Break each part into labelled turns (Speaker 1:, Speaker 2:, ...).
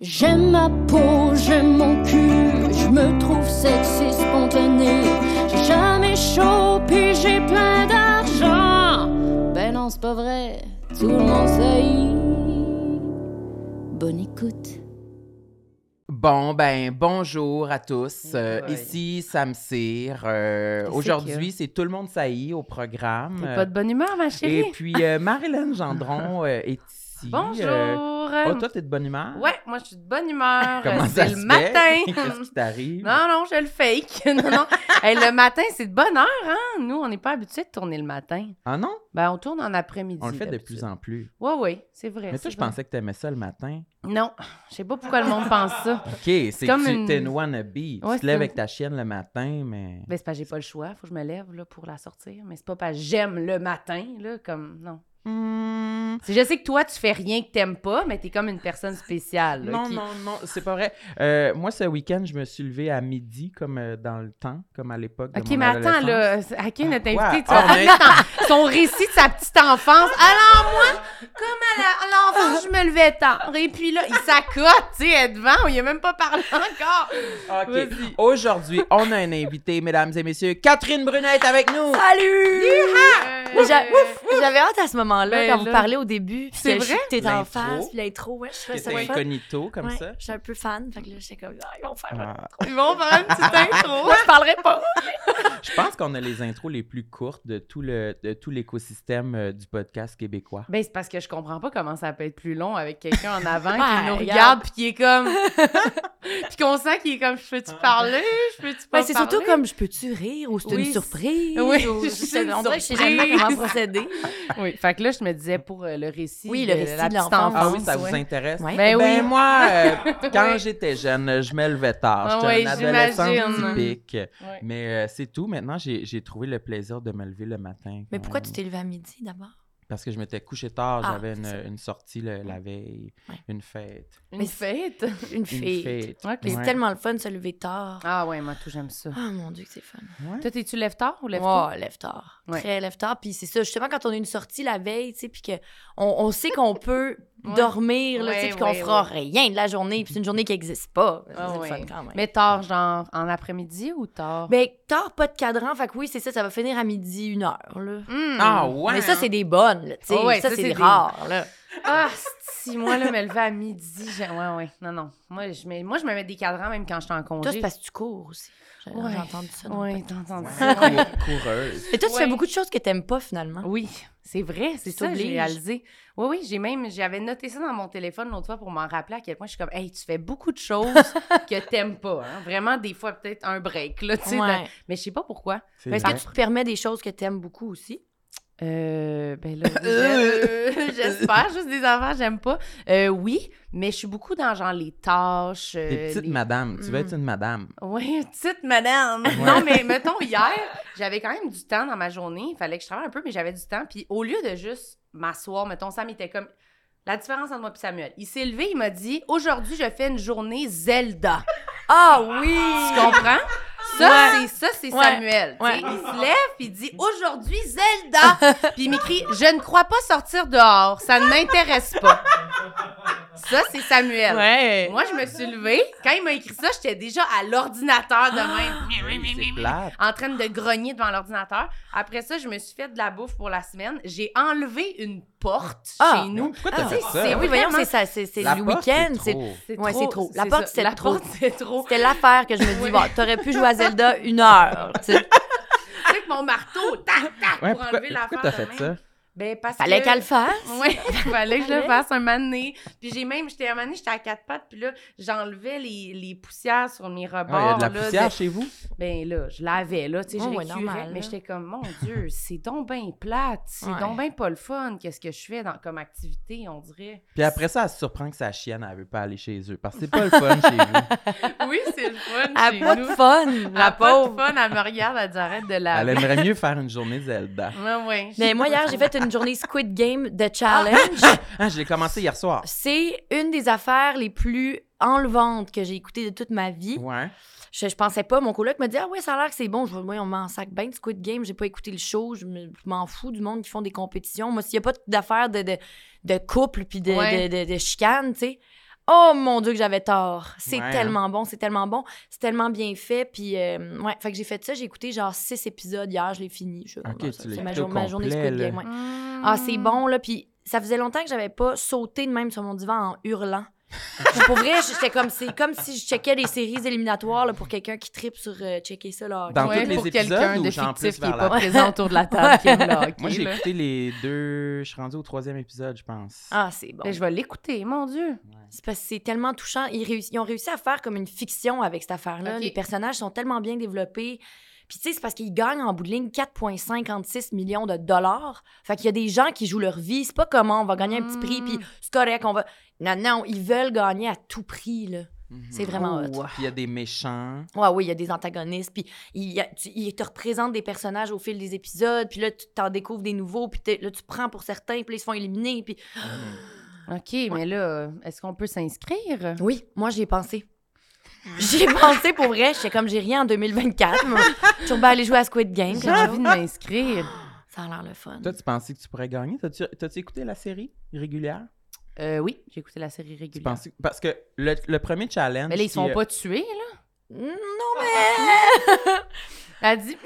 Speaker 1: J'aime ma peau, j'aime mon cul, je me trouve sexy spontané. J'ai jamais chaud, puis j'ai plein d'argent. Ben non, c'est pas vrai, tout le monde sait. Bonne écoute.
Speaker 2: Bon, ben, bonjour à tous. Euh,
Speaker 3: Ouais.
Speaker 2: Ici Sam Cyr. Euh,
Speaker 3: Qu'est-ce
Speaker 2: Aujourd'hui, c'est Tout le monde saillit au programme.
Speaker 3: T'es pas de bonne humeur, ma chérie?
Speaker 2: Et puis, euh, Marilyn Gendron euh, est ici.
Speaker 3: Bonjour!
Speaker 2: Euh, oh, toi, t'es de bonne humeur?
Speaker 3: Ouais, moi, je suis de bonne humeur.
Speaker 2: Comment
Speaker 3: Euh,
Speaker 2: ça
Speaker 3: c'est
Speaker 2: se
Speaker 3: le
Speaker 2: fait? Qu'est-ce
Speaker 3: matin.
Speaker 2: qui t'arrive?
Speaker 3: non, non, je le fake. non, non. Hey, le matin, c'est de bonne heure, hein? Nous, on n'est pas habitués de tourner le matin.
Speaker 2: Ah non?
Speaker 3: Ben, on tourne en après-midi.
Speaker 2: On le fait de plus en plus.
Speaker 3: Ouais, ouais, c'est vrai.
Speaker 2: Mais ça,
Speaker 3: c'est
Speaker 2: je
Speaker 3: vrai.
Speaker 2: pensais que t'aimais ça le matin.
Speaker 3: Non, je sais pas pourquoi le monde pense ça.
Speaker 2: OK, c'est
Speaker 3: comme
Speaker 2: que tu
Speaker 3: une-
Speaker 2: t'es une wannabe. tu
Speaker 3: Ouais,
Speaker 2: te
Speaker 3: c'est
Speaker 2: lèves
Speaker 3: une-
Speaker 2: avec ta chienne le matin, mais...
Speaker 3: Ben, c'est parce que j'ai pas le choix. Faut que je me lève, là, pour la sortir. Mais c'est pas parce que j'aime le matin, là, comme. Non.
Speaker 2: Hmm,
Speaker 3: C'est- Je sais que toi, tu fais rien que t'aimes pas, mais t'es comme une personne spéciale. là,
Speaker 2: Non,
Speaker 3: qui-
Speaker 2: non, non, c'est pas vrai. Euh, moi, ce week-end, je me suis levée à midi, comme euh, dans le temps, comme à l'époque. de
Speaker 3: OK,
Speaker 2: mon
Speaker 3: mais attends,
Speaker 2: adolescence.
Speaker 3: là, à qui notre
Speaker 2: Ouais.
Speaker 3: invité, tu
Speaker 2: Ah,
Speaker 3: vas
Speaker 2: mais-
Speaker 3: mettre en- son récit de sa petite enfance. Alors, moi, comme à la- à l'enfance, je me levais tard. Et puis là, il s'accote, tu sais, elle devant, il a même pas parlé encore.
Speaker 2: OK.
Speaker 3: Vas-y.
Speaker 2: Aujourd'hui, on a un invité, mesdames et messieurs. Catherine Brunette avec nous.
Speaker 4: Salut!
Speaker 2: Ah!
Speaker 3: Euh,
Speaker 4: Mais j'a- J'avais hâte à ce moment-là
Speaker 3: Ben
Speaker 4: quand vous
Speaker 3: là.
Speaker 4: parlez au début. puis
Speaker 3: C'est
Speaker 4: que je-
Speaker 3: vrai?
Speaker 4: T'es en
Speaker 2: L'intro.
Speaker 4: face, puis l'intro, ouais, je trouvais ça
Speaker 2: C'était
Speaker 4: le fun.
Speaker 2: incognito, comme
Speaker 4: Ouais,
Speaker 2: ça.
Speaker 4: Je suis un peu fan, fait que là, j'étais comme, ah, ils vont faire.
Speaker 2: Ah,
Speaker 3: Ils vont faire une petite intro.
Speaker 4: Moi, je parlerai pas.
Speaker 2: je pense qu'on a les intros les plus courtes de tout le de tout l'écosystème euh, du podcast québécois.
Speaker 3: Ben, c'est parce que je comprends pas comment ça peut être plus long avec quelqu'un en avant qui
Speaker 4: Ouais,
Speaker 3: nous
Speaker 4: regarde.
Speaker 3: regarde puis qui est comme. puis qu'on sent qu'il est comme, je
Speaker 2: Ah.
Speaker 3: peux-tu parler? Je peux-tu pas
Speaker 4: Ouais, c'est surtout
Speaker 3: parler?
Speaker 4: comme, je peux-tu rire ou c'est
Speaker 3: Oui,
Speaker 4: une
Speaker 3: c'est-
Speaker 4: surprise?
Speaker 3: Oui,
Speaker 4: ou-
Speaker 3: c'est une
Speaker 4: on dirait que je sais
Speaker 3: surprise.
Speaker 4: jamais comment procéder.
Speaker 3: Oui, fait que là, je me disais pour euh, le récit.
Speaker 4: Oui, le
Speaker 3: de
Speaker 4: récit
Speaker 3: la
Speaker 4: de
Speaker 3: petite
Speaker 4: l'enfance,
Speaker 2: Ah oui,
Speaker 3: enfance,
Speaker 2: ça
Speaker 3: ouais.
Speaker 2: vous intéresse?
Speaker 4: Ouais.
Speaker 3: Ben oui.
Speaker 2: Ben moi, euh, quand
Speaker 3: Oui.
Speaker 2: j'étais jeune, je me levais tard.
Speaker 3: Ah
Speaker 2: J'étais
Speaker 3: oui,
Speaker 2: une adolescente
Speaker 3: j'imagine.
Speaker 2: typique.
Speaker 3: Ouais.
Speaker 2: Mais euh, c'est tout. Maintenant, j'ai j'ai trouvé le plaisir de me lever le matin.
Speaker 4: Mais
Speaker 2: quand
Speaker 4: pourquoi
Speaker 2: même.
Speaker 4: tu t'es levé à midi d'abord?
Speaker 2: Parce que je m'étais couché tard.
Speaker 4: Ah,
Speaker 2: J'avais
Speaker 4: c'est
Speaker 2: une,
Speaker 4: ça.
Speaker 2: une sortie le- la veille,
Speaker 4: Ouais.
Speaker 2: une fête.
Speaker 3: Une
Speaker 4: Mais
Speaker 3: fête.
Speaker 4: Une
Speaker 2: Une
Speaker 4: fille.
Speaker 2: fête.
Speaker 3: Ok.
Speaker 4: Mais c'est
Speaker 2: Ouais.
Speaker 4: tellement le fun de se lever tard.
Speaker 3: Ah ouais, moi tout j'aime ça.
Speaker 4: Oh mon dieu, que c'est fun.
Speaker 2: Ouais.
Speaker 3: Toi, t'es-tu lève tard ou lève tôt?
Speaker 4: Ouais, lève tard.
Speaker 3: Ouais.
Speaker 4: Très lève tard. Puis c'est ça, justement, quand on a une sortie la veille, tu sais, puis qu'on on sait qu'on peut
Speaker 3: Ouais.
Speaker 4: dormir, là, tu sais,
Speaker 3: Ouais,
Speaker 4: puis qu'on
Speaker 3: ouais,
Speaker 4: fera rien de la journée, puis c'est une journée qui n'existe pas. C'est
Speaker 3: Ah
Speaker 4: le
Speaker 3: ouais.
Speaker 4: fun quand même.
Speaker 3: Mais tard, genre en après-midi ou tard?
Speaker 4: Ben, tard, pas de cadran, fait que oui, c'est ça, ça va finir à midi, une heure, là.
Speaker 3: Hmm.
Speaker 2: Ah ouais!
Speaker 4: Mais ça,
Speaker 2: hein?
Speaker 4: c'est des bonnes, là, tu sais.
Speaker 3: Ah ouais, ça,
Speaker 4: ça, c'est
Speaker 3: c'est
Speaker 4: des
Speaker 3: des-
Speaker 4: rares, là.
Speaker 3: Ah, si moi là, me lever à midi, j'ai... ouais ouais, non non, moi je mets, moi je me mets des cadrans même quand je suis en
Speaker 4: Toi, c'est
Speaker 3: congé.
Speaker 4: parce que tu cours aussi. J'ai
Speaker 3: Ouais.
Speaker 4: j'ai entendu ça. dans le
Speaker 3: Ouais,
Speaker 4: podcast.
Speaker 3: t'as entendu ça. ouais.
Speaker 2: Ouais, cou- coureuse.
Speaker 4: Mais toi, tu
Speaker 3: Ouais.
Speaker 4: fais beaucoup de choses que t'aimes pas, finalement.
Speaker 3: Oui, c'est vrai, c'est
Speaker 4: Tu
Speaker 3: ça, j'ai
Speaker 4: t'obliges.
Speaker 3: réalisé. Oui, oui, j'ai même, j'avais noté ça dans mon téléphone l'autre fois pour m'en rappeler à quel point je suis comme, hey, tu fais beaucoup de choses que t'aimes pas. hein. Vraiment, des fois, peut-être un break, là, tu sais. ben,
Speaker 4: Ouais.
Speaker 3: dans- Mais je sais pas pourquoi.
Speaker 2: C'est
Speaker 4: Parce
Speaker 2: vrai.
Speaker 4: que tu te permets des choses que t'aimes beaucoup aussi.
Speaker 3: Euh, ben là, oui, euh, j'espère, juste des affaires, j'aime pas. Euh, oui, mais je suis beaucoup dans genre les tâches. euh,
Speaker 2: T'es petite
Speaker 3: les-
Speaker 2: madame. Tu veux être
Speaker 4: Mm.
Speaker 2: une madame.
Speaker 3: Ouais, petite madame. Non, mais mettons, hier, j'avais quand même du temps dans ma journée. Il fallait que je travaille un peu, mais j'avais du temps. Puis au lieu de juste m'asseoir, mettons, Sam était comme. La différence entre moi et Samuel. Il s'est levé, il m'a dit Aujourd'hui, je fais une journée Zelda.
Speaker 4: Ah oui!
Speaker 3: Tu comprends? Ça, c'est ça, c'est
Speaker 4: Ouais.
Speaker 3: Samuel. tu sais.
Speaker 4: Ouais.
Speaker 3: Il se lève puis il dit Aujourd'hui, Zelda. puis il m'écrit Je ne crois pas sortir dehors. Ça ne m'intéresse pas. ça, c'est Samuel.
Speaker 4: Ouais.
Speaker 3: Moi, je me suis levée. Quand il m'a écrit ça, j'étais déjà à l'ordinateur de même.
Speaker 2: Oui, c'est plate.
Speaker 4: Ah!
Speaker 3: En train de grogner devant l'ordinateur. Après ça, je me suis fait de la bouffe pour la semaine. J'ai enlevé une porte
Speaker 4: Ah.
Speaker 3: chez
Speaker 2: Non,
Speaker 3: nous.
Speaker 2: Pourquoi t'as
Speaker 4: Ah,
Speaker 2: fait
Speaker 3: c'est-
Speaker 4: Mais
Speaker 2: ça?
Speaker 4: oui, voyons,
Speaker 3: Vraiment.
Speaker 4: c'est ça, c'est c'est
Speaker 2: La
Speaker 4: le
Speaker 2: porte, c'est
Speaker 4: week-end. c'est-
Speaker 2: trop.
Speaker 4: Ouais, c'est trop. La
Speaker 3: c'est
Speaker 4: porte,
Speaker 3: ça.
Speaker 4: c'était
Speaker 3: La
Speaker 4: trop.
Speaker 3: porte, c'est trop.
Speaker 4: C'était l'affaire que je me dis, bon, t'aurais pu jouer à Zelda une heure. tu sais.
Speaker 3: Avec mon marteau, tac, tac,
Speaker 2: Ouais,
Speaker 3: pour
Speaker 2: pourquoi
Speaker 3: enlever l'affaire.
Speaker 2: pourquoi t'as fait
Speaker 3: de même.
Speaker 2: ça?
Speaker 3: Ben, parce
Speaker 4: Fallait
Speaker 3: que-
Speaker 4: qu'elle le fasse.
Speaker 3: Oui, fallait que je le
Speaker 4: Fallait.
Speaker 3: fasse un moment donné. Puis j'ai même, j'étais un moment donné, j'étais à quatre pattes, puis là, j'enlevais les, les poussières sur mes
Speaker 2: Ah, Il y a
Speaker 3: rebords.
Speaker 2: de la
Speaker 3: là,
Speaker 2: poussière chez vous?
Speaker 3: Ben là, je l'avais, Oh, là, tu sais,
Speaker 4: Ouais,
Speaker 3: je
Speaker 4: ouais,
Speaker 3: l'écurais,
Speaker 4: normal, là.
Speaker 3: mais j'étais comme, mon Dieu, c'est donc bien plate, c'est
Speaker 4: Ouais.
Speaker 3: donc bien pas le fun, qu'est-ce que je fais dans, comme activité, on dirait.
Speaker 2: Puis après ça, elle se surprend que sa chienne, elle veut pas aller chez eux. Parce que c'est pas le fun chez vous.
Speaker 3: Oui, c'est le fun
Speaker 4: Elle n'a pas de fun,
Speaker 3: Elle a
Speaker 4: la
Speaker 3: pas de
Speaker 4: pauvre.
Speaker 3: fun, elle me regarde, elle dit, arrête de
Speaker 2: Elle
Speaker 3: la...
Speaker 2: aimerait mieux faire une journée Zelda.
Speaker 3: Ouais, ouais.
Speaker 4: Mais moi, hier, j'ai fait une journée Squid Game de challenge.
Speaker 2: Ah, je l'ai commencé hier soir.
Speaker 4: C'est une des affaires les plus enlevantes que j'ai écoutées de toute ma vie.
Speaker 2: Ouais.
Speaker 4: Je, je pensais pas. Mon coloc m'a dit Ah ouais, ça a l'air que c'est bon. Je vois, moi, on m'en sac bien de Squid Game. J'ai pas écouté le show. Je me- je m'en fous du monde qui font des compétitions. Moi, s'il y a pas d'affaires de, de, de couple puis de,
Speaker 3: Ouais.
Speaker 4: de, de- de chicane, tu sais. Oh mon Dieu, que j'avais tort. C'est
Speaker 2: Ouais, hein.
Speaker 4: tellement bon, c'est tellement bon, c'est tellement bien fait. Puis, euh, ouais, fait que j'ai fait ça. J'ai écouté genre six épisodes hier, je l'ai fini. Je,
Speaker 2: Ok,
Speaker 4: ouais,
Speaker 2: tu
Speaker 4: ça,
Speaker 2: l'as
Speaker 4: c'est ma,
Speaker 2: écouté au
Speaker 4: jour- ma journée
Speaker 2: complet,
Speaker 4: Squid
Speaker 2: là.
Speaker 4: Game, ouais.
Speaker 3: Hmm.
Speaker 4: Ah, c'est bon, là. Puis, ça faisait longtemps que j'avais pas sauté de même sur mon divan en hurlant. pour vrai, j'étais comme, c'est comme si je checkais les séries éliminatoires là, pour quelqu'un qui tripe sur euh, checker ça. Là,
Speaker 2: Dans
Speaker 4: ok.
Speaker 2: Ouais, tous les
Speaker 3: pour
Speaker 2: épisodes
Speaker 3: quelqu'un
Speaker 2: ou
Speaker 3: de
Speaker 2: genre
Speaker 3: fictif
Speaker 2: plus
Speaker 3: qui est
Speaker 2: vers
Speaker 3: pas
Speaker 2: la-
Speaker 3: présent autour de la table qui aime le hockey,
Speaker 2: Moi, j'ai
Speaker 3: là.
Speaker 2: écouté les deux. Je suis rendu au troisième épisode, je pense.
Speaker 4: Ah, c'est bon.
Speaker 3: Mais Ben, je vais l'écouter, mon Dieu.
Speaker 4: C'est parce que c'est tellement touchant. Ils, réuss- ils ont réussi à faire comme une fiction avec cette affaire-là.
Speaker 3: Ok.
Speaker 4: Les personnages sont tellement bien développés. Puis tu sais, c'est parce qu'ils gagnent en bout de ligne 4,56 millions de dollars. Fait qu'il y a des gens qui jouent leur vie. C'est pas comment on va gagner un petit prix,
Speaker 3: Mm.
Speaker 4: puis c'est correct, on va... Non, non, ils veulent gagner à tout prix, là.
Speaker 2: Mhm.
Speaker 4: C'est vraiment hot.
Speaker 2: Puis il y a des méchants.
Speaker 4: Ouais, Ah oui, il y a des antagonistes, puis il, y a- tu- il te représente des personnages au fil des épisodes, puis là, tu t'en découvres des nouveaux, puis t'es- là, tu prends pour certains, puis là, ils se font éliminer, puis...
Speaker 3: OK, mais là, est-ce qu'on peut s'inscrire?
Speaker 4: Oui, moi j'y ai pensé. J'y ai pensé pour vrai. J'étais comme j'ai rien en 2024. Moi, je suis aller jouer à Squid Game.
Speaker 3: J'ai
Speaker 4: quelque chose.
Speaker 3: envie de m'inscrire.
Speaker 4: Ça a l'air le fun.
Speaker 2: Toi, tu pensais que tu pourrais gagner? T'as-tu t'as-tu écouté la série régulière?
Speaker 3: Euh, oui, j'ai écouté la série
Speaker 2: Tu
Speaker 3: régulière.
Speaker 2: pensais- Parce que le, le premier challenge.
Speaker 3: Mais là, ils sont
Speaker 2: qui, euh,
Speaker 3: pas tués, là.
Speaker 4: Non mais
Speaker 3: Elle dit,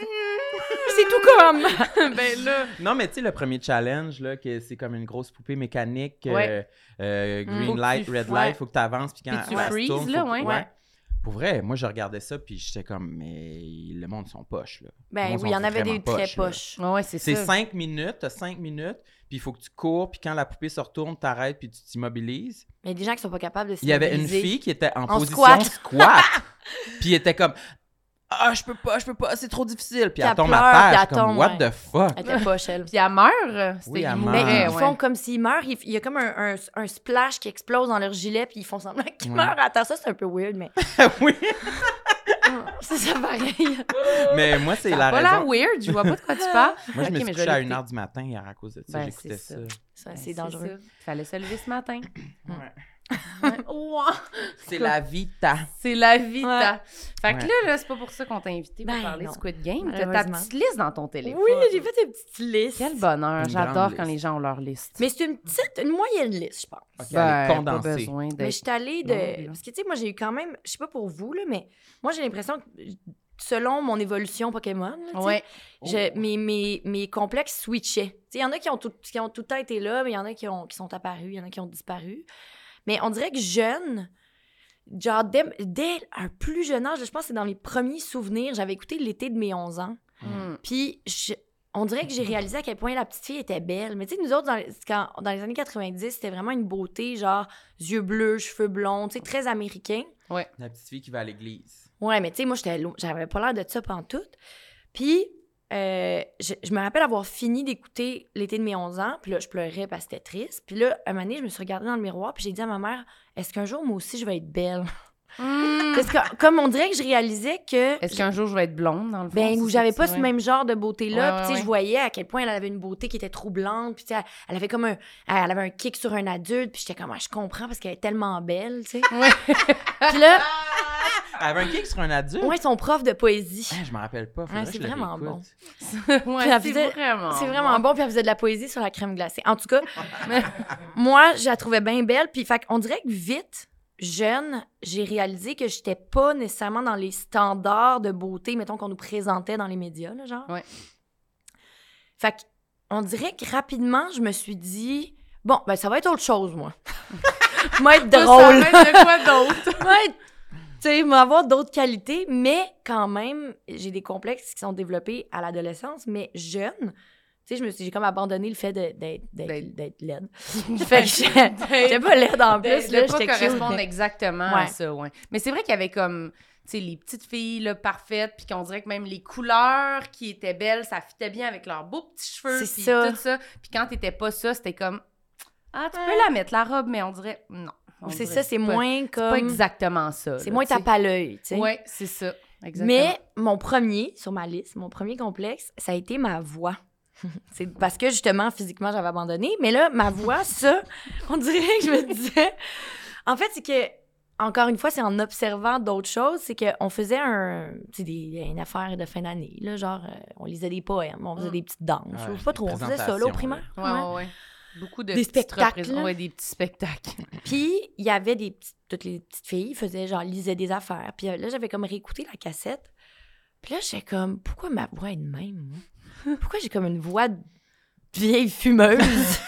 Speaker 4: c'est tout comme.
Speaker 3: ben là.
Speaker 2: Non, mais tu sais, le premier challenge, là, que c'est comme une grosse poupée mécanique, euh,
Speaker 3: Ouais. Mm.
Speaker 2: euh, green
Speaker 3: Faut que
Speaker 2: light,
Speaker 3: tu-
Speaker 2: red
Speaker 3: ouais.
Speaker 2: light, faut que tu avances, puis quand
Speaker 3: Puis tu
Speaker 2: la
Speaker 3: freeze,
Speaker 2: tourne,
Speaker 3: là,
Speaker 2: faut que-
Speaker 3: ouais. Ouais.
Speaker 2: Pour vrai, moi, je regardais ça, puis j'étais comme, mais le monde sont poches, là.
Speaker 4: Ben
Speaker 2: Moi,
Speaker 4: oui, il y
Speaker 2: j'en
Speaker 4: en
Speaker 2: suis
Speaker 4: avait des
Speaker 2: vraiment
Speaker 4: très
Speaker 2: poche, là.
Speaker 4: poches.
Speaker 3: Ouais, ouais, c'est
Speaker 2: C'est
Speaker 3: ça.
Speaker 2: cinq minutes, t'as cinq minutes, puis il faut que tu cours, puis quand la poupée se retourne, t'arrêtes, puis tu t'immobilises.
Speaker 4: Mais des gens qui sont pas capables de se
Speaker 2: Il y avait une
Speaker 4: mobiliser.
Speaker 2: fille qui était en,
Speaker 4: En
Speaker 2: position
Speaker 4: squat.
Speaker 2: squat, puis elle était comme, ah, je peux pas, je peux pas, c'est trop difficile, puis
Speaker 4: Puis
Speaker 2: elle
Speaker 4: elle
Speaker 2: tombe
Speaker 4: pleure,
Speaker 2: à terre,
Speaker 4: puis
Speaker 2: je
Speaker 4: elle
Speaker 2: suis comme,
Speaker 4: tombe,
Speaker 2: what
Speaker 4: ouais.
Speaker 2: the fuck?
Speaker 4: Elle était poche, elle.
Speaker 3: Puis elle meurt. euh, Ben, C'était
Speaker 2: Oui, elle
Speaker 3: immoral,
Speaker 4: Mais
Speaker 2: meurt.
Speaker 4: ils
Speaker 3: ouais.
Speaker 4: font comme s'ils meurent, ils- il y a comme un, un, un splash qui explose dans leur gilet, puis ils font semblant qu'ils
Speaker 2: Ouais.
Speaker 4: meurent. Attends, ça c'est un peu weird, mais
Speaker 2: oui,
Speaker 4: Ah, ça, ça pareil.
Speaker 2: mais moi, c'est
Speaker 3: Ça a
Speaker 2: la
Speaker 3: pas
Speaker 2: raison.
Speaker 3: l'air weird, je vois pas de quoi tu parles.
Speaker 2: Moi, je me
Speaker 3: Ok, mais
Speaker 2: suis
Speaker 3: je vais
Speaker 2: couché à
Speaker 3: l'écouter.
Speaker 2: 1h du matin hier à cause de ça.
Speaker 3: Ben,
Speaker 2: J'écoutais
Speaker 3: c'est
Speaker 2: ça.
Speaker 4: Ça,
Speaker 3: Ben,
Speaker 4: c'est dangereux.
Speaker 3: ça. Fallait se lever ce matin.
Speaker 2: Ouais.
Speaker 3: Ouah.
Speaker 2: C'est la vie, ta.
Speaker 3: C'est la vie,
Speaker 4: Ouais.
Speaker 3: ta. Fait que
Speaker 2: Ouais.
Speaker 3: là, là, c'est pas pour ça qu'on t'a invité pour
Speaker 4: Ben
Speaker 3: parler
Speaker 4: non.
Speaker 3: de Squid Game. T'as ta
Speaker 4: Malheureusement.
Speaker 3: petite liste dans ton téléphone.
Speaker 4: Oui, j'ai fait des petites listes.
Speaker 3: Quel bonheur.
Speaker 2: Une
Speaker 3: J'adore
Speaker 2: grande
Speaker 3: quand
Speaker 2: liste.
Speaker 3: les gens ont leur liste.
Speaker 4: Mais c'est une petite, une moyenne liste, je pense.
Speaker 2: Ok,
Speaker 3: Ben,
Speaker 2: elle est
Speaker 3: pas
Speaker 2: condensée.
Speaker 3: besoin d'être-
Speaker 4: Mais je suis allée
Speaker 3: longue,
Speaker 4: de.
Speaker 3: là.
Speaker 4: Parce que, tu sais, moi, j'ai eu quand même. Je sais pas pour vous, là, mais moi, j'ai l'impression que euh, selon mon évolution Pokémon, là, tu sais,
Speaker 3: Ouais.
Speaker 4: je- mes, mes, mes complexes switchaient. Tu sais, il y en a qui ont, tout, qui ont tout le temps été là, mais il y en a qui, ont, qui sont apparus, il y en a qui ont disparu. Mais on dirait que jeune, genre, dès, dès un plus jeune âge, je pense que c'est dans mes premiers souvenirs, j'avais écouté l'été de mes 11 ans.
Speaker 3: Mm.
Speaker 4: Puis je- on dirait que j'ai réalisé à quel point la petite fille était belle. Mais tu sais, nous autres, dans les, quand- dans les années 90, c'était vraiment une beauté, genre yeux bleus, cheveux blonds, tu sais, très américain.
Speaker 2: La petite fille qui va à l'église.
Speaker 4: Ouais, mais tu sais, moi, j'étais lo- j'avais pas l'air de ça pantoute. Puis euh, je, je me rappelle avoir fini d'écouter l'été de mes 11 ans, puis là, je pleurais parce que c'était triste. Puis là, un moment donné, je me suis regardée dans le miroir, puis j'ai dit à ma mère, est-ce qu'un jour, moi aussi, je vais être belle?
Speaker 3: Mm.
Speaker 4: Parce que, comme on dirait que je réalisais que...
Speaker 3: Est-ce qu'un jour je vais être blonde dans le fond?
Speaker 4: Ben,
Speaker 3: c'est
Speaker 4: où
Speaker 3: ça
Speaker 4: j'avais
Speaker 3: que
Speaker 4: pas
Speaker 3: tu-
Speaker 4: ce
Speaker 3: ouais.
Speaker 4: même genre de beauté-là.
Speaker 3: Ouais, ouais,
Speaker 4: puis, tu sais,
Speaker 3: ouais.
Speaker 4: je voyais à quel point elle avait une beauté qui était troublante. Puis, tu sais, elle, elle avait comme un. Elle avait un kick sur un adulte. Puis, j'étais comme, ah, je comprends parce qu'elle est tellement belle, tu sais.
Speaker 3: Ouais.
Speaker 4: puis là,
Speaker 2: Elle avait un kick sur un adulte.
Speaker 4: ouais, son prof de poésie.
Speaker 2: Hein, je me rappelle pas. faudrait
Speaker 4: Ouais,
Speaker 2: que
Speaker 4: c'est
Speaker 2: je le
Speaker 4: vraiment
Speaker 2: réécoute.
Speaker 3: Ouais,
Speaker 4: Puis elle
Speaker 3: c'est
Speaker 4: faisait-
Speaker 3: vraiment.
Speaker 4: C'est vraiment bon. Puis, elle faisait de la poésie sur la crème glacée. En tout cas, moi, je la trouvais bien belle. Puis, fait on dirait que vite, jeune, j'ai réalisé que j'étais pas nécessairement dans les standards de beauté, mettons, qu'on nous présentait dans les médias, là, genre.
Speaker 3: Ouais.
Speaker 4: Fait que, on dirait que rapidement, je me suis dit, bon, ben, ça va être autre chose, moi. moi, être
Speaker 3: Ça,
Speaker 4: drôle.
Speaker 3: Ça va être de quoi d'autre?
Speaker 4: Ouais, tu sais, m'avoir d'autres qualités, mais quand même, j'ai des complexes qui sont développés à l'adolescence, mais jeune. Tu sais, je me suis, j'ai comme abandonné le fait de- d'être d'être-
Speaker 3: D'être-
Speaker 4: d'être laide. fait que j'étais j'étais pas laide en
Speaker 3: De-
Speaker 4: plus,
Speaker 3: de
Speaker 4: là,
Speaker 3: pas
Speaker 4: j'étais cute.
Speaker 3: correspondre
Speaker 4: mais-
Speaker 3: exactement à
Speaker 4: Ouais.
Speaker 3: ça, ouais. Mais c'est vrai qu'il y avait comme, tu sais, les petites filles, là, parfaites, puis qu'on dirait que même les couleurs qui étaient belles, ça fitait bien avec leurs beaux petits cheveux,
Speaker 4: C'est
Speaker 3: puis
Speaker 4: ça.
Speaker 3: tout ça. Puis quand t'étais pas ça, c'était comme, ah, tu peux la mettre, la robe, mais on dirait, non. on
Speaker 4: Ou C'est
Speaker 3: dirait
Speaker 4: ça, c'est
Speaker 3: pas-
Speaker 4: moins
Speaker 3: C'est pas
Speaker 4: comme...
Speaker 3: exactement ça.
Speaker 4: C'est moins tape à l'œil, tu sais.
Speaker 3: Oui, c'est ça, exactement.
Speaker 4: Mais mon premier, sur ma liste, mon premier complexe, ça a été ma voix. C'est parce que justement, physiquement, j'avais abandonné. Mais là, ma voix, ça, on dirait que je me disais. En fait, c'est que, encore une fois, c'est en observant d'autres choses, c'est qu'on faisait un, tu sais, des, une affaire de fin d'année. Là, genre, euh, on lisait des poèmes, on faisait
Speaker 3: Mm.
Speaker 4: des petites danses.
Speaker 2: Ouais,
Speaker 4: je sais pas
Speaker 2: des
Speaker 4: trop, on faisait ça là, au
Speaker 2: présentations,
Speaker 4: primaire.
Speaker 3: Ouais, ouais, ouais. Beaucoup de
Speaker 4: Des
Speaker 3: petites
Speaker 4: spectacles,
Speaker 3: représent-
Speaker 4: là.
Speaker 3: Ouais, des petits spectacles.
Speaker 4: Puis, il y avait des petites, toutes les petites filles faisaient genre, lisaient des affaires. Puis euh, là, j'avais comme réécouté la cassette. Puis là, j'étais comme, pourquoi ma voix est de même, moi? Pourquoi j'ai comme une voix de vieille fumeuse?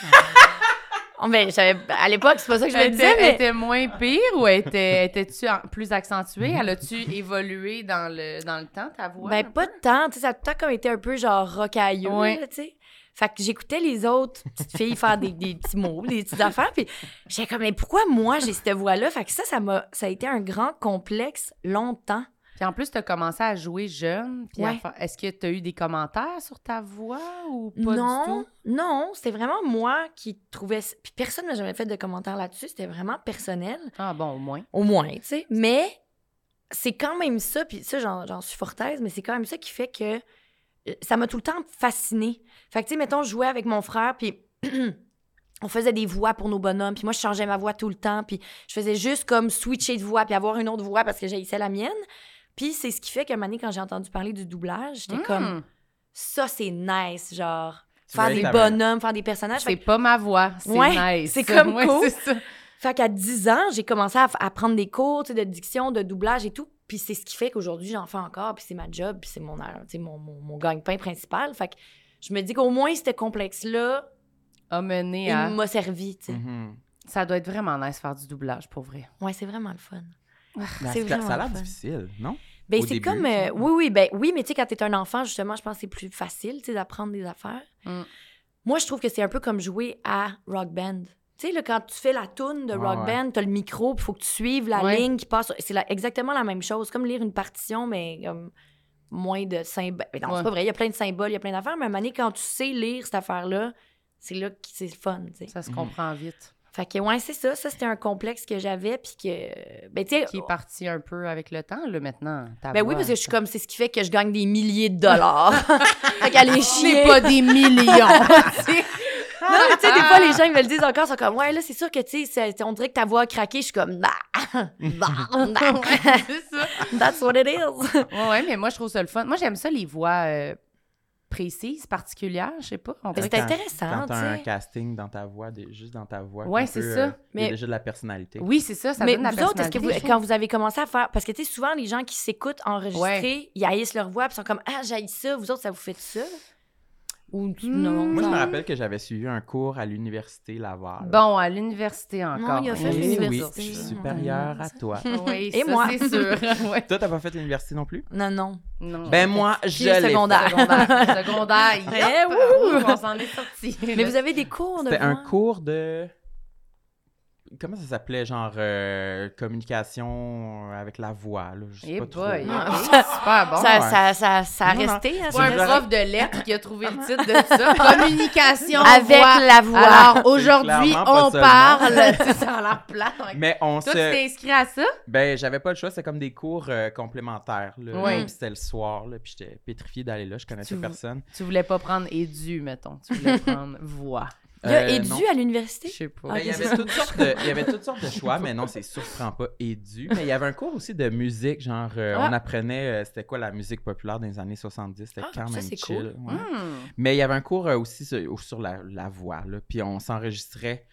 Speaker 4: oh, ben, j'avais- à l'époque, c'est pas ça que je me
Speaker 3: Elle était,
Speaker 4: disais,
Speaker 3: elle
Speaker 4: mais...
Speaker 3: était moins pire ou elle était- étais-tu en- plus accentuée? Elle a-tu évolué dans le, dans le temps, ta voix?
Speaker 4: Mm-hmm. ben, pas de temps, tu sais, ça a tout le temps comme été un peu genre rocailleux,
Speaker 3: Ouais.
Speaker 4: là, tu sais. Fait que j'écoutais les autres petites filles faire des, des petits mots, des petites affaires, puis j'étais comme, mais pourquoi moi j'ai cette voix-là? Fait que ça, ça, m'a- ça a été un grand complexe longtemps.
Speaker 3: Puis en plus, tu as commencé à jouer jeune. Puis à
Speaker 4: Ouais.
Speaker 3: faire- Est-ce que tu as eu des commentaires sur ta voix ou pas
Speaker 4: non,
Speaker 3: du tout?
Speaker 4: non, c'était vraiment moi qui trouvais. c- Puis personne n'a jamais fait de commentaire là-dessus, c'était vraiment personnel,
Speaker 3: Ah bon, au moins.
Speaker 4: au moins, tu sais. Mais c'est quand même ça, puis ça, j'en j'en suis fortaise, mais c'est quand même ça qui fait que euh, ça m'a tout le temps fascinée. Fait que, tu sais, mettons, je jouais avec mon frère, puis. On faisait des voix pour nos bonhommes, puis moi, je changeais ma voix tout le temps, puis je faisais juste comme switcher de voix, puis avoir une autre voix parce que j'haïssais la mienne. Puis c'est ce qui fait que, année, quand j'ai entendu parler du doublage, j'étais
Speaker 3: Hmm,
Speaker 4: comme, ça, c'est nice, genre.
Speaker 2: Tu
Speaker 4: Faire
Speaker 2: veux
Speaker 4: des
Speaker 2: être la meilleure.
Speaker 4: bonhommes, faire des personnages.
Speaker 3: C'est
Speaker 4: Fait,
Speaker 3: pas ma voix, c'est
Speaker 4: Ouais,
Speaker 3: nice.
Speaker 4: c'est comme
Speaker 3: Ouais,
Speaker 4: cool.
Speaker 3: c'est ça.
Speaker 4: fait qu'à 10 ans, j'ai commencé à, f- à prendre des cours tu sais, de diction, de doublage et tout. Puis c'est ce qui fait qu'aujourd'hui, j'en fais encore. Puis c'est ma job, puis c'est mon, tu sais, mon, mon, mon gagne-pain principal. Fait que je me dis qu'au moins, ce complexe-là,
Speaker 3: A mené à...
Speaker 4: il m'a servi. tu sais.
Speaker 2: Mhm.
Speaker 3: Ça doit être vraiment nice faire du doublage, pour vrai.
Speaker 4: Ouais, c'est vraiment le fun.
Speaker 2: Ben,
Speaker 4: C'est
Speaker 2: c'est- ça a
Speaker 4: vraiment
Speaker 2: l'air
Speaker 4: le fun.
Speaker 2: difficile, non?
Speaker 4: Ben,
Speaker 2: Au
Speaker 4: c'est
Speaker 2: début,
Speaker 4: comme.
Speaker 2: tu
Speaker 4: euh,
Speaker 2: sais.
Speaker 4: oui, oui, ben, oui, mais tu sais, quand t'es un enfant, justement, je pense que c'est plus facile, tu sais, d'apprendre des affaires.
Speaker 3: Mm.
Speaker 4: Moi, je trouve que c'est un peu comme jouer à rock band. Tu sais, là, quand tu fais la toune de
Speaker 2: Ouais,
Speaker 4: rock
Speaker 2: ouais.
Speaker 4: band, t'as le micro, il faut que tu suives la
Speaker 3: Ouais.
Speaker 4: ligne qui passe. C'est la- exactement la même chose, comme lire une partition, mais comme moins de symboles. Mais non,
Speaker 3: Ouais.
Speaker 4: c'est pas vrai, il y a plein de symboles, il y a plein d'affaires, mais à un moment donné, quand tu sais lire cette affaire-là, c'est là que c'est le fun, tu sais.
Speaker 3: Ça se
Speaker 2: Mhm.
Speaker 3: comprend vite.
Speaker 4: Fait que, ouais, c'est ça. Ça, c'était un complexe que j'avais, puis que. Ben, tu sais,
Speaker 3: Qui est parti un peu avec le temps, là, maintenant. ta
Speaker 4: ben oui,
Speaker 3: voix.
Speaker 4: parce que je suis comme, c'est ce qui fait que je gagne des milliers de dollars. fait qu'elle est chier.
Speaker 3: des millions.
Speaker 4: Non, mais tu sais, des
Speaker 2: Ah.
Speaker 4: fois, les gens, ils me le disent encore, ils sont comme, ouais, là, c'est sûr que, tu sais, c'est- on dirait que ta voix a craqué. Je suis comme, nah, nah, nah.
Speaker 3: Ouais, c'est ça.
Speaker 4: that's what it is.
Speaker 3: Ouais, ouais, mais moi, je trouve ça le fun. Moi, j'aime ça, les voix euh, précises, particulières, je sais pas. on
Speaker 4: Mais
Speaker 3: dirait
Speaker 4: c'est
Speaker 2: Quand-
Speaker 4: intéressant,
Speaker 2: Quand
Speaker 4: tu
Speaker 2: t'as un
Speaker 4: sais.
Speaker 2: casting dans ta voix, des- juste dans ta voix.
Speaker 3: Ah, Ouais,
Speaker 2: qu'on
Speaker 3: c'est
Speaker 2: peut,
Speaker 3: ça.
Speaker 2: euh, il y
Speaker 4: Mais-
Speaker 2: a déjà de la personnalité.
Speaker 3: que- Oui, c'est ça, ça
Speaker 4: mais
Speaker 3: donne la
Speaker 4: vous autres, est-ce que vous,
Speaker 3: personnalité, je
Speaker 4: quand vous avez commencé à faire. Parce que, tu sais, souvent, les gens qui s'écoutent enregistrer, ils haïssent leur voix, puis ils sont comme, ah, j'haïs ça. Vous autres, ça vous fait ça? Ou tu- non?
Speaker 2: Moi, je me
Speaker 4: non.
Speaker 2: rappelle que j'avais suivi un cours à l'université
Speaker 3: trouve.
Speaker 2: Laval.
Speaker 3: Bon, à l'université
Speaker 4: Non,
Speaker 3: encore.
Speaker 4: il a fait
Speaker 2: Eh oui,
Speaker 4: l'université.
Speaker 2: je suis supérieure
Speaker 3: Mm.
Speaker 2: à toi.
Speaker 3: Oui,
Speaker 4: Et
Speaker 3: ça,
Speaker 4: moi.
Speaker 3: c'est sûr. Ouais.
Speaker 2: Toi, t'as pas fait l'université non plus?
Speaker 4: Non, non.
Speaker 3: Non.
Speaker 2: Ben moi,
Speaker 4: Puis
Speaker 2: je
Speaker 4: le
Speaker 2: l'ai
Speaker 4: secondaire.
Speaker 2: fait.
Speaker 3: secondaire. secondaire,
Speaker 4: Eh,
Speaker 3: yep, Oh,
Speaker 4: wouhou!
Speaker 3: on s'en est sorti.
Speaker 4: Mais vous avez des cours de.
Speaker 2: C'était un
Speaker 4: voix?
Speaker 2: cours de... Comment ça s'appelait? Genre euh, communication avec la voix, là. Je sais
Speaker 3: Eh
Speaker 2: pas trop.
Speaker 3: boy,
Speaker 4: Non.
Speaker 3: ok, super bon.
Speaker 4: Ah. Ça,
Speaker 2: ouais.
Speaker 4: ça, ça, ça a
Speaker 2: Non, non.
Speaker 4: resté, hein,
Speaker 3: C'est un
Speaker 2: Ouais,
Speaker 3: prof de lettres qui a trouvé le titre de ça. Communication
Speaker 4: Avec
Speaker 3: voix.
Speaker 4: la voix.
Speaker 3: Alors aujourd'hui,
Speaker 2: clairement pas
Speaker 3: on
Speaker 2: ça,
Speaker 3: parle. Tu sais, ça a l'air plate. hein.
Speaker 2: Mais on
Speaker 3: Toi, tu
Speaker 2: se...
Speaker 3: t'es inscrit à ça?
Speaker 2: Ben, j'avais pas le choix, c'est comme des cours euh, complémentaires. Là.
Speaker 3: Ouais.
Speaker 2: Puis c'était le soir, là, puis j'étais pétrifiée d'aller là, je connaissais
Speaker 4: Tu-
Speaker 2: personne.
Speaker 3: Tu voulais pas prendre édu, mettons. Tu voulais prendre voix.
Speaker 4: Il y a
Speaker 2: Euh,
Speaker 4: Edu
Speaker 2: non.
Speaker 4: à
Speaker 3: Je
Speaker 4: l'université.
Speaker 3: sais pas.
Speaker 2: Ben, il, y
Speaker 4: Ok, c'est
Speaker 2: avait
Speaker 4: ça.
Speaker 2: toutes sortes de, il y avait toutes sortes de choix, mais non, c'est sûr, je prends pas édu. Mais il y avait un cours aussi de musique, genre, euh,
Speaker 3: Ah.
Speaker 2: on apprenait euh, c'était quoi la musique populaire des années 70, c'était
Speaker 4: Ah,
Speaker 2: quand
Speaker 4: ça,
Speaker 2: même
Speaker 4: c'est
Speaker 2: chill.
Speaker 4: cool.
Speaker 2: ouais.
Speaker 3: Hmm.
Speaker 2: Mais il y avait un cours euh, aussi sur, sur la, la voix, là, puis on s'enregistrait.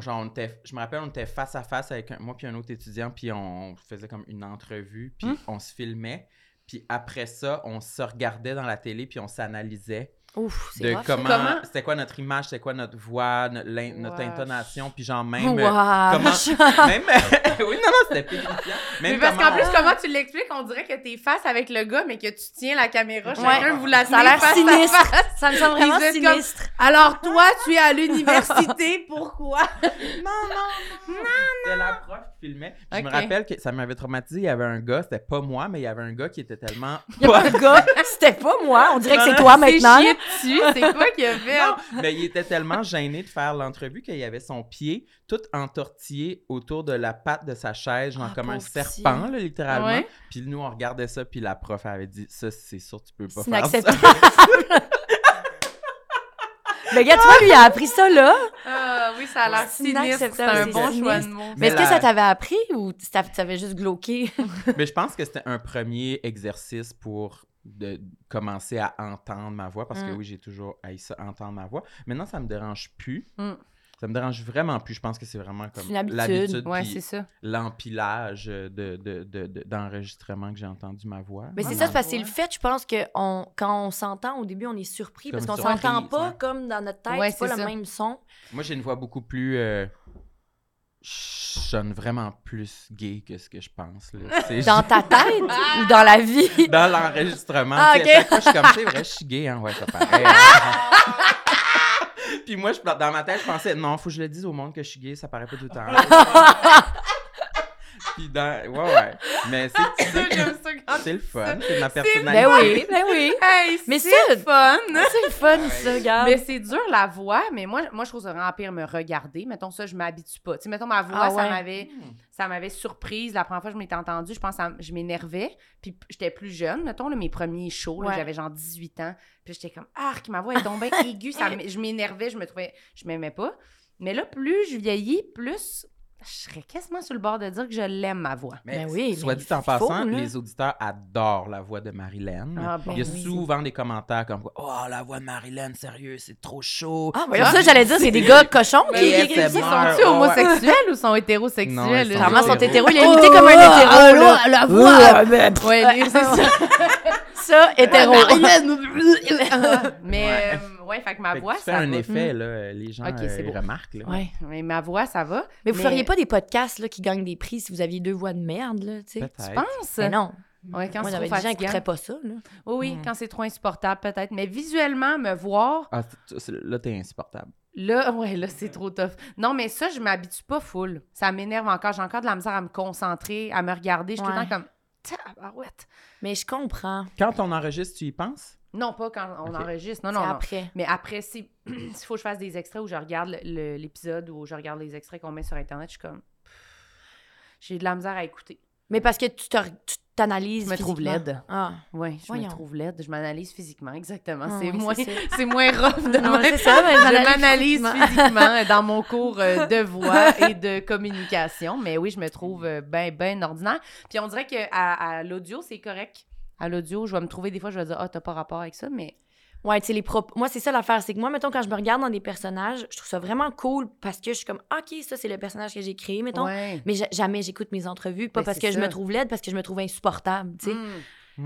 Speaker 2: Genre, on était, je me rappelle, on était face à face avec un- moi puis un autre étudiant, puis on faisait comme une entrevue, puis
Speaker 3: Hmm.
Speaker 2: on se filmait. Puis après ça, on se regardait dans la télé, puis on s'analysait
Speaker 4: Ouf, c'est
Speaker 2: de
Speaker 4: rough.
Speaker 2: comment,
Speaker 3: Comment-
Speaker 2: c'était quoi notre image, c'était quoi notre voix, notre, l'in- notre
Speaker 3: Wesh.
Speaker 2: intonation, puis genre
Speaker 4: Oh,
Speaker 2: même... euh,
Speaker 4: wow.
Speaker 2: comment- même- oui, non, non, c'était pétrifiant.
Speaker 3: Mais
Speaker 2: Même
Speaker 3: parce
Speaker 2: comment
Speaker 3: qu'en plus, comment tu l'expliques, on dirait que t'es face avec le gars, mais que tu tiens la caméra. Chacun
Speaker 2: Ouais.
Speaker 3: vous la
Speaker 4: Ça a l'air
Speaker 3: face à
Speaker 4: sinistre.
Speaker 3: face.
Speaker 4: Ça me semble vraiment
Speaker 3: Ils étaient comme-
Speaker 4: sinistre.
Speaker 3: Alors toi, tu es à l'université, pourquoi?
Speaker 2: C'était la prof qui filmait. Puis Je me
Speaker 3: Ok.
Speaker 2: rappelle que ça m'avait traumatisé. Il y avait un gars, c'était pas moi, mais il y avait un gars qui était tellement.
Speaker 4: Il y a pas de gars. C'était pas moi. On dirait que c'est
Speaker 2: Non,
Speaker 4: toi
Speaker 3: C'est
Speaker 4: maintenant.
Speaker 3: chié dessus, c'est quoi qu'il a fait?
Speaker 2: Non, mais il était tellement gêné de faire l'entrevue qu'il avait son pied tout entortillé autour de la patte de sa chaise, genre
Speaker 4: Ah,
Speaker 2: comme un
Speaker 4: pauvre petit.
Speaker 2: serpent, là, littéralement.
Speaker 3: Ouais.
Speaker 2: Puis nous, on regardait ça, puis la prof avait dit Ça, c'est sûr, tu peux pas
Speaker 4: C'est
Speaker 2: faire ça.
Speaker 4: inacceptable. Mais gars, tu vois, lui, il a appris ça là.
Speaker 3: Ah oui, ça a l'air
Speaker 4: C'est
Speaker 3: sinistre. C'est
Speaker 4: inacceptable,
Speaker 3: un
Speaker 4: c'est
Speaker 3: bon choix de
Speaker 4: sinistre.
Speaker 3: mots.
Speaker 4: Mais est-ce que
Speaker 2: la-
Speaker 4: ça t'avait appris ou tu t'av- tu t'avais juste glauqué?
Speaker 2: mais je pense que c'était un premier exercice pour de commencer à entendre ma voix parce que
Speaker 4: Mm.
Speaker 2: oui, j'ai toujours haï ça, entendre ma voix. Maintenant, ça me dérange plus.
Speaker 3: Mm.
Speaker 2: Ça me dérange vraiment plus. Je pense que c'est vraiment comme
Speaker 4: C'est une habitude.
Speaker 2: l'habitude
Speaker 3: Ouais,
Speaker 2: puis
Speaker 3: c'est ça.
Speaker 2: l'empilage de, de- de- de- d'enregistrement que j'ai entendu ma voix.
Speaker 4: Mais c'est
Speaker 3: Ouais,
Speaker 4: ça,
Speaker 3: dans
Speaker 4: c'est parce que c'est
Speaker 3: le
Speaker 4: le fait, je pense, que on, quand on s'entend, au début, on est surpris
Speaker 2: Comme
Speaker 4: parce qu'on
Speaker 2: surprise,
Speaker 4: s'entend pas
Speaker 2: ouais.
Speaker 4: comme dans notre tête,
Speaker 3: Ouais,
Speaker 4: c'est pas
Speaker 3: c'est
Speaker 4: le
Speaker 3: ça.
Speaker 4: même son.
Speaker 2: Moi, j'ai une voix beaucoup plus. euh, Je sonne vraiment plus gay que ce que je pense. là. C'est-
Speaker 4: Dans ta tête ou dans la vie.
Speaker 2: dans l'enregistrement.
Speaker 4: Ah,
Speaker 2: tu sais,
Speaker 4: ok.
Speaker 2: à chaque fois, je suis comme, c'est vrai, je suis gay, hein, ouais, ça paraît. hein. Puis moi, je, dans ma tête, je pensais, non, faut que je le dise au monde que je suis gay, ça paraît pas tout le temps. Puis dans, ouais, ouais. Mais c'est,
Speaker 3: Ça, j'aime ça quand-
Speaker 2: c'est le fun, c'est ma
Speaker 4: Ben
Speaker 2: personnalité.
Speaker 4: oui, ben oui.
Speaker 3: Hey,
Speaker 4: Mais
Speaker 3: c'est
Speaker 4: ça-
Speaker 3: fun!
Speaker 4: C'est le fun,
Speaker 2: Ben,
Speaker 4: ça, regarde.
Speaker 3: Mais c'est dur la voix, mais moi, moi je trouve ça vraiment pire me regarder. Mettons ça, je m'habitue pas. Tu sais, mettons ma voix,
Speaker 4: Ah
Speaker 3: ça
Speaker 4: ouais.
Speaker 3: m'avait ça m'avait surprise. La première fois que je m'étais entendue, je pense que ça m- je m'énervais. Puis p- j'étais plus jeune, mettons, là, mes premiers shows, là,
Speaker 4: Ouais.
Speaker 3: j'avais genre 18 ans. Puis j'étais comme, arc, ma voix est tombée aiguë. Ça, m- je m'énervais, je me trouvais, je m'aimais pas. Mais là, plus je vieillis, plus je serais quasiment sur le bord de dire que je l'aime, ma voix.
Speaker 2: Mais
Speaker 4: Ben oui,
Speaker 2: soit
Speaker 4: mais
Speaker 2: dit en
Speaker 4: il faut,
Speaker 2: passant,
Speaker 4: là.
Speaker 2: les auditeurs adorent la voix de Marilyn.
Speaker 3: Ah, bon,
Speaker 2: Il y a
Speaker 4: oui.
Speaker 2: souvent des commentaires comme « Oh, la voix de Marilyn, sérieux, c'est trop chaud.
Speaker 4: Ah, voyons, ça, j'allais dire, c'est des gars cochons
Speaker 2: Ben
Speaker 4: qui
Speaker 2: oui,
Speaker 4: écrivent
Speaker 2: c'est
Speaker 4: ça.
Speaker 2: bon. ouais.
Speaker 3: Sont-ils homosexuels ou sont
Speaker 2: Non, ils
Speaker 3: hétérosexuels?
Speaker 2: sont
Speaker 3: eux
Speaker 4: Clairement,
Speaker 3: autres?
Speaker 4: sont
Speaker 2: Hétéro.
Speaker 4: hétéros. Il a imité comme un hétéro. là.
Speaker 1: la
Speaker 4: oh, voix.
Speaker 3: Ouais, les- c'est ça.
Speaker 4: Ça, hétéro.
Speaker 3: Mais, euh, ouais, fait que ma
Speaker 2: Fait que
Speaker 3: voix,
Speaker 2: tu fais
Speaker 3: ça
Speaker 2: un
Speaker 3: va.
Speaker 2: effet, là, euh, les gens
Speaker 3: Ok,
Speaker 2: euh,
Speaker 3: c'est beau.
Speaker 2: remarquent. Là.
Speaker 4: Hmm. Ouais.
Speaker 3: Mais ma voix, ça va.
Speaker 4: Mais vous
Speaker 3: Mais-
Speaker 4: feriez pas des podcasts là, qui gagnent des prix si vous aviez deux voix de merde, là, tu sais?
Speaker 2: Peut-être.
Speaker 3: Tu penses?
Speaker 4: Mais non.
Speaker 3: Ouais, quand c'est trop
Speaker 4: Moi, j'avais des gens qui
Speaker 3: fatigant.
Speaker 4: écouteraient pas ça, là.
Speaker 3: Oui, oui,
Speaker 2: Mm.
Speaker 3: quand c'est trop insupportable, peut-être. Mais visuellement, me voir,
Speaker 2: Ah, c'est- c'est- là, t'es insupportable.
Speaker 3: là, ouais, là, c'est trop tough. Non, mais ça, je m'habitue pas full. Ça m'énerve encore. J'ai encore de la misère à me concentrer, à me regarder. Je suis tout le
Speaker 4: Ouais.
Speaker 3: temps comme, tabarouette.
Speaker 4: Mais je comprends.
Speaker 2: Quand on enregistre, tu y penses?
Speaker 3: Non, pas quand on
Speaker 2: Ok.
Speaker 3: enregistre. Non,
Speaker 4: C'est
Speaker 3: non, non.
Speaker 4: après.
Speaker 3: Mais après, si- s'il faut que je fasse des extraits où je regarde le- le- l'épisode ou je regarde les extraits qu'on met sur Internet, je suis comme, j'ai de la misère à écouter.
Speaker 4: Mais parce que tu te- tu t'analyses.
Speaker 3: Je me trouve
Speaker 4: physiquement.
Speaker 3: laide.
Speaker 4: Ah.
Speaker 3: Oui, je
Speaker 4: Voyons.
Speaker 3: me trouve laide. Je m'analyse physiquement, exactement.
Speaker 4: Ah,
Speaker 3: c'est
Speaker 4: oui,
Speaker 3: moins,
Speaker 4: c'est ça.
Speaker 3: c'est moins rough de
Speaker 4: Non,
Speaker 3: même.
Speaker 4: c'est ça, mais
Speaker 3: Je
Speaker 4: j'analyse
Speaker 3: m'analyse
Speaker 4: physiquement.
Speaker 3: physiquement dans mon cours euh, de voix et de communication, mais oui, je me trouve bien, bien ordinaire. Puis on dirait que à, à l'audio, c'est correct. À l'audio, je vais me trouver des fois, je vais dire, ah, t'as pas rapport avec ça, mais
Speaker 4: Ouais, tu sais, les propos. Moi, c'est ça l'affaire. C'est que moi, mettons, quand je me regarde dans des personnages, je trouve ça vraiment cool parce que je suis comme, OK, ça, c'est le personnage que j'ai créé, mettons.
Speaker 3: ouais.
Speaker 4: Mais ja- jamais j'écoute mes entrevues, pas
Speaker 3: Ben,
Speaker 4: parce
Speaker 3: c'est
Speaker 4: que je me
Speaker 3: ça.
Speaker 4: trouve laide, parce que je me trouve insupportable, tu sais.
Speaker 3: Mm.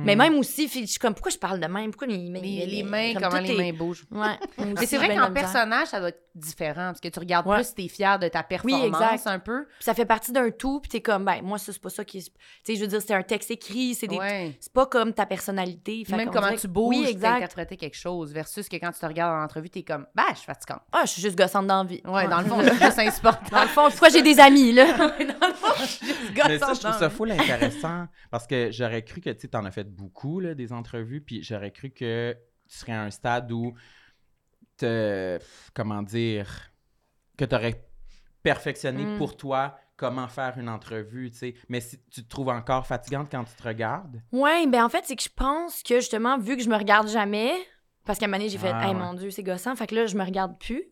Speaker 4: Mais même aussi, fi- je suis comme, pourquoi je parle de même? Pourquoi les,
Speaker 3: Les, les mains, comment les mains bougent.
Speaker 4: Ouais. Moi
Speaker 3: Mais
Speaker 4: aussi,
Speaker 3: c'est
Speaker 4: j'ai
Speaker 3: vrai
Speaker 4: bien de
Speaker 3: qu'en
Speaker 4: la misère.
Speaker 3: personnage, ça doit être différent, parce que tu regardes
Speaker 4: Ouais.
Speaker 3: plus, t'es fier de ta performance
Speaker 4: exact.
Speaker 3: un peu.
Speaker 4: Puis ça fait partie d'un tout, puis t'es comme, ben, moi, ça, c'est pas ça qui. est- Tu sais, je veux dire, c'est un texte écrit, c'est des.
Speaker 3: Ouais.
Speaker 4: C'est pas comme ta personnalité. Fait
Speaker 3: Même
Speaker 4: qu'on
Speaker 3: comment
Speaker 4: dirait
Speaker 3: tu
Speaker 4: que-
Speaker 3: bouges,
Speaker 4: Oui,
Speaker 3: tu peux
Speaker 4: exact.
Speaker 3: interpréter quelque chose, versus que quand tu te regardes en entrevue, t'es comme, bah, je suis fatigante.
Speaker 4: Ah, je suis juste gossante d'envie.
Speaker 3: Ouais, dans le fond, je suis juste insupportable.
Speaker 4: Dans le fond, pourquoi j'ai des amis, là?
Speaker 3: dans le fond, je suis juste
Speaker 2: Mais ça, je trouve
Speaker 3: gossante.
Speaker 2: ça full intéressant parce que j'aurais cru que tu en as fait beaucoup là, des entrevues, puis j'aurais cru que tu serais à un stade où te comment dire que tu aurais perfectionné
Speaker 4: Mm.
Speaker 2: pour toi comment faire une entrevue, tu sais. Mais si tu te trouves encore fatigante quand tu te regardes,
Speaker 4: ouais, ben, en fait, c'est que je pense que, justement, vu que je me regarde jamais, parce qu'à un moment donné, j'ai fait,
Speaker 2: Ah,
Speaker 4: hey,
Speaker 2: ouais.
Speaker 4: mon Dieu, c'est gossant. Fait que là, je me regarde plus.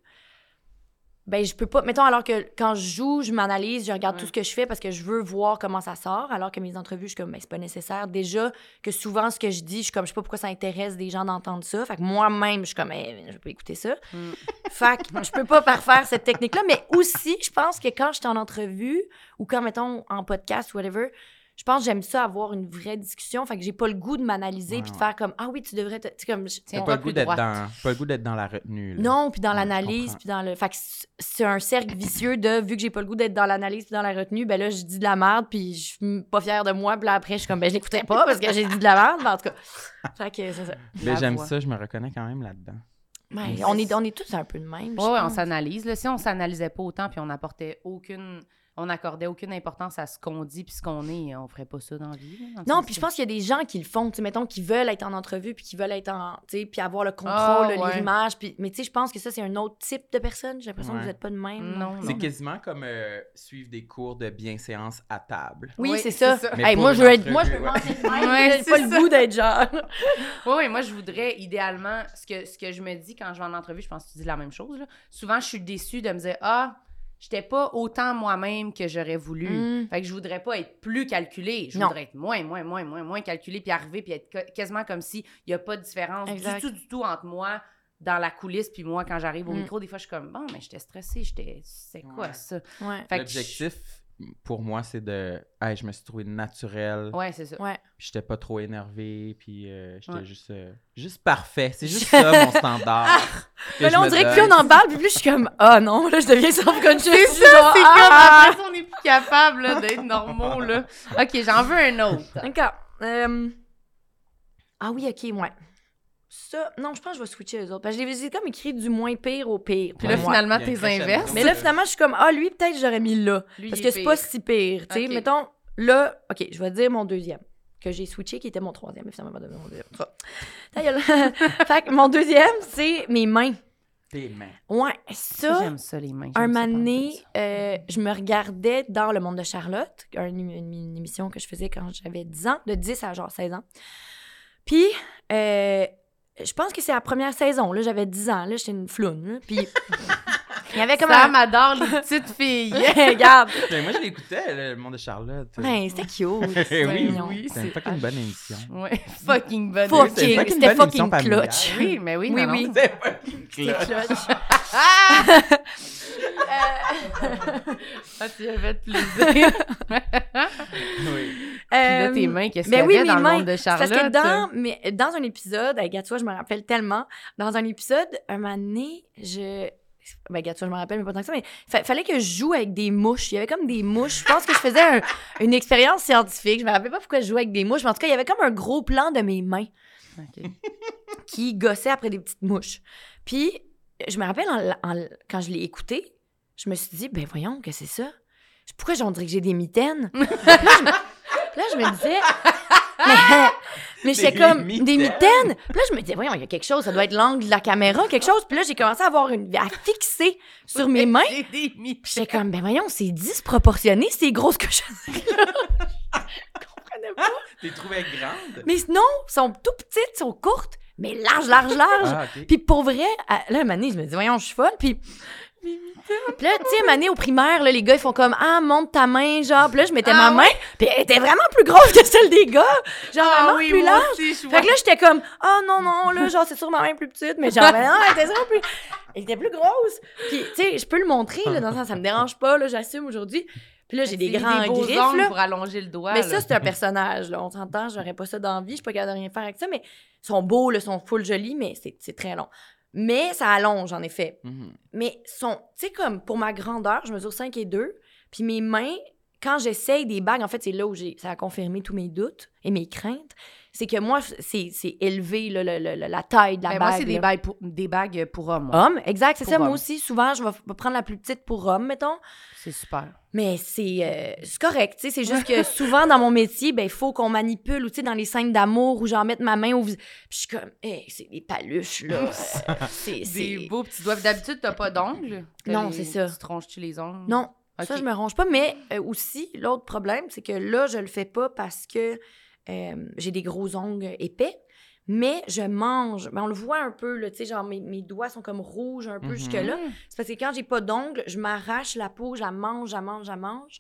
Speaker 4: Ben, je peux pas. Mettons, alors que quand je joue, je m'analyse, je regarde
Speaker 3: Ouais.
Speaker 4: tout ce que je fais parce que je veux voir comment ça sort. Alors que mes entrevues, je suis comme, ben, c'est pas nécessaire. Déjà, que souvent, ce que je dis, je suis comme, je sais pas pourquoi ça intéresse des gens d'entendre ça. Fait que moi-même, je suis comme, eh, je peux écouter ça.
Speaker 3: Mm.
Speaker 4: Fait que je peux pas parfaire cette technique-là. Mais aussi, je pense que quand je suis en entrevue ou quand, mettons, en podcast, whatever, je pense que j'aime ça avoir une vraie discussion. Fait que j'ai pas le goût de m'analyser
Speaker 2: Ouais,
Speaker 4: puis de
Speaker 2: ouais.
Speaker 4: faire comme, ah oui, tu devrais te. Tu sais, comme, je-
Speaker 2: t'as
Speaker 3: Tiens,
Speaker 2: pas
Speaker 3: toi,
Speaker 2: le goût
Speaker 3: plus
Speaker 2: d'être
Speaker 3: droite.
Speaker 2: dans pas le goût d'être dans la retenue. là.
Speaker 4: non, puis dans
Speaker 2: Ouais, je
Speaker 4: l'analyse,
Speaker 2: comprends.
Speaker 4: puis dans le. Fait que c- c'est un cercle vicieux de vu que j'ai pas le goût d'être dans l'analyse puis dans la retenue, ben là, je dis de la merde, puis je suis pas fière de moi, puis là, après, je suis comme, ben je l'écouterai pas parce que j'ai dit de la merde, mais en tout cas. Fait que c'est ça.
Speaker 2: Mais
Speaker 3: La
Speaker 2: j'aime
Speaker 3: voix.
Speaker 2: ça, je me reconnais quand même là-dedans.
Speaker 4: Ouais, on, est, on est tous un peu de même. je
Speaker 3: Ouais, ouais, on
Speaker 4: pense.
Speaker 3: s'analyse. là. Si on s'analysait pas autant, puis on apportait aucune. On accordait aucune importance à ce qu'on dit puis ce qu'on est, on ferait pas ça dans la vie. là, dans le
Speaker 4: Non,
Speaker 3: sens
Speaker 4: puis je
Speaker 3: que-
Speaker 4: pense qu'il y a des gens qui le font, tu sais, mettons, qui veulent être en entrevue, puis qui veulent être en, tu sais, puis avoir le contrôle,
Speaker 3: Ah,
Speaker 4: là,
Speaker 3: ouais.
Speaker 4: les images, puis, mais tu sais, je pense que ça, c'est un autre type de personne. J'ai l'impression que
Speaker 2: Ouais.
Speaker 4: vous n'êtes pas de même.
Speaker 3: Non,
Speaker 2: C'est
Speaker 3: non.
Speaker 2: quasiment comme euh, suivre des cours de bienséance à table.
Speaker 4: Oui,
Speaker 3: Oui,
Speaker 4: c'est
Speaker 3: c'est
Speaker 4: ça.
Speaker 3: ça.
Speaker 2: Mais
Speaker 4: Euh, Hey,
Speaker 2: pour
Speaker 4: moi,
Speaker 2: une
Speaker 4: je veux être, moi, je
Speaker 2: entrevue,
Speaker 4: veux
Speaker 2: ouais.
Speaker 4: penser de même,
Speaker 3: Ouais,
Speaker 4: j'ai
Speaker 3: c'est
Speaker 4: pas
Speaker 3: ça.
Speaker 4: le goût d'être genre.
Speaker 3: Oui, oui, moi, je voudrais idéalement, ce que, ce que je me dis quand je vais en entrevue, je pense que tu dis la même chose. là. Souvent, je suis déçue de me dire Ah, j'étais pas autant moi-même que j'aurais voulu.
Speaker 4: Mm.
Speaker 3: Fait que je voudrais pas être plus calculée. Je
Speaker 4: Non.
Speaker 3: voudrais être moins, moins, moins, moins, moins calculée, puis arriver, puis être co- quasiment comme si il y a pas de différence
Speaker 4: Exact.
Speaker 3: du tout, du tout entre moi dans la coulisse, puis moi, quand j'arrive au
Speaker 4: Mm.
Speaker 3: micro, des fois, je suis comme, bon, mais j'étais stressée, j'étais, c'est quoi
Speaker 2: Ouais.
Speaker 3: ça?
Speaker 4: Ouais.
Speaker 3: Fait que
Speaker 2: L'objectif pour moi, c'est de. Hey, je me suis trouvé naturel.
Speaker 3: je- Ouais, c'est ça.
Speaker 2: Puis j'étais pas trop énervé. Puis euh, j'étais
Speaker 3: Ouais.
Speaker 2: juste, euh, juste parfait. C'est juste ça mon standard.
Speaker 4: Ah! Mais là, on dirait que plus on en parle, puis plus je suis comme, ah non, là, je deviens self-conscious.
Speaker 3: C'est
Speaker 4: Je suis genre,
Speaker 3: C'est
Speaker 4: ah,
Speaker 3: comme, après ça, on n'est plus capable là, d'être normaux, là. OK, j'en veux un autre.
Speaker 4: D'accord. Euh, Ah oui, ok, ouais. Ça, non, je pense que je vais switcher les autres. Parce que je les ai comme écrit du moins pire au pire.
Speaker 3: Puis
Speaker 4: pour
Speaker 3: là,
Speaker 4: moi.
Speaker 3: finalement,
Speaker 2: Il y a une
Speaker 3: tes
Speaker 2: crescendo.
Speaker 3: inverses.
Speaker 4: Mais là, finalement, je suis comme, ah, lui, peut-être j'aurais mis là.
Speaker 3: Lui,
Speaker 4: Parce
Speaker 3: il
Speaker 4: que
Speaker 3: est
Speaker 4: c'est
Speaker 3: pire.
Speaker 4: pas si pire. Tu sais,
Speaker 3: Ok.
Speaker 4: mettons, là, ok, je vais dire mon deuxième. Que j'ai switché, qui était mon troisième. Mais finalement, il m'a donné mon deuxième. Ah. Ta gueule. fait que mon deuxième, c'est mes mains.
Speaker 2: Tes mains.
Speaker 4: Ouais, ça.
Speaker 3: J'aime ça, les mains.
Speaker 4: Un
Speaker 3: J'aime ça,
Speaker 4: moment donné,
Speaker 3: penser
Speaker 4: euh, je me regardais dans Le Monde de Charlotte, un- une, une émission que je faisais quand j'avais 10 ans, de 10 à genre 16 ans. Puis, euh, je pense que c'est la première saison. Là, j'avais 10 ans. Là, j'étais une floune. là. Puis, il y
Speaker 3: ça.
Speaker 4: avait comme
Speaker 3: Sam adore les petites filles.
Speaker 4: un... Regarde.
Speaker 2: Mais moi, je l'écoutais, là, le monde de Charlotte.
Speaker 4: Ben, c'était cute.
Speaker 2: Eh
Speaker 4: c'était
Speaker 2: oui,
Speaker 4: mignon.
Speaker 3: oui.
Speaker 2: C'est une fucking bonne émission.
Speaker 3: Ouais, fucking bonne.
Speaker 2: Fuck.
Speaker 4: Fucking,
Speaker 2: bonne
Speaker 4: c'était
Speaker 2: émission
Speaker 4: fucking
Speaker 2: familiale.
Speaker 4: clutch.
Speaker 3: Oui, mais oui,
Speaker 4: Oui,
Speaker 3: non,
Speaker 4: oui.
Speaker 3: non.
Speaker 2: C'est fucking
Speaker 4: C'était
Speaker 2: clutch.
Speaker 4: clutch.
Speaker 3: Ah, tu avais de plaisir.
Speaker 2: Oui.
Speaker 3: Puis là,
Speaker 4: Euh,
Speaker 3: tes mains, qu'est-ce qu'il y
Speaker 4: Ben
Speaker 3: avait
Speaker 4: oui,
Speaker 3: dans
Speaker 4: mes
Speaker 3: le
Speaker 4: mains.
Speaker 3: monde de
Speaker 4: C'est
Speaker 3: Charlotte?
Speaker 4: Parce que dans, mais dans un épisode, avec Gatsois, je me rappelle tellement, dans un épisode, un moment donné, je. Ben, Gatsois, je me rappelle, mais pas tant que ça, mais fa- fallait que je joue avec des mouches. Il y avait comme des mouches. Je pense que je faisais un- une expérience scientifique. Je me rappelle pas pourquoi je jouais avec des mouches, mais en tout cas, il y avait comme un gros plan de mes mains
Speaker 3: Ok.
Speaker 4: qui gossait après des petites mouches. Puis, je me rappelle, en l- en l- quand je l'ai écouté, je me suis dit, ben voyons, que c'est ça? Pourquoi j'en dirais que j'ai des mitaines? là, je me, là, je me disais... Mais, mais j'étais
Speaker 2: Des
Speaker 4: comme des
Speaker 2: mitaines?
Speaker 4: mitaines. Puis là, je me disais, voyons, il y a quelque chose, ça doit être l'angle de la caméra, quelque chose. Puis là, j'ai commencé à avoir une. à fixer sur mes mains.
Speaker 3: J'ai des mi-
Speaker 4: Puis j'étais comme, ben voyons, c'est disproportionné, c'est gros ce que je. Je comprenais pas.
Speaker 2: T'es trouvée grande?
Speaker 4: Mais non, elles sont tout petites, elles sont courtes, mais larges, larges, larges.
Speaker 2: Ah, ok.
Speaker 4: Puis pour vrai, à- là, Mané, je me dis, voyons, je suis folle. Puis. Puis là, tu sais, Mané, au primaire, là, les gars, ils font comme, ah, monte ta main, genre. Puis là, je mettais
Speaker 3: Ah
Speaker 4: ma main, puis elle était vraiment plus grosse que celle des gars. Genre,
Speaker 3: Ah
Speaker 4: vraiment
Speaker 3: oui,
Speaker 4: plus
Speaker 3: moi
Speaker 4: large.
Speaker 3: aussi, je vois.
Speaker 4: Fait que là, j'étais comme, ah, non, non, là, genre, c'est sûr ma main plus petite, mais genre, ben non, elle était sûrement plus. Elle était plus grosse. Puis, tu sais, je peux le montrer, là, dans le sens, ça me dérange pas, là, j'assume aujourd'hui. Puis là, j'ai des
Speaker 3: Ben, C'est
Speaker 4: grands
Speaker 3: beaux
Speaker 4: griffes,
Speaker 3: ongles
Speaker 4: là.
Speaker 3: pour allonger le doigt.
Speaker 4: Mais
Speaker 3: là.
Speaker 4: ça, c'est un personnage, là. On s'entend, j'aurais pas ça d'envie, je suis pas capable de rien faire avec ça, mais ils sont beaux, là, ils sont full jolis, mais c'est c'est très long. Mais ça allonge, en effet.
Speaker 2: Mhm.
Speaker 4: Mais ils sont, tu sais, comme pour ma grandeur, je mesure 5 et 2, puis mes mains, quand j'essaye des bagues, en fait, c'est là où j'ai, ça a confirmé tous mes doutes et mes craintes, c'est que moi, c'est c'est élevé, là, le- le- le- la taille de la
Speaker 3: Ben,
Speaker 4: bague.
Speaker 3: moi, c'est des
Speaker 4: là. Ah.
Speaker 3: bagues pour, des bagues pour hommes. hein. moi.
Speaker 4: Homme, exact, c'est
Speaker 3: Pour
Speaker 4: ça. Moi
Speaker 3: homme.
Speaker 4: aussi, souvent, je vais f- prendre la plus petite pour homme, mettons.
Speaker 3: C'est super.
Speaker 4: Mais c'est euh, c'est correct, tu sais, c'est juste que souvent dans mon métier, ben il faut qu'on manipule ou tu sais dans les scènes d'amour où j'en mette ma main au vis- Puis je suis comme hey, c'est des paluches là. c'est
Speaker 3: Des
Speaker 4: c'est
Speaker 3: beaux petits doigts. D'habitude, t'as pas d'ongles. T'as
Speaker 4: Non,
Speaker 3: les-
Speaker 4: c'est ça.
Speaker 3: Tu te ronges-tu les ongles?
Speaker 4: Non, ça
Speaker 3: Ok.
Speaker 4: je me ronge pas mais euh, aussi l'autre problème c'est que là je le fais pas parce que euh, j'ai des gros ongles épais. Mais je mange. Ben, on le voit un peu, là, tu sais, genre mes, mes doigts sont comme rouges un peu
Speaker 3: Mm-hmm.
Speaker 2: Mhm.
Speaker 4: jusque-là. C'est parce que quand j'ai pas d'ongles, je m'arrache la peau, je la mange, je la mange, je la mange.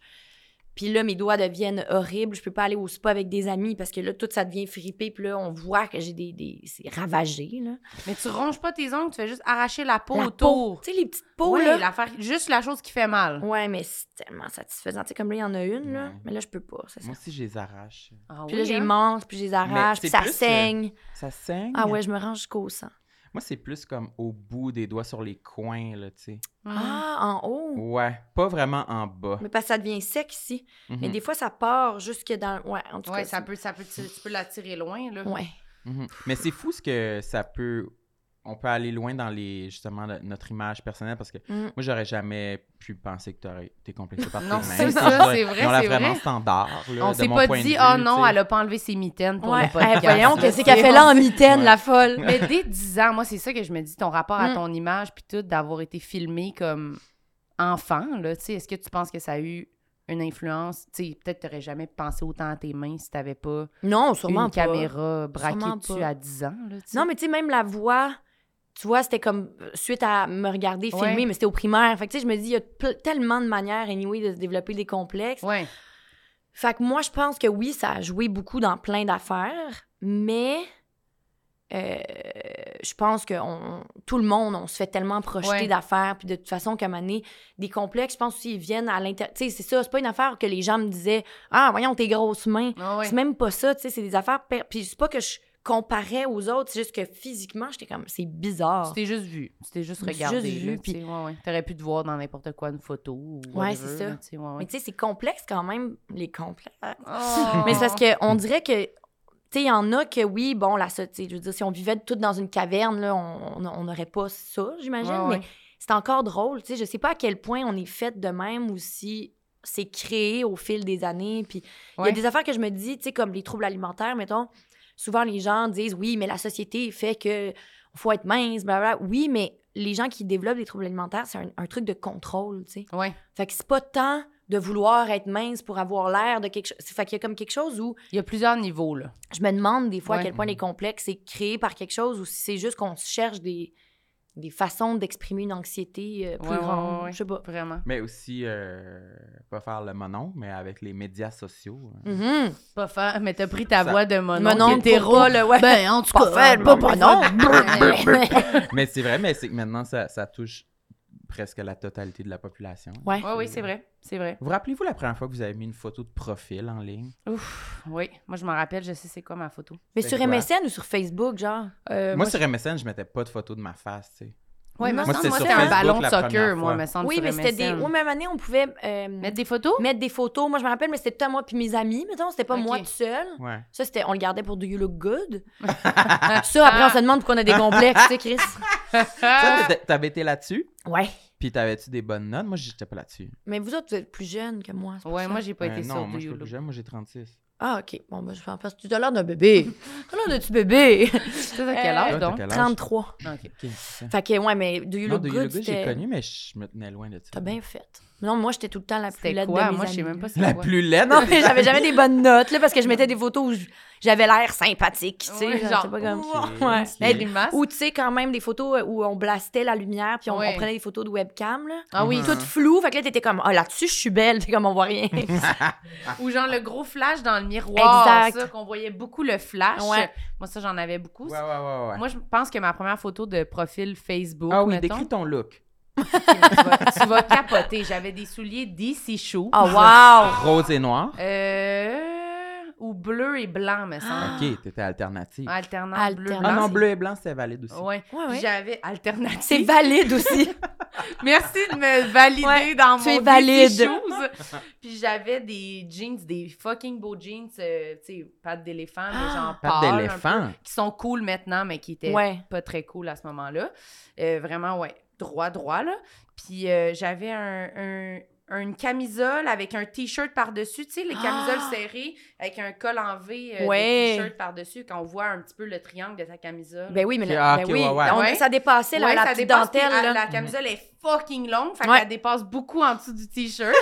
Speaker 4: Puis là, mes doigts deviennent horribles. Je peux pas aller au spa avec des amis parce que là, tout ça devient fripé. Puis là, on voit que j'ai des. des... C'est ravagé, là.
Speaker 3: Mais tu ronges pas tes ongles, tu fais juste arracher la peau
Speaker 4: La
Speaker 3: autour.
Speaker 4: peau. Tu sais, les petites peaux,
Speaker 3: Ouais,
Speaker 4: là.
Speaker 3: l'affaire- juste la chose qui fait mal.
Speaker 4: Ouais, mais c'est tellement satisfaisant. Tu sais, comme là, il y en a une, là.
Speaker 2: Ouais.
Speaker 4: Mais là, je peux pas. c'est ça.
Speaker 2: Moi aussi, je les arrache.
Speaker 3: Ah
Speaker 4: Puis
Speaker 3: oui,
Speaker 4: là, je les
Speaker 3: hein?
Speaker 4: mange, puis je les arrache,
Speaker 2: c'est
Speaker 4: puis ça
Speaker 2: plus, euh,
Speaker 4: saigne.
Speaker 2: Ça saigne?
Speaker 4: Ah ouais, je me range jusqu'au sang.
Speaker 2: Moi, c'est plus comme au bout des doigts sur les coins, là, tu sais.
Speaker 3: Mhm.
Speaker 4: Ah, en haut.
Speaker 2: Ouais, pas vraiment en bas.
Speaker 4: Mais parce que ça devient sec ici. Mais
Speaker 2: Mhm.
Speaker 4: des fois, ça part jusque dans. Ouais, en tout
Speaker 3: Ouais,
Speaker 4: cas.
Speaker 3: ça
Speaker 4: c'est-
Speaker 3: peut, ça peut, tu, tu peux la tirer loin, là.
Speaker 4: Ouais.
Speaker 2: Mhm. Mais c'est fou ce que ça peut. On peut aller loin dans les justement le- notre image personnelle parce que
Speaker 4: Mm.
Speaker 2: moi j'aurais jamais pu penser que t'aurais été complexé par tes
Speaker 3: Non,
Speaker 2: mains.
Speaker 3: c'est
Speaker 2: Je
Speaker 3: ça,
Speaker 2: dirais-
Speaker 3: c'est vrai,
Speaker 2: Ils ont l'air
Speaker 3: c'est vrai.
Speaker 2: vraiment standard. là,
Speaker 3: On
Speaker 2: de
Speaker 3: s'est
Speaker 2: mon
Speaker 3: pas
Speaker 2: point de
Speaker 3: dit,
Speaker 2: vue,
Speaker 3: oh
Speaker 2: tu
Speaker 3: non,
Speaker 2: sais.
Speaker 3: elle a pas enlevé ses mitaines pour
Speaker 4: Ouais.
Speaker 3: le podcast.
Speaker 4: Eh, voyons,
Speaker 3: là.
Speaker 4: qu'est-ce qu'elle fait là en mitaine,
Speaker 2: Ouais.
Speaker 4: la folle?
Speaker 3: Mais dès 10 ans, moi, c'est ça que je me dis, ton rapport à
Speaker 4: Mm.
Speaker 3: ton image, puis tout, d'avoir été filmé comme enfant, là, tu sais, est-ce que tu penses que ça a eu une influence? Tu sais, peut-être t'aurais jamais pensé autant à tes mains si t'avais pas
Speaker 4: Non, sûrement
Speaker 3: une
Speaker 4: pas.
Speaker 3: caméra braquée
Speaker 4: Sûrement
Speaker 3: dessus
Speaker 4: pas.
Speaker 3: à 10 ans, là, tu sais.
Speaker 4: Non, mais tu sais, même la voix, tu vois, c'était comme euh, suite à me regarder filmer,
Speaker 3: Ouais.
Speaker 4: mais c'était au primaire. Fait que, tu sais, je me dis, il y a ple- tellement de manières, anyway, de se développer des complexes.
Speaker 3: Ouais.
Speaker 4: Fait que moi, je pense que oui, ça a joué beaucoup dans plein d'affaires, mais euh, je pense que on- tout le monde, on se fait tellement projeter
Speaker 3: Ouais.
Speaker 4: d'affaires, puis de toute façon, comme année, des complexes, je pense aussi, ils viennent à l'intérieur. Tu sais, c'est ça, c'est pas une affaire que les gens me disaient Ah, voyons, t'es grosse main.
Speaker 3: Ah ouais.
Speaker 4: C'est même pas ça, tu sais, c'est des affaires. per- Puis c'est pas que je comparais aux autres, c'est juste que physiquement, j'étais comme, c'est bizarre.
Speaker 3: Tu t'es juste vu. Ah. Tu t'es juste
Speaker 4: Je me suis
Speaker 3: regardé.
Speaker 4: juste vue,
Speaker 3: là, tu sais, ouais, ouais. T'aurais pu te voir dans n'importe quoi, une photo ou
Speaker 4: Ouais,
Speaker 3: whatever,
Speaker 4: c'est ça.
Speaker 3: là, tu sais, ouais, ouais.
Speaker 4: Mais tu sais, c'est complexe quand même, les complexes.
Speaker 3: Oh.
Speaker 4: Mais c'est parce qu'on dirait que. Tu sais, il y en a que oui, bon, la société, je veux dire, si on vivait toutes dans une caverne, là, on on- on n'aurait pas ça, j'imagine.
Speaker 3: Ouais, ouais.
Speaker 4: Mais c'est encore drôle, tu sais. Je sais pas à quel point on est fait de même ou si c'est créé au fil des années. Puis il y
Speaker 3: Ouais.
Speaker 4: a des affaires que je me dis, tu sais, comme les troubles alimentaires, mettons. Souvent, les gens disent, oui, mais la société fait que faut être mince, blablabla. Oui, mais les gens qui développent des troubles alimentaires, c'est un, un truc de contrôle, tu sais.
Speaker 3: Ouais.
Speaker 4: Fait que c'est pas tant de vouloir être mince pour avoir l'air de quelque chose. Fait qu'il y a comme quelque chose où
Speaker 3: Il y a plusieurs niveaux, là.
Speaker 4: je me demande des fois
Speaker 3: Ouais.
Speaker 4: à quel point les complexes c'est créé par quelque chose ou si c'est juste qu'on cherche des, des façons d'exprimer une anxiété euh, plus
Speaker 3: Ouais, ouais,
Speaker 4: grande.
Speaker 3: ouais, ouais.
Speaker 4: Je sais pas.
Speaker 3: Vraiment.
Speaker 2: Mais aussi, euh, pas faire le monon, mais avec les médias sociaux. hein.
Speaker 4: Mhm.
Speaker 3: Pas faire, mais t'as pris ta
Speaker 2: Ça-
Speaker 3: voix de mon
Speaker 4: Mon oncle pour pas, là, ouais.
Speaker 3: Ben, en tout
Speaker 4: Pas
Speaker 3: cas,
Speaker 4: faire, pas mon
Speaker 3: non.
Speaker 2: mais c'est vrai, mais c'est que maintenant, ça, ça touche presque la totalité de la population.
Speaker 4: Ouais.
Speaker 3: Ouais, oui, c'est vrai. C'est vrai.
Speaker 2: Vous rappelez-vous la première fois que vous avez mis une photo de profil en ligne?
Speaker 3: Ouf. Oui, moi, je m'en rappelle, je sais c'est quoi ma photo.
Speaker 4: Mais
Speaker 2: C'est
Speaker 4: sur
Speaker 2: quoi?
Speaker 4: MSN ou sur Facebook, genre?
Speaker 3: Euh,
Speaker 2: moi, sur MSN, je mettais pas de photo de ma face, tu sais.
Speaker 3: Ouais,
Speaker 4: Moi,
Speaker 3: me semble,
Speaker 2: c'était
Speaker 3: moi,
Speaker 2: sur
Speaker 3: c'était un
Speaker 2: Facebook
Speaker 3: ballon de
Speaker 2: la
Speaker 3: soccer,
Speaker 2: première
Speaker 3: moi,
Speaker 2: fois.
Speaker 3: me semble.
Speaker 4: Oui,
Speaker 3: sur
Speaker 4: mais c'était des.
Speaker 3: MSN.
Speaker 4: Oui, même année, on pouvait
Speaker 3: Mettre
Speaker 4: euh, mettre...
Speaker 3: des photos?
Speaker 4: des photos. Moi, je me rappelle, mais c'était tout à moi puis mes amis, mettons. C'était pas
Speaker 3: Ok.
Speaker 4: moi tout seul.
Speaker 2: Ouais.
Speaker 4: Ça, c'était. On le gardait pour Do You Look Good. ça, après, on
Speaker 3: Ah.
Speaker 4: se demande pourquoi on a des complexes, tu sais, Chris.
Speaker 3: Euh,
Speaker 2: Ça, t'étais- t'avais été là-dessus?
Speaker 4: Ouais.
Speaker 2: Puis t'avais-tu des bonnes notes? Moi, j'étais pas là-dessus.
Speaker 4: Mais vous autres, vous êtes plus jeunes que moi. c'est pour
Speaker 3: Ouais,
Speaker 4: ça.
Speaker 3: moi, j'ai pas
Speaker 2: Euh,
Speaker 3: été
Speaker 2: non,
Speaker 3: sur
Speaker 2: moi,
Speaker 3: Do
Speaker 2: je
Speaker 3: You
Speaker 2: suis plus
Speaker 3: Look.
Speaker 2: jeune. Moi, j'ai 36.
Speaker 3: Eh,
Speaker 4: Ah, OK. Bon, ben, je vais en faire. Tu as l'air d'un bébé. Tu as l'air d'un petit bébé.
Speaker 3: Toi, t'as quel âge,
Speaker 4: Euh,
Speaker 2: Ah, Toi, t'as
Speaker 3: donc?
Speaker 2: quel âge?
Speaker 4: 33.
Speaker 3: Ok.
Speaker 2: Ok, c'est ça.
Speaker 4: Fait que, ouais, mais Do You
Speaker 2: Non,
Speaker 4: Look
Speaker 2: de
Speaker 4: Good,
Speaker 2: Yoga, j'ai
Speaker 4: c'était-
Speaker 2: connu, mais je me tenais loin de ça.
Speaker 4: T'as bien fait. Non, moi, j'étais tout le temps la plus
Speaker 3: C'était
Speaker 4: laide de
Speaker 3: quoi?
Speaker 4: mes
Speaker 3: Moi, je sais
Speaker 4: amis,
Speaker 3: même pas
Speaker 4: là.
Speaker 3: c'est
Speaker 2: La
Speaker 3: quoi.
Speaker 2: plus laide.
Speaker 4: Non, mais j'avais jamais des bonnes notes, là, parce que je mettais des photos où je- j'avais l'air sympathique, tu sais.
Speaker 3: Ouais,
Speaker 4: genre,
Speaker 3: genre,
Speaker 4: c'est pas comme...
Speaker 2: Ok.
Speaker 4: Ouais.
Speaker 2: Ok.
Speaker 3: La grimace?
Speaker 4: Ou, tu sais, quand même, des photos euh, où on blastait la lumière, puis on,
Speaker 3: Ouais.
Speaker 4: on prenait des photos de webcam, là.
Speaker 3: Ah oui,
Speaker 2: Mhm.
Speaker 4: Toutes floues. Fait que là, t'étais comme, ah, là-dessus, je suis belle. T'es comme, on voit rien.
Speaker 3: Ou genre le gros flash dans le miroir,
Speaker 4: Exact.
Speaker 3: ça, qu'on voyait beaucoup le flash.
Speaker 4: Ouais.
Speaker 3: Moi, ça, j'en avais beaucoup.
Speaker 2: Ouais, ouais, ouais, ouais.
Speaker 3: Moi, je pense que ma première photo de profil Facebook,
Speaker 2: ah oui,
Speaker 3: mettons,
Speaker 2: décris ton look.
Speaker 3: tu, vas, tu vas capoter. J'avais des souliers DC Shoes.
Speaker 4: Ah, wow!
Speaker 2: Rose et noir.
Speaker 3: Euh, ou bleu et blanc, me semble.
Speaker 2: Ok, t'étais alternative.
Speaker 3: Alternant, bleu
Speaker 4: Ah. Alternant. Ah,
Speaker 2: Ah non,
Speaker 3: blanc.
Speaker 2: bleu et blanc, c'est valide aussi.
Speaker 3: Ouais.
Speaker 4: Ouais, ouais.
Speaker 3: J'avais alternative.
Speaker 4: C'est valide aussi.
Speaker 3: Merci de me valider
Speaker 4: Ouais,
Speaker 3: dans
Speaker 4: tu
Speaker 3: mon
Speaker 4: es valide.
Speaker 3: DC shoes. Puis j'avais des jeans, des fucking beaux jeans, euh, tu sais, pattes d'éléphant, mais
Speaker 4: Ah.
Speaker 3: genre
Speaker 2: Pas
Speaker 3: pâles, un
Speaker 2: d'éléphant.
Speaker 3: peu, qui sont cool maintenant, mais qui étaient
Speaker 4: ouais.
Speaker 3: pas très cool à ce moment-là. Euh, vraiment, ouais, droit, droit, là. Puis euh, j'avais un, un- une camisole avec un T-shirt par-dessus, tu sais, les camisoles
Speaker 4: Ah!
Speaker 3: serrées avec un col en V, euh,
Speaker 4: Ouais.
Speaker 3: des T-shirts par-dessus, quand on voit un petit peu le triangle de ta camisole.
Speaker 4: Ben oui, mais
Speaker 2: Ok,
Speaker 4: là,
Speaker 2: ah,
Speaker 4: ben
Speaker 2: ok,
Speaker 4: oui.
Speaker 2: ouais, ouais.
Speaker 4: On-
Speaker 3: Ouais.
Speaker 4: ça dépassait la,
Speaker 3: Ouais,
Speaker 4: la
Speaker 3: ça
Speaker 4: petite
Speaker 3: dépasse, puis
Speaker 4: dentelle.
Speaker 3: la-
Speaker 4: là.
Speaker 3: La camisole est fucking longue, fait
Speaker 4: Ouais.
Speaker 3: qu'elle dépasse beaucoup en dessous du t-shirt.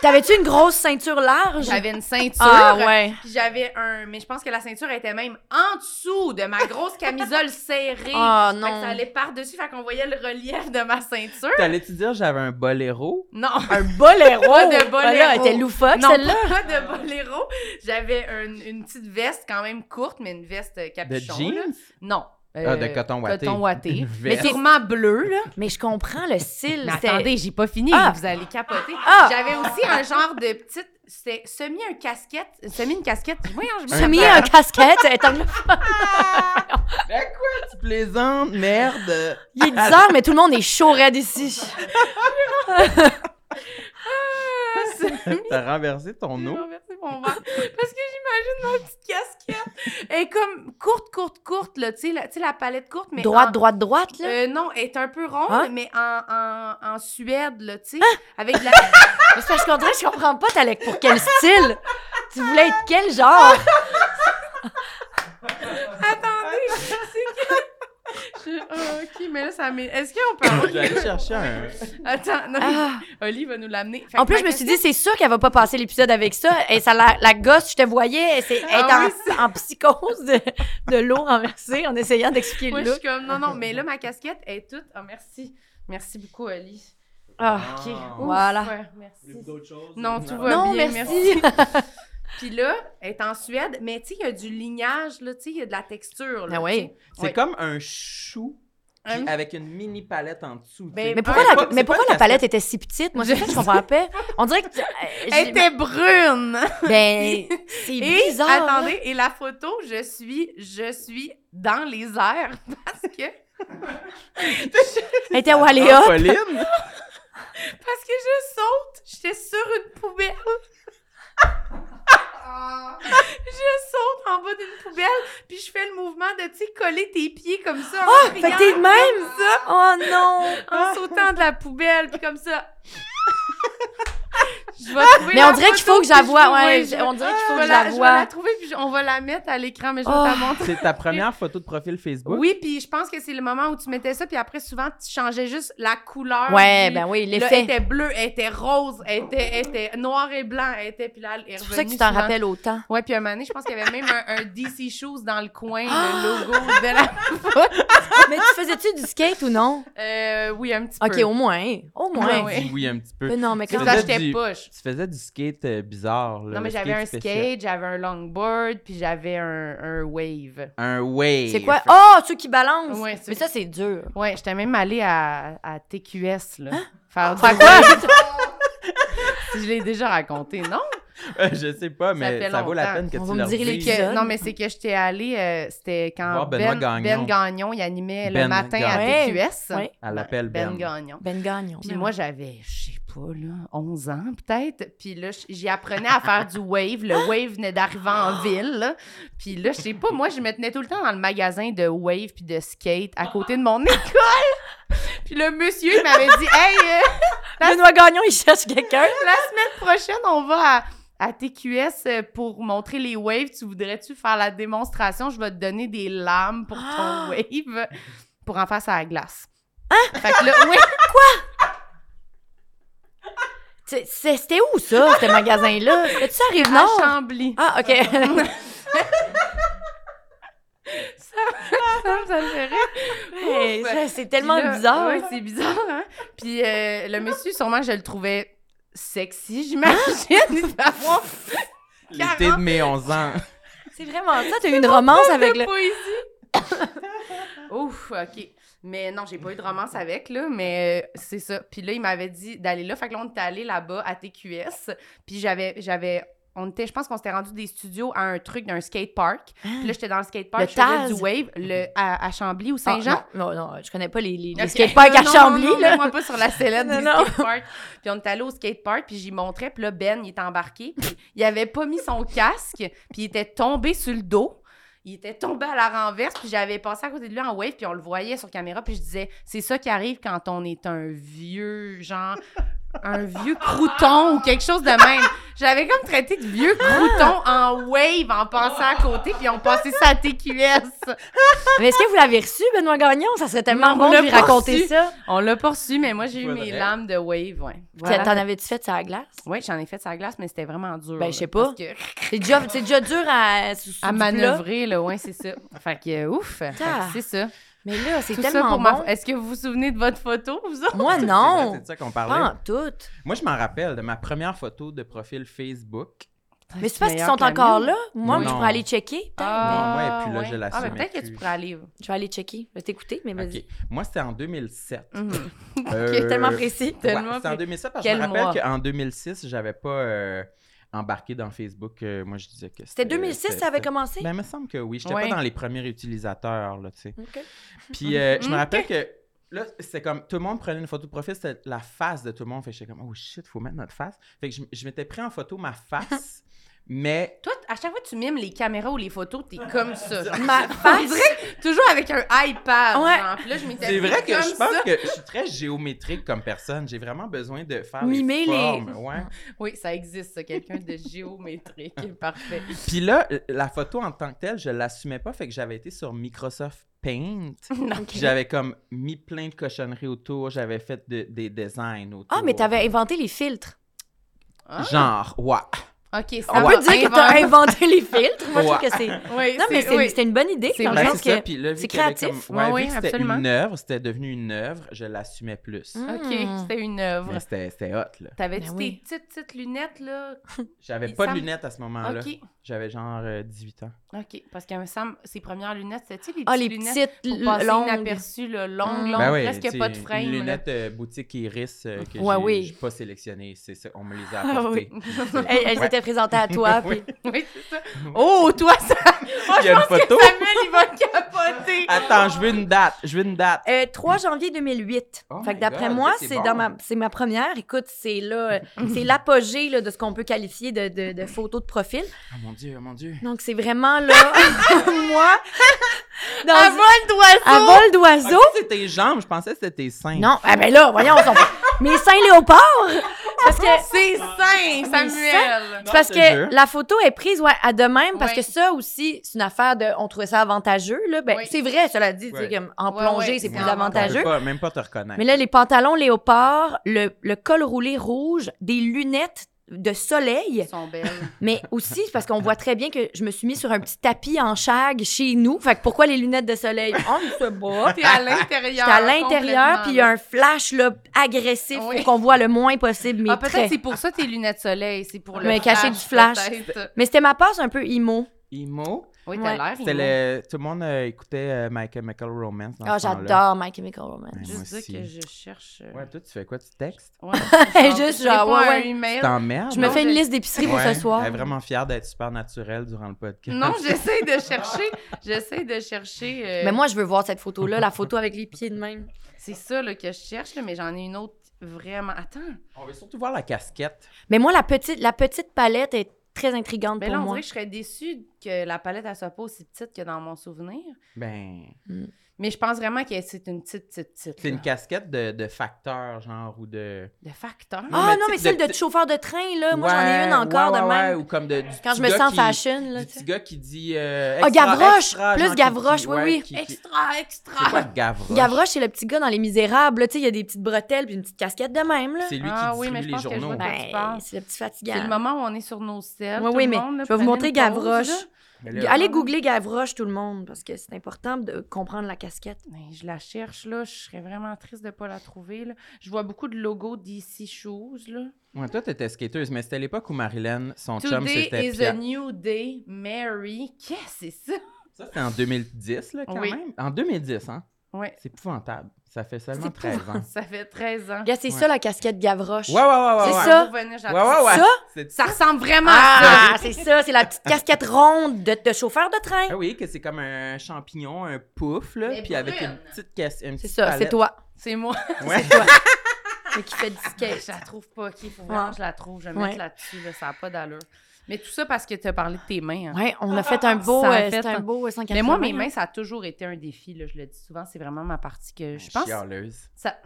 Speaker 4: T'avais-tu une grosse ceinture large?
Speaker 3: J'avais une ceinture.
Speaker 4: Ah ouais.
Speaker 3: Puis j'avais un. Mais je pense que la ceinture était même en dessous de ma grosse camisole serrée.
Speaker 4: Ah
Speaker 3: Fait que
Speaker 4: non.
Speaker 3: ça allait par-dessus, fait qu'on voyait le relief de ma ceinture.
Speaker 2: T'allais-tu dire j'avais un boléro?
Speaker 3: Non.
Speaker 4: Un boléro.
Speaker 3: Pas de boléro.
Speaker 4: Voilà, elle était loufoque
Speaker 3: Non,
Speaker 4: Ah, celle-là.
Speaker 3: pas de boléro. J'avais un- une petite veste quand même courte, mais une veste euh,
Speaker 2: De
Speaker 3: capuchon. là.
Speaker 2: jeans?
Speaker 3: Non. Euh,
Speaker 2: Ah, de coton watté.
Speaker 3: Coton
Speaker 2: Une
Speaker 3: ouaté. Mais
Speaker 2: veste.
Speaker 3: sûrement bleu, là.
Speaker 4: Mais je comprends le style.
Speaker 3: Mais
Speaker 4: c'était-
Speaker 3: attendez, j'ai pas fini,
Speaker 4: Ah!
Speaker 3: vous allez capoter.
Speaker 4: Ah!
Speaker 3: J'avais aussi un genre de petite c'était semi un casquette, semi une casquette. Voyons, je me
Speaker 4: Tu as mis un casquette. elle est en-
Speaker 2: Ben quoi, tu plaisantes, merde!
Speaker 4: Il est 10 heures, mais tout le monde est chaud raide ici.
Speaker 3: semi
Speaker 2: T'as renversé ton
Speaker 3: J'ai
Speaker 2: eau.
Speaker 3: renversé mon verre. Parce que j'imagine ma petite casquette. Elle est comme courte, courte, courte, là. Tu sais, la, tu sais, la palette courte, mais.
Speaker 4: Droite,
Speaker 3: en-
Speaker 4: droite, droite, là.
Speaker 3: Euh, non, elle est un peu ronde,
Speaker 4: Hein?
Speaker 3: mais en, en, en Suède, là, tu sais.
Speaker 4: Ah!
Speaker 3: Avec de la.
Speaker 4: Mais c'est parce qu'on dirait que je comprends pas, t'allais pour quel style. Tu voulais être quel genre?
Speaker 3: Attendez, c'est que Ah, ok, mais là, ça m'est. Est-ce qu'on peut avoir.
Speaker 2: J'allais chercher un.
Speaker 3: Attends, non.
Speaker 4: Ah.
Speaker 3: Oli va nous l'amener. Fait
Speaker 4: En
Speaker 3: que
Speaker 4: plus,
Speaker 3: ma
Speaker 4: je me suis dit, c'est sûr qu'elle va pas passer l'épisode avec ça. Et ça la, la gosse, je te voyais, elle s'est- elle est
Speaker 3: Ah oui,
Speaker 4: en, en psychose de, de l'eau renversée en essayant d'expliquer
Speaker 3: Moi,
Speaker 4: le
Speaker 3: je suis
Speaker 4: look.
Speaker 3: comme, non, non, mais là, ma casquette est toute. Ah, merci. Merci beaucoup, Oli.
Speaker 4: Ah.
Speaker 2: Ah.
Speaker 3: OK. Ouf,
Speaker 4: Voilà.
Speaker 3: ouais, merci.
Speaker 5: Voulez-vous d'autres choses? hein? Ah
Speaker 3: Non, tout va
Speaker 4: Non,
Speaker 3: bien.
Speaker 4: merci.
Speaker 3: Puis là, elle est en Suède, mais tu sais, il y a du lignage, là, tu sais, il y a de la texture. Là,
Speaker 4: Ah euh, oui.
Speaker 3: tu sais.
Speaker 2: C'est
Speaker 3: Ouais.
Speaker 2: comme un chou puis
Speaker 3: Un-
Speaker 2: avec une mini palette en dessous.
Speaker 3: Ben,
Speaker 2: tu sais.
Speaker 4: Mais pourquoi,
Speaker 2: C'est
Speaker 4: la,
Speaker 2: pas-
Speaker 4: mais
Speaker 2: c'est pas
Speaker 4: pourquoi
Speaker 2: une
Speaker 4: la palette était si petite? Moi, c'est ça que je comprends pas. On dirait que. euh,
Speaker 3: Elle
Speaker 4: j'ai-
Speaker 3: était brune.
Speaker 4: Ben, c'est
Speaker 3: Et
Speaker 4: bizarre.
Speaker 3: attendez, et la photo, je suis, je suis dans les airs parce que
Speaker 4: Elle était
Speaker 2: casquette.
Speaker 4: à Walea.
Speaker 2: Ah, Pauline!
Speaker 3: Parce que je saute, j'étais sur une poubelle. je saute en bas d'une poubelle, puis je fais le mouvement de, tu sais, coller tes pieds comme ça. en
Speaker 4: Ah! Fait que t'es de même! Oh non!
Speaker 3: En sautant de la poubelle, puis comme ça. je vais trouver
Speaker 4: Mais
Speaker 3: la
Speaker 4: on dirait qu'il
Speaker 3: photo,
Speaker 4: faut que je la
Speaker 3: puis je vais-
Speaker 4: vois. Ouais,
Speaker 3: oui, je-
Speaker 4: je- on dirait qu'il
Speaker 3: je
Speaker 4: faut
Speaker 3: vais
Speaker 4: que je
Speaker 3: la-
Speaker 4: la
Speaker 3: Je vais la
Speaker 4: vois.
Speaker 3: trouver, puis je- on va la mettre à l'écran, mais je vais
Speaker 4: Oh.
Speaker 3: te la montrer.
Speaker 2: C'est ta première photo de profil Facebook?
Speaker 3: Oui, puis je pense que c'est le moment où tu mettais ça, puis après, souvent, tu changeais juste la couleur.
Speaker 4: Ouais,
Speaker 3: du-
Speaker 4: ben oui,
Speaker 3: Là, elle
Speaker 4: l'effet.
Speaker 3: était bleue, elle était rose, elle était, elle était noire et blanc, elle était, puis là, elle est
Speaker 4: C'est pour ça que tu
Speaker 3: revenue
Speaker 4: t'en
Speaker 3: souvent.
Speaker 4: rappelles autant.
Speaker 3: Ouais, puis un moment donné, je pense qu'il y avait même un, un DC Shoes dans le coin, le logo de la...
Speaker 4: Mais tu faisais-tu du skate ou non?
Speaker 3: Euh, oui, un petit
Speaker 4: Ok,
Speaker 3: peu.
Speaker 4: au moins. Au
Speaker 2: Ouais,
Speaker 4: moins.
Speaker 3: ouais.
Speaker 2: dis oui, un petit peu.
Speaker 4: Mais non, mais
Speaker 2: C'est
Speaker 3: Parce
Speaker 4: quand
Speaker 3: que
Speaker 2: ça,
Speaker 4: même.
Speaker 2: je-
Speaker 3: j'étais
Speaker 2: du-
Speaker 3: poche.
Speaker 2: Tu faisais du skate euh, bizarre. Là,
Speaker 3: Non,
Speaker 2: le
Speaker 3: mais j'avais un
Speaker 2: spécial.
Speaker 3: skate, j'avais un longboard, puis j'avais un, un wave.
Speaker 2: Un wave.
Speaker 4: C'est quoi? Oh, ceux qui balancent!
Speaker 3: Ouais,
Speaker 4: mais
Speaker 3: c'est-
Speaker 4: ça, c'est dur.
Speaker 3: Ouais, j'étais même allée à, à TQS, là.
Speaker 4: Hein?
Speaker 3: Faire
Speaker 4: Faire
Speaker 3: du...
Speaker 4: quoi?
Speaker 3: Je l'ai déjà raconté, non?
Speaker 2: Euh, je sais pas, mais
Speaker 3: fait
Speaker 2: ça, vaut la
Speaker 3: longtemps.
Speaker 2: peine que
Speaker 4: On
Speaker 2: tu
Speaker 4: va me
Speaker 2: leur
Speaker 4: dire les
Speaker 2: dises.
Speaker 3: Que-
Speaker 4: Épisode.
Speaker 3: non, mais c'est que j'étais allée, euh, c'était quand
Speaker 2: Voir
Speaker 3: ben,
Speaker 2: Benoît
Speaker 3: ben,
Speaker 2: Gagnon.
Speaker 3: Gagnon. il animait
Speaker 2: Ben
Speaker 3: le matin
Speaker 4: Gagnon.
Speaker 3: à TQS.
Speaker 4: Ouais.
Speaker 2: Elle l'appelle Ben.
Speaker 3: Ben Gagnon.
Speaker 4: Ben Gagnon.
Speaker 3: Puis moi, j'avais, je sais pas, là, 11 ans peut-être. Puis là, j- j'y apprenais à faire du wave. Le wave venait d'arriver en ville. là. Puis là, je sais pas, moi, je me tenais tout le temps dans le magasin de wave puis de skate à côté de mon école. Puis le monsieur, il m'avait dit « Hey, euh,
Speaker 4: Benoît Gagnon, il cherche quelqu'un.
Speaker 3: la semaine prochaine, on va à, à TQS euh, pour montrer les waves. Tu voudrais-tu faire la démonstration? Je vais te donner des lames pour ton wave pour en faire ça à la glace. » Fait que là, oui,
Speaker 4: C'est- c'est- C'était où ça, ce magasin-là? C'était-tu à
Speaker 3: à
Speaker 4: Rive-Nord?
Speaker 3: Chambly.
Speaker 4: Ah, OK.
Speaker 3: Ça, ça me fait rire.
Speaker 4: Hey,
Speaker 3: Ouf.
Speaker 4: ça, c'est tellement
Speaker 3: Puis là,
Speaker 4: bizarre.
Speaker 3: ouais, c'est bizarre, hein? Puis euh, le monsieur, sûrement, je le trouvais sexy, j'imagine. Il devait avoir
Speaker 2: L'été de mes 11 ans.
Speaker 4: C'est vraiment ça, t'as eu une romance avec le...
Speaker 3: de poésie. Ouf, OK. Mais non, j'ai pas eu de romance avec, là, mais euh, c'est ça. Puis là, il m'avait dit d'aller là. Fait que là, on était allé là-bas à TQS. Puis j'avais... j'avais on était, je pense qu'on s'était rendu des studios à un truc d'un skate park. Puis là, j'étais dans le skate park,
Speaker 4: Ah.
Speaker 3: je faisais
Speaker 4: Le Taz.
Speaker 3: du wave le, à, à Chambly ou
Speaker 4: Ah,
Speaker 3: Saint-Jean.
Speaker 4: non, non, non, je connais pas les, les, les
Speaker 3: Ok.
Speaker 4: skateparks
Speaker 3: Non,
Speaker 4: à
Speaker 3: non,
Speaker 4: Chambly,
Speaker 3: non, non,
Speaker 4: là.
Speaker 3: Moi, pas sur la sellette
Speaker 4: Non,
Speaker 3: du
Speaker 4: non.
Speaker 3: skatepark. Puis on est allé au skatepark, puis j'y montrais. Puis là, Ben, il est embarqué. Puis il avait pas mis son casque, puis il était tombé sur le dos. Il était tombé à la renverse, puis j'avais passé à côté de lui en wave, puis on le voyait sur caméra, puis je disais, c'est ça qui arrive quand on est un vieux, genre, un vieux crouton ou quelque chose de même. J'avais comme traité de vieux crouton en wave en passant à côté, puis on passait ça à TQS.
Speaker 4: Mais est-ce que vous l'avez reçu, Benoît Gagnon? Ça serait tellement
Speaker 3: Non, on
Speaker 4: bon de
Speaker 3: l'a
Speaker 4: lui
Speaker 3: pas
Speaker 4: raconter
Speaker 3: reçu.
Speaker 4: ça.
Speaker 3: On l'a poursuivi, mais moi, j'ai eu
Speaker 2: Faudrait.
Speaker 3: mes lames de wave, ouais.
Speaker 4: T'en- T'en
Speaker 3: Voilà.
Speaker 4: avais-tu fait ça à la glace?
Speaker 3: Oui, j'en ai fait sa glace, mais c'était vraiment dur.
Speaker 4: Ben, je
Speaker 3: là,
Speaker 4: sais pas.
Speaker 3: parce que-
Speaker 4: C'est déjà, c'est déjà dur à, sous- sous
Speaker 3: À
Speaker 4: du plat.
Speaker 3: manœuvrer, là, ouais, c'est ça. Fait que, euh, ouf, Fait que
Speaker 4: Ah,
Speaker 3: c'est ça.
Speaker 4: Mais là, c'est
Speaker 3: Tout
Speaker 4: tellement
Speaker 3: ça pour
Speaker 4: bon.
Speaker 3: ma... Est-ce que vous vous souvenez de votre photo, vous autres?
Speaker 4: Moi,
Speaker 2: C'est vrai,
Speaker 4: non. Ah.
Speaker 2: C'est de ça qu'on parlait.
Speaker 4: Pas en tout.
Speaker 3: Ah,
Speaker 2: Moi, je m'en rappelle de ma première photo de profil Facebook.
Speaker 4: Ah, Mais c'est parce qu'ils
Speaker 3: meilleur
Speaker 4: sont
Speaker 3: que la
Speaker 4: encore
Speaker 3: mienne.
Speaker 4: là. Moi,
Speaker 2: Non.
Speaker 4: je pourrais aller checker.
Speaker 3: Ah,
Speaker 2: Non, ouais, puis là, je la
Speaker 3: Ah, ben,
Speaker 2: soumets
Speaker 3: peut-être que
Speaker 2: plus.
Speaker 3: tu pourrais aller.
Speaker 4: Je vais aller checker. Je vais t'écouter, mais vas-y.
Speaker 2: OK. Moi, c'était en 2007.
Speaker 3: Mhm.
Speaker 2: Euh,
Speaker 4: Tellement précis.
Speaker 2: ouais,
Speaker 3: tellement
Speaker 2: c'était en
Speaker 3: pré-
Speaker 2: 2007 parce que je
Speaker 3: Quel
Speaker 2: me rappelle
Speaker 3: mois?
Speaker 2: qu'en 2006, j'avais pas euh, embarqué dans Facebook. Euh, moi, je disais que
Speaker 4: C'était 2006, ça avait commencé?
Speaker 2: Ben, il me semble que oui. J'étais
Speaker 3: Ouais. Mm-hmm.
Speaker 2: pas dans les premiers utilisateurs, là, tu sais.
Speaker 4: OK.
Speaker 2: Puis euh, je me
Speaker 3: Ok.
Speaker 2: rappelle que là, c'était comme tout le monde prenait une photo de profil, c'était la face de tout le monde. Fait que j'étais comme, oh shit, faut mettre notre face. Fait que je, je m'étais pris en photo ma face. Mais
Speaker 3: Toi, t- à chaque fois que tu mimes les caméras ou les photos, t'es comme ça.
Speaker 4: Ma
Speaker 3: On
Speaker 4: face.
Speaker 3: dirait toujours avec un iPad.
Speaker 4: Ouais.
Speaker 3: genre. Puis là, je m'étais
Speaker 2: c'est
Speaker 3: mis
Speaker 2: vrai que
Speaker 3: comme
Speaker 2: je
Speaker 3: ça.
Speaker 2: pense que je suis très géométrique comme personne. J'ai vraiment besoin de faire
Speaker 4: Mimer
Speaker 2: les
Speaker 4: les-
Speaker 2: formes. ouais.
Speaker 3: Oui, ça existe, ça, quelqu'un de géométrique. Parfait.
Speaker 2: Puis là, euh, la photo en tant que telle, je l'assumais pas, fait que j'avais été sur Microsoft Paint.
Speaker 3: Non.
Speaker 2: Puis J'avais comme mis plein de cochonneries autour, j'avais fait de- des designs autour.
Speaker 4: Ah, mais t'avais inventé les filtres.
Speaker 3: Ah.
Speaker 2: Genre, ouais.
Speaker 3: OK, ça
Speaker 4: On
Speaker 3: va.
Speaker 4: peut dire que t'as
Speaker 3: Invente.
Speaker 4: inventé les filtres. Moi, je trouve
Speaker 2: Ouais.
Speaker 4: que c'est.
Speaker 3: Oui,
Speaker 4: Non, mais
Speaker 3: c'est-
Speaker 4: c'est-
Speaker 3: oui.
Speaker 4: c'était une bonne idée.
Speaker 3: C'est
Speaker 4: Dans le
Speaker 3: vrai,
Speaker 2: Ben,
Speaker 4: sens
Speaker 2: c'est ça.
Speaker 4: que.
Speaker 2: Puis là, vu
Speaker 4: c'est
Speaker 2: qu'il y avait
Speaker 4: créatif.
Speaker 2: Comme... Ouais,
Speaker 3: Ouais,
Speaker 2: vu que
Speaker 3: ouais,
Speaker 2: c'était
Speaker 3: absolument.
Speaker 2: une œuvre, c'était devenu une œuvre, je l'assumais plus.
Speaker 4: Hmm.
Speaker 3: OK, c'était une
Speaker 2: Mais
Speaker 3: œuvre.
Speaker 2: c'était c'était hot, là.
Speaker 3: T'avais-tu
Speaker 4: Ben oui.
Speaker 3: tes petites, petites lunettes, là?
Speaker 2: J'avais
Speaker 3: Il
Speaker 2: pas
Speaker 3: semble-
Speaker 2: de lunettes à ce moment-là.
Speaker 3: OK.
Speaker 2: J'avais genre euh, 18 ans.
Speaker 3: OK, parce qu'elle me semble, ses premières lunettes, c'était-tu les petites
Speaker 4: Ah, les
Speaker 3: lunettes?
Speaker 4: petites
Speaker 3: pour
Speaker 4: l-
Speaker 3: passer
Speaker 4: longues.
Speaker 3: inaperçues, là, longues,
Speaker 4: Mm.
Speaker 3: longues,
Speaker 2: Ben ouais,
Speaker 3: presque
Speaker 2: c'est
Speaker 3: pas de frame.
Speaker 2: Une
Speaker 3: là.
Speaker 2: lunette euh, boutique Iris euh, que
Speaker 4: Ouais,
Speaker 2: j'ai
Speaker 4: oui.
Speaker 2: j'ai pas sélectionnée. C'est ça, on me les a
Speaker 4: Ah,
Speaker 2: apportées.
Speaker 4: Elles, elles
Speaker 2: Ouais.
Speaker 4: étaient présentées à toi.
Speaker 2: Oui.
Speaker 4: puis-
Speaker 3: Oui, c'est ça. Oh, toi, ça... Oh,
Speaker 2: Il y a une
Speaker 3: je pense
Speaker 2: photo.
Speaker 3: que Samuel, il va capoter.
Speaker 2: Attends, je veux une date. Je veux une date.
Speaker 4: Euh, 3 janvier 2008.
Speaker 2: Oh
Speaker 4: fait que
Speaker 2: my
Speaker 4: d'après
Speaker 2: God,
Speaker 4: moi,
Speaker 2: ça, c'est
Speaker 4: c'est
Speaker 2: bon.
Speaker 4: dans ma, c'est ma première. Écoute, c'est là, euh, c'est l'apogée là, de ce qu'on peut qualifier de, de, de photo de profil.
Speaker 2: Oh mon Dieu, oh mon Dieu.
Speaker 4: Donc c'est vraiment là, moi, dans
Speaker 3: À
Speaker 4: un-
Speaker 3: vol d'oiseau!
Speaker 4: à vol d'oiseau.
Speaker 2: Ah, c'était tes jambes, je pensais que c'était tes seins.
Speaker 4: Non, ah ben là, voyons, on s'en fout. mes seins léopard. Parce que
Speaker 3: C'est sain, Samuel!
Speaker 4: c'est parce
Speaker 2: je te jure.
Speaker 4: que la photo est prise ouais, à de même parce
Speaker 3: Ouais.
Speaker 4: que ça aussi c'est une affaire de on trouvait ça avantageux là ben
Speaker 3: Oui.
Speaker 4: c'est vrai cela dit tu sais,
Speaker 2: Ouais.
Speaker 4: comme en
Speaker 3: Ouais,
Speaker 4: plongée
Speaker 3: ouais,
Speaker 4: c'est
Speaker 3: c'est
Speaker 4: plus
Speaker 3: en avantageux.
Speaker 2: Je
Speaker 4: avantageux
Speaker 2: peux pas, même pas te reconnaître.
Speaker 4: Mais là, les pantalons léopard, le, le col roulé rouge, des lunettes de soleil,
Speaker 3: Elles sont belles.
Speaker 4: mais aussi parce qu'on voit très bien que je me suis mis sur un petit tapis en shag chez nous. Fait que pourquoi les lunettes de soleil? On ne sait pas.
Speaker 3: T'es à l'intérieur.
Speaker 4: J'étais à l'intérieur, puis il y
Speaker 3: complètement,
Speaker 4: a un flash là, agressif
Speaker 3: Oui.
Speaker 4: pour qu'on voit le moins possible mes
Speaker 3: là. Ah, peut-être
Speaker 4: traits.
Speaker 3: c'est pour ça tes lunettes soleil, c'est pour le
Speaker 4: Mais cacher du flash.
Speaker 3: peut-être.
Speaker 4: Mais c'était ma passe un peu imo.
Speaker 2: Imo,
Speaker 3: Oui,
Speaker 4: Ouais.
Speaker 3: t'as
Speaker 2: c'était
Speaker 3: l'air.
Speaker 2: le... tout le monde euh, écoutait euh, My Chemical Romance. dans
Speaker 4: Ah,
Speaker 2: ce temps-là.
Speaker 4: j'adore My Chemical Romance.
Speaker 2: Ouais,
Speaker 3: Je
Speaker 2: moi
Speaker 3: Juste
Speaker 2: aussi.
Speaker 3: dire que je cherche... euh,
Speaker 2: Ouais, toi, tu fais quoi? Tu textes?
Speaker 3: Ouais, je
Speaker 4: Juste
Speaker 3: je réponds
Speaker 4: genre, ouais,
Speaker 3: à un
Speaker 4: ouais.
Speaker 3: email.
Speaker 2: Tu t'emmerdes?
Speaker 4: Je me
Speaker 3: Non,
Speaker 4: fais une
Speaker 3: j'ai-
Speaker 4: liste d'épicerie pour
Speaker 2: Ouais,
Speaker 4: ce soir.
Speaker 2: Elle est vraiment fière d'être super naturelle durant le podcast.
Speaker 3: Non, j'essaie de chercher. J'essaie de chercher. euh,
Speaker 4: Mais moi, je veux voir cette photo-là, la photo avec les pieds de même.
Speaker 3: C'est ça là, que je cherche, là, mais j'en ai une autre vraiment. Attends.
Speaker 2: On veut surtout voir la casquette.
Speaker 4: Mais moi, la petite, la petite palette est très intrigante
Speaker 3: Mais
Speaker 4: pour
Speaker 3: là, on
Speaker 4: moi.
Speaker 3: dirait que je serais déçue que la palette, elle soit pas aussi petite que dans mon souvenir.
Speaker 2: Ben,
Speaker 3: Mais je pense vraiment que c'est une petite, petite, petite.
Speaker 2: c'est
Speaker 3: là.
Speaker 2: une casquette de, de facteur, genre, ou de...
Speaker 3: De facteur.
Speaker 2: Ah,
Speaker 4: Ah
Speaker 2: mais
Speaker 4: non,
Speaker 2: tu-
Speaker 4: mais
Speaker 2: de
Speaker 4: celle de,
Speaker 2: petit-
Speaker 4: chauffeur de train, là. Moi,
Speaker 2: Ouais,
Speaker 4: j'en ai une encore
Speaker 2: ouais,
Speaker 4: de
Speaker 2: ouais,
Speaker 4: même.
Speaker 2: ou comme de, du
Speaker 4: Quand
Speaker 2: petit
Speaker 4: je me
Speaker 2: gars
Speaker 4: sens
Speaker 2: qui-
Speaker 4: fashion, là.
Speaker 2: Du
Speaker 4: tu sais.
Speaker 2: petit gars qui dit... Euh,
Speaker 4: Ah,
Speaker 2: extra,
Speaker 4: Gavroche!
Speaker 2: extra,
Speaker 4: Plus
Speaker 2: genre, qui-
Speaker 4: Gavroche,
Speaker 2: qui-
Speaker 4: oui,
Speaker 2: ouais,
Speaker 4: oui.
Speaker 2: qui- qui-
Speaker 3: Extra,
Speaker 2: C'est quoi
Speaker 3: extra.
Speaker 2: Gavroche?
Speaker 4: Ah! Gavroche, c'est le petit gars dans Les Misérables, là. Tu sais, il y a des petites bretelles puis une petite casquette de même, là.
Speaker 2: C'est lui
Speaker 3: Ah
Speaker 2: qui
Speaker 3: oui,
Speaker 2: distribue
Speaker 3: mais je
Speaker 2: les
Speaker 3: pense que je
Speaker 2: journaux.
Speaker 3: vois- tu parles.
Speaker 4: Ben, c'est le petit fatigant.
Speaker 3: C'est le moment où on est sur nos selles.
Speaker 4: Ouais,
Speaker 3: tout
Speaker 4: oui,
Speaker 3: le
Speaker 4: mais
Speaker 3: monde, là,
Speaker 4: je vais vous
Speaker 3: prenez
Speaker 4: montrer
Speaker 3: une pause,
Speaker 4: Gavroche.
Speaker 3: là.
Speaker 2: Mais là,
Speaker 4: Allez googler Gavroche, tout le monde, parce que c'est important de comprendre la casquette.
Speaker 3: Mais je la cherche, là. Je serais vraiment triste de ne pas la trouver, là. Je vois beaucoup de logos d'ici Shoes, là.
Speaker 2: Ouais, toi, t'étais skateuse, mais c'était l'époque où Marilyn, son chum,
Speaker 3: Today
Speaker 2: c'était
Speaker 3: is a
Speaker 2: Pierre.
Speaker 3: new day, Mary. Qu'est-ce que c'est ça?
Speaker 2: Ça, c'était en 2010, là, quand
Speaker 3: Oui.
Speaker 2: même. En 2010, hein?
Speaker 3: Ouais,
Speaker 2: C'est épouvantable. Ça fait seulement
Speaker 4: C'est
Speaker 2: 13 ans.
Speaker 3: ça fait 13 ans.
Speaker 4: Gars, c'est
Speaker 2: Ouais.
Speaker 4: ça, la casquette Gavroche.
Speaker 2: Ouais, ouais, ouais, ouais.
Speaker 4: C'est
Speaker 2: ouais.
Speaker 4: ça.
Speaker 3: On va revenir, j'en-
Speaker 2: Ouais, ouais, ouais.
Speaker 4: Ça?
Speaker 2: C'est ça.
Speaker 3: Ça ressemble vraiment à
Speaker 4: Ah, c'est ça, c'est la petite casquette ronde de, de chauffeur de
Speaker 2: Ah
Speaker 4: train.
Speaker 2: oui, que c'est comme un champignon, un pouf, là,
Speaker 3: Mais
Speaker 2: puis avec
Speaker 3: brune.
Speaker 2: une petite caisse. une
Speaker 4: C'est
Speaker 2: petite
Speaker 4: ça, c'est
Speaker 2: palette.
Speaker 4: toi.
Speaker 3: ça. C'est moi.
Speaker 2: Ouais.
Speaker 4: Mais qui fait du skate.
Speaker 3: Je la trouve pas. OK, faut vraiment
Speaker 4: Ouais.
Speaker 3: que je la trouve. Je vais me
Speaker 4: Ouais.
Speaker 3: mettre là-dessus. là, ça n'a pas d'allure. Mais tout ça parce que tu as parlé de tes mains. hein.
Speaker 4: Ouais, on a fait un beau,
Speaker 3: Ça a
Speaker 4: euh,
Speaker 3: fait
Speaker 4: c'est
Speaker 3: un-
Speaker 4: un beau euh, 180.
Speaker 3: Mais moi, mes mains, ça a toujours été un défi. là, je le dis souvent. C'est vraiment ma partie que je pense.
Speaker 2: Chialeuse.
Speaker 3: ça-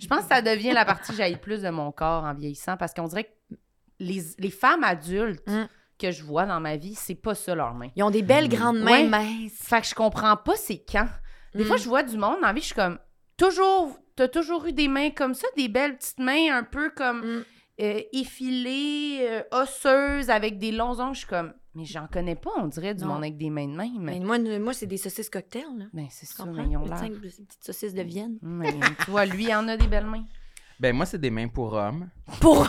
Speaker 3: je pense que ça devient la partie que j'aille plus de mon corps en vieillissant parce qu'on dirait que les, les femmes adultes
Speaker 4: Mm.
Speaker 3: que je vois dans ma vie, c'est pas ça leurs mains.
Speaker 4: Ils ont des belles grandes mains
Speaker 3: Ouais.
Speaker 4: minces.
Speaker 3: Fait que je comprends pas c'est quand. Des fois,
Speaker 4: Mm.
Speaker 3: je vois du monde dans la vie, je suis comme toujours, t'as toujours eu des mains comme ça, des belles petites mains un peu comme
Speaker 4: Mm.
Speaker 3: euh, effilées, euh, osseuses, avec des longs ongles. Je suis comme, mais j'en connais pas, on dirait du
Speaker 4: Non.
Speaker 3: monde avec des mains de même.
Speaker 4: Mais
Speaker 3: Mais
Speaker 4: moi, nous- moi c'est des saucisses cocktails, là.
Speaker 3: ben, c'est
Speaker 4: Tu
Speaker 3: ça,
Speaker 4: comprends?
Speaker 3: mais ils ont
Speaker 4: Les
Speaker 3: l'air. Mm,
Speaker 4: cinq petites saucisses de Vienne.
Speaker 3: Mais tu vois, lui, il en a des belles mains.
Speaker 2: Ben, moi, c'est des mains pour hommes.
Speaker 4: Pour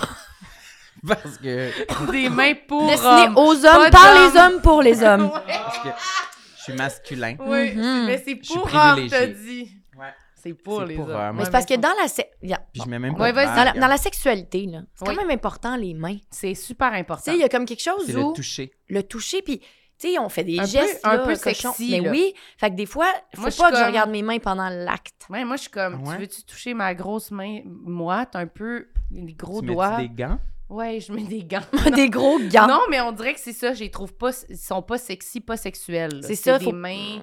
Speaker 2: Parce que,
Speaker 3: Des mains pour.
Speaker 4: destinées
Speaker 3: hommes.
Speaker 4: aux
Speaker 3: Pas
Speaker 4: hommes, par
Speaker 3: d'hommes.
Speaker 4: les hommes, pour les hommes.
Speaker 3: Ouais.
Speaker 2: parce que je suis masculin.
Speaker 3: Oui,
Speaker 4: Mhm.
Speaker 3: mais c'est
Speaker 2: suis
Speaker 3: pour hommes, t'as
Speaker 2: privilégiée.
Speaker 3: dit.
Speaker 2: Ouais.
Speaker 3: C'est pour
Speaker 2: C'est
Speaker 3: les
Speaker 2: pour
Speaker 3: hommes.
Speaker 2: hommes.
Speaker 4: Mais
Speaker 3: Ouais,
Speaker 4: c'est parce que
Speaker 3: ça-
Speaker 4: dans la, se- Yeah.
Speaker 2: Puis je mets même pas
Speaker 3: Ouais,
Speaker 2: de
Speaker 3: vas-y.
Speaker 2: bague.
Speaker 4: dans la, dans la sexualité, là, c'est
Speaker 3: Oui.
Speaker 4: quand même important, les mains.
Speaker 3: c'est super
Speaker 4: Tu
Speaker 3: important.
Speaker 4: sais, il y a comme quelque chose
Speaker 2: C'est
Speaker 4: où
Speaker 2: le toucher.
Speaker 4: le toucher, puis... Tu sais, on fait des
Speaker 3: Un peu-
Speaker 4: gestes
Speaker 3: un
Speaker 4: là,
Speaker 3: peu
Speaker 4: cochons.
Speaker 3: sexy,
Speaker 4: Mais
Speaker 3: là.
Speaker 4: oui, fait que des fois, faut
Speaker 3: Moi, je suis
Speaker 4: pas que je
Speaker 3: comme-
Speaker 4: regarde mes mains pendant l'acte.
Speaker 3: Ouais, moi, je suis comme,
Speaker 2: Ah ouais?
Speaker 3: tu veux-tu toucher ma grosse main moite, un peu, les gros
Speaker 2: Tu mets
Speaker 3: doigts?
Speaker 2: des gants?
Speaker 3: Ouais, je mets des gants.
Speaker 4: des gros gants.
Speaker 3: Non, mais on dirait que c'est ça, je les trouve pas. Ils sont pas sexy, pas sexuels.
Speaker 4: c'est ça.
Speaker 3: Des
Speaker 4: faut-
Speaker 3: mains.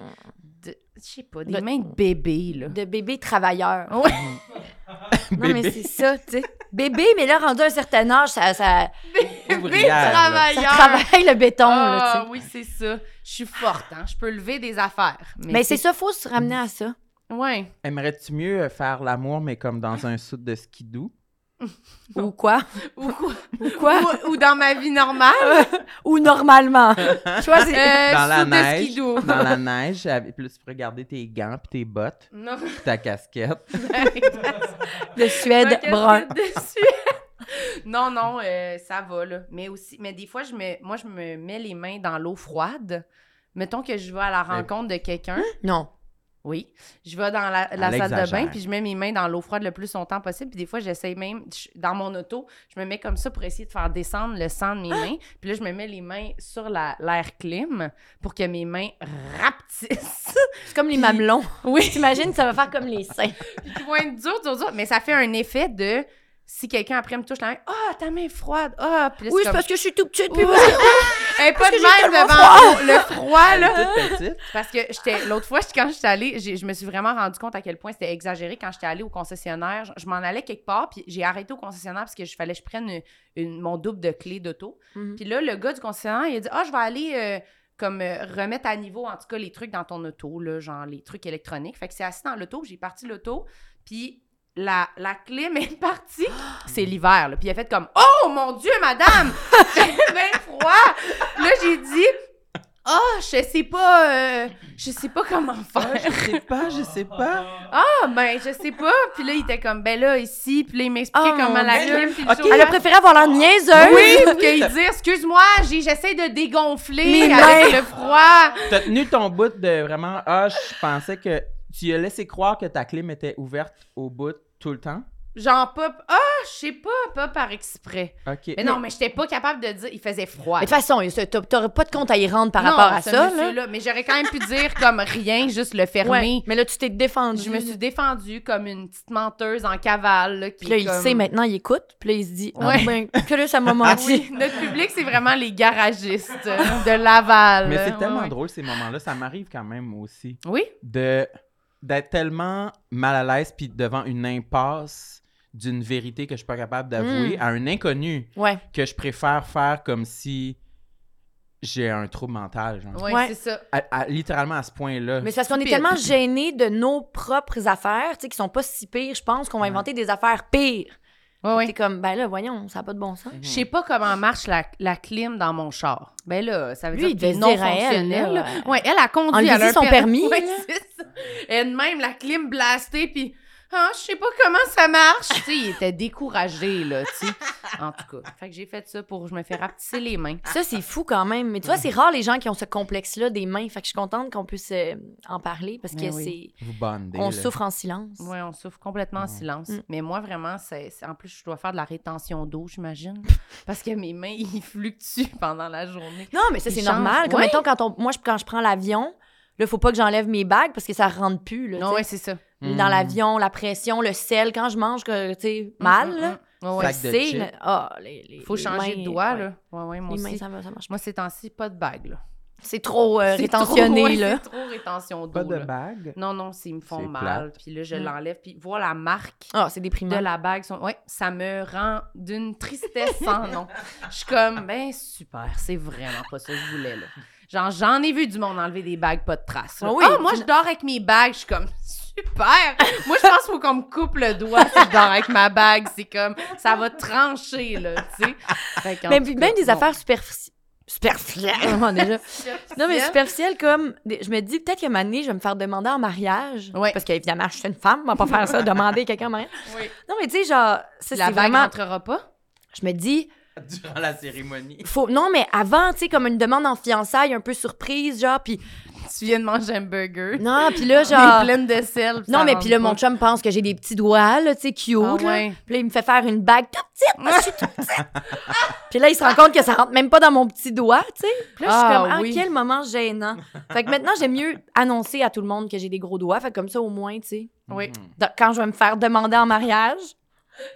Speaker 3: De, je sais pas, des
Speaker 4: De-
Speaker 3: mains de bébé, là.
Speaker 4: De bébé travailleur.
Speaker 3: Ouais.
Speaker 4: Non, mais c'est ça, tu sais. Bébé, mais là, rendu à un certain âge, ça, ça,
Speaker 3: Bébé
Speaker 2: Ouvrière, là.
Speaker 4: ça
Speaker 3: travailleur.
Speaker 4: travaille le béton, là, tu
Speaker 3: Ah,
Speaker 4: sais.
Speaker 3: oui, c'est ça. Je suis forte, hein. Je peux lever des affaires. Mais,
Speaker 4: Mais c'est ça, faut se ramener à ça.
Speaker 3: Ouais.
Speaker 2: Aimerais-tu mieux euh, faire l'amour, mais comme dans un soude de skidoo?
Speaker 4: Ou quoi?
Speaker 3: Ou, quoi-
Speaker 4: Ou quoi?
Speaker 3: ou- ou dans ma vie normale.
Speaker 4: Ou normalement. Tu vois, c'est...
Speaker 3: euh,
Speaker 2: Dans la
Speaker 3: sous de
Speaker 2: neige.
Speaker 3: skidoo.
Speaker 2: Dans la neige, avec plus regarder tes gants, puis tes bottes,
Speaker 3: Non,
Speaker 2: puis ta casquette.
Speaker 4: De Suède,
Speaker 3: T'inquiète,
Speaker 4: brun.
Speaker 3: dessus. non, non, euh, ça va, là. Mais aussi, mais des fois, je me, moi, je me mets les mains dans l'eau froide. Mettons que je vais à la rencontre de quelqu'un.
Speaker 4: Non.
Speaker 3: Oui. Je vais dans la, la
Speaker 2: Elle
Speaker 3: salle de bain,
Speaker 2: exagère.
Speaker 3: puis je mets mes mains dans l'eau froide le plus longtemps possible. Puis des fois, j'essaye même, je- dans mon auto, je me mets comme ça pour essayer de faire descendre le sang de mes mains. Puis là, je me mets les mains sur la- l'air clim pour que mes mains rapetissent.
Speaker 4: C'est comme les mamelons.
Speaker 3: oui.
Speaker 4: T'imagines, ça va faire comme les seins.
Speaker 3: qui vont être durs, durs, durs. Mais ça fait un effet de si quelqu'un après me touche la main, ah, ta main est froide, ah, puis là,
Speaker 4: Oui,
Speaker 3: c'est
Speaker 4: c'est
Speaker 3: comme,
Speaker 4: parce que je suis tout petite,
Speaker 3: puis
Speaker 4: puis
Speaker 3: moi, Hey, pas
Speaker 4: parce
Speaker 3: de
Speaker 4: que j'ai
Speaker 3: même
Speaker 4: tellement
Speaker 3: devant le froid, Ah, là.
Speaker 2: Toute petite.
Speaker 3: Parce que j'étais l'autre fois, quand j'étais allée, j'ai- je me suis vraiment rendu compte à quel point c'était exagéré quand j'étais allée au concessionnaire. Je, je m'en allais quelque part, puis j'ai arrêté au concessionnaire parce que je fallait que je prenne une- une- mon double de clé d'auto.
Speaker 4: Mhm.
Speaker 3: Puis là, le gars du concessionnaire, il a dit Ah, je vais aller euh, comme euh, remettre à niveau, en tout cas, les trucs dans ton auto, là, genre les trucs électroniques. Fait que c'est assis dans l'auto, j'ai parti l'auto, puis la, la clé m'est partie. C'est l'hiver, là. Puis il a fait comme Oh mon Dieu, madame J'ai bien froid Puis Là, j'ai dit Ah, je sais pas, euh, je sais pas comment
Speaker 2: Ah,
Speaker 3: faire.
Speaker 2: je sais pas, je sais pas.
Speaker 3: Ah, ben, je sais pas. Ah, Puis là, il était comme Ben là, ici, puis là, il m'expliquait
Speaker 4: Oh,
Speaker 3: comment la
Speaker 4: mon
Speaker 3: lune, puis le
Speaker 2: Ok.
Speaker 3: jour-
Speaker 4: Elle a préféré avoir l'air niaiseuse.
Speaker 3: oui, parce qu'il dit excuse-moi, j'ai- j'essaie de dégonfler
Speaker 4: Mes
Speaker 3: avec le froid.
Speaker 2: T'as tenu ton bout de vraiment. Ah, je pensais que. Tu as laissé croire que ta clé m'était ouverte au bout tout le temps.
Speaker 3: Genre pas ah, je sais pas, pas par exprès.
Speaker 2: OK.
Speaker 3: Mais non, mais j'étais pas capable de dire il faisait froid.
Speaker 4: Mais de toute façon, t'as- t'auras pas de compte à y rendre par
Speaker 3: Non,
Speaker 4: rapport à
Speaker 3: ce
Speaker 4: ça, là.
Speaker 3: monsieur-là, Mais j'aurais quand même pu dire comme rien, juste le fermer.
Speaker 4: Ouais. Mais là, tu t'es défendu.
Speaker 3: Je me suis défendue comme une petite menteuse en cavale. Là, qui
Speaker 4: Puis là,
Speaker 3: est
Speaker 4: il
Speaker 3: comme-
Speaker 4: sait maintenant, il écoute. Puis là, il se dit, Ah,
Speaker 3: Ouais.
Speaker 4: ben, curieux, ça m'a
Speaker 3: Ah
Speaker 4: menti.
Speaker 3: oui, notre public, c'est vraiment les garagistes de Laval.
Speaker 2: Mais
Speaker 3: euh, Ouais,
Speaker 2: c'est tellement
Speaker 3: ouais.
Speaker 2: drôle ces moments-là. Ça m'arrive quand même aussi.
Speaker 3: Oui,
Speaker 2: de d'être tellement mal à l'aise puis devant une impasse d'une vérité que je suis pas capable d'avouer
Speaker 4: Mm.
Speaker 2: à un inconnu
Speaker 4: Ouais.
Speaker 2: que je préfère faire comme si j'ai un trouble mental genre.
Speaker 3: ouais,
Speaker 4: Ouais.
Speaker 3: c'est ça.
Speaker 2: À- à- littéralement à ce point là
Speaker 4: Mais c'est parce qu'on est
Speaker 3: Pire.
Speaker 4: tellement gênés de nos propres affaires, tu sais, qui sont pas si pires, je pense, qu'on va
Speaker 2: Ouais.
Speaker 4: inventer des affaires pires.
Speaker 3: Ouais, ouais.
Speaker 4: T'es comme, ben là, voyons, ça n'a pas de bon sens.
Speaker 3: Je sais pas comment marche la, la clim dans mon char. Ben là, ça veut
Speaker 4: Lui, il
Speaker 3: dire qu'il est
Speaker 4: devait se
Speaker 3: non
Speaker 4: dire à elle,
Speaker 3: fonctionnel.
Speaker 4: là,
Speaker 3: là. Ouais, elle a conduit.
Speaker 4: Enlevez-y
Speaker 3: elle a un
Speaker 4: son permis,
Speaker 3: Ouais,
Speaker 4: là.
Speaker 3: c'est ça. Elle-même, la clim blastée, puis ah, je sais pas comment ça marche. tu sais, il était découragé, là, tu sais. En tout cas. Fait que j'ai fait ça pour je me fais rapetisser les mains.
Speaker 4: Ça, c'est fou quand même. Mais tu vois, c'est rare les gens qui ont ce complexe-là des mains. Fait que je suis contente qu'on puisse euh, en parler parce que
Speaker 3: Ben oui.
Speaker 4: c'est.
Speaker 2: vous bondez là.
Speaker 4: On souffre en silence.
Speaker 3: Ouais, on souffre complètement en
Speaker 2: Ouais.
Speaker 3: silence.
Speaker 4: Mm.
Speaker 3: Mais moi, vraiment, c'est, c'est- en plus, je dois faire de la rétention d'eau, j'imagine. parce que mes mains, ils fluctuent pendant la journée.
Speaker 4: Non, mais ça,
Speaker 3: Ils
Speaker 4: c'est
Speaker 3: changent.
Speaker 4: normal. Comme
Speaker 3: Ouais.
Speaker 4: mettons, quand on, moi, je, quand je prends l'avion, là, faut pas que j'enlève mes bagues parce que ça rentre plus. Là,
Speaker 3: Non,
Speaker 4: tu
Speaker 3: ouais,
Speaker 4: sais.
Speaker 3: c'est ça.
Speaker 2: Mm.
Speaker 4: Dans l'avion, la pression, le sel, quand je mange, que, tu sais, mal,
Speaker 3: Mm, mm,
Speaker 4: là,
Speaker 3: mm. Ouais,
Speaker 4: on
Speaker 3: ouais.
Speaker 4: le
Speaker 2: Sac de
Speaker 4: sait,
Speaker 2: chips.
Speaker 4: mais- ah, les- les-
Speaker 3: Faut
Speaker 4: les
Speaker 3: changer
Speaker 4: mains,
Speaker 3: de doigt,
Speaker 4: ouais.
Speaker 3: là. Ouais, ouais, moi
Speaker 4: Les mains,
Speaker 3: aussi.
Speaker 4: ça, va- ça marche pas.
Speaker 3: Moi, ces temps-ci, pas de bague, là.
Speaker 4: C'est trop euh,
Speaker 3: C'est
Speaker 4: rétentionné,
Speaker 3: trop- ouais,
Speaker 4: là.
Speaker 3: C'est trop rétention
Speaker 2: pas
Speaker 3: d'eau,
Speaker 2: de
Speaker 3: là.
Speaker 2: bague
Speaker 3: Non, non, c'est- ils me font
Speaker 2: C'est
Speaker 3: mal. Puis là, je
Speaker 4: Mm.
Speaker 3: l'enlève. Puis voir la marque
Speaker 4: Ah, c'est
Speaker 3: de
Speaker 4: déprimant.
Speaker 3: la bague, son- ouais, ça me rend d'une tristesse sans nom. Je suis comme, ben super, c'est vraiment pas ça que je voulais, là. Genre, j'en ai vu du monde enlever des bagues pas de traces. là.
Speaker 4: Ah oui,
Speaker 3: Ah, moi, je dors avec mes bagues. Je suis comme, super! Moi, je pense qu'il faut qu'on me coupe le doigt si je dors avec ma bague. C'est comme, ça va trancher, là, tu sais. Fait qu'en
Speaker 4: Mais
Speaker 3: tout
Speaker 4: Ben, puis
Speaker 3: cas,
Speaker 4: même des
Speaker 3: bon.
Speaker 4: affaires superfici- superficielles. Vraiment, déjà. Non, mais superficielles comme. des- Je me dis, peut-être que année, je vais me faire demander en mariage.
Speaker 3: Ouais.
Speaker 4: Parce qu'évidemment, je suis une femme, on va pas faire ça, demander quelqu'un en mariage.
Speaker 3: Oui.
Speaker 4: Non, mais tu sais, genre, ça,
Speaker 3: La bague
Speaker 4: c'est vraiment.
Speaker 3: rentrera pas?
Speaker 4: Je me dis,
Speaker 2: durant la cérémonie
Speaker 4: faut. Non, mais avant, tu sais, comme une demande en fiançailles, un peu surprise, genre, puis.
Speaker 3: Tu viens de manger un burger.
Speaker 4: Non, puis là,
Speaker 3: Genre...
Speaker 4: genre.
Speaker 3: pleine de sel.
Speaker 4: Non, mais puis là, mon chum pense que j'ai des petits doigts, là, tu sais, cute,
Speaker 3: Ah
Speaker 4: là.
Speaker 3: ouais.
Speaker 4: Puis là, il me fait faire une bague toute petite, parce que je suis toute petite. Puis là, il se rend compte que ça rentre même pas dans mon petit doigt, tu sais. Puis là, je suis
Speaker 3: Ah,
Speaker 4: comme, ah,
Speaker 3: oui.
Speaker 4: quel moment gênant. Fait que maintenant, j'aime mieux annoncer à tout le monde que j'ai des gros doigts. Fait que comme ça, au moins, tu sais,
Speaker 3: Oui.
Speaker 2: Mm.
Speaker 4: dans- quand je vais me faire demander en mariage,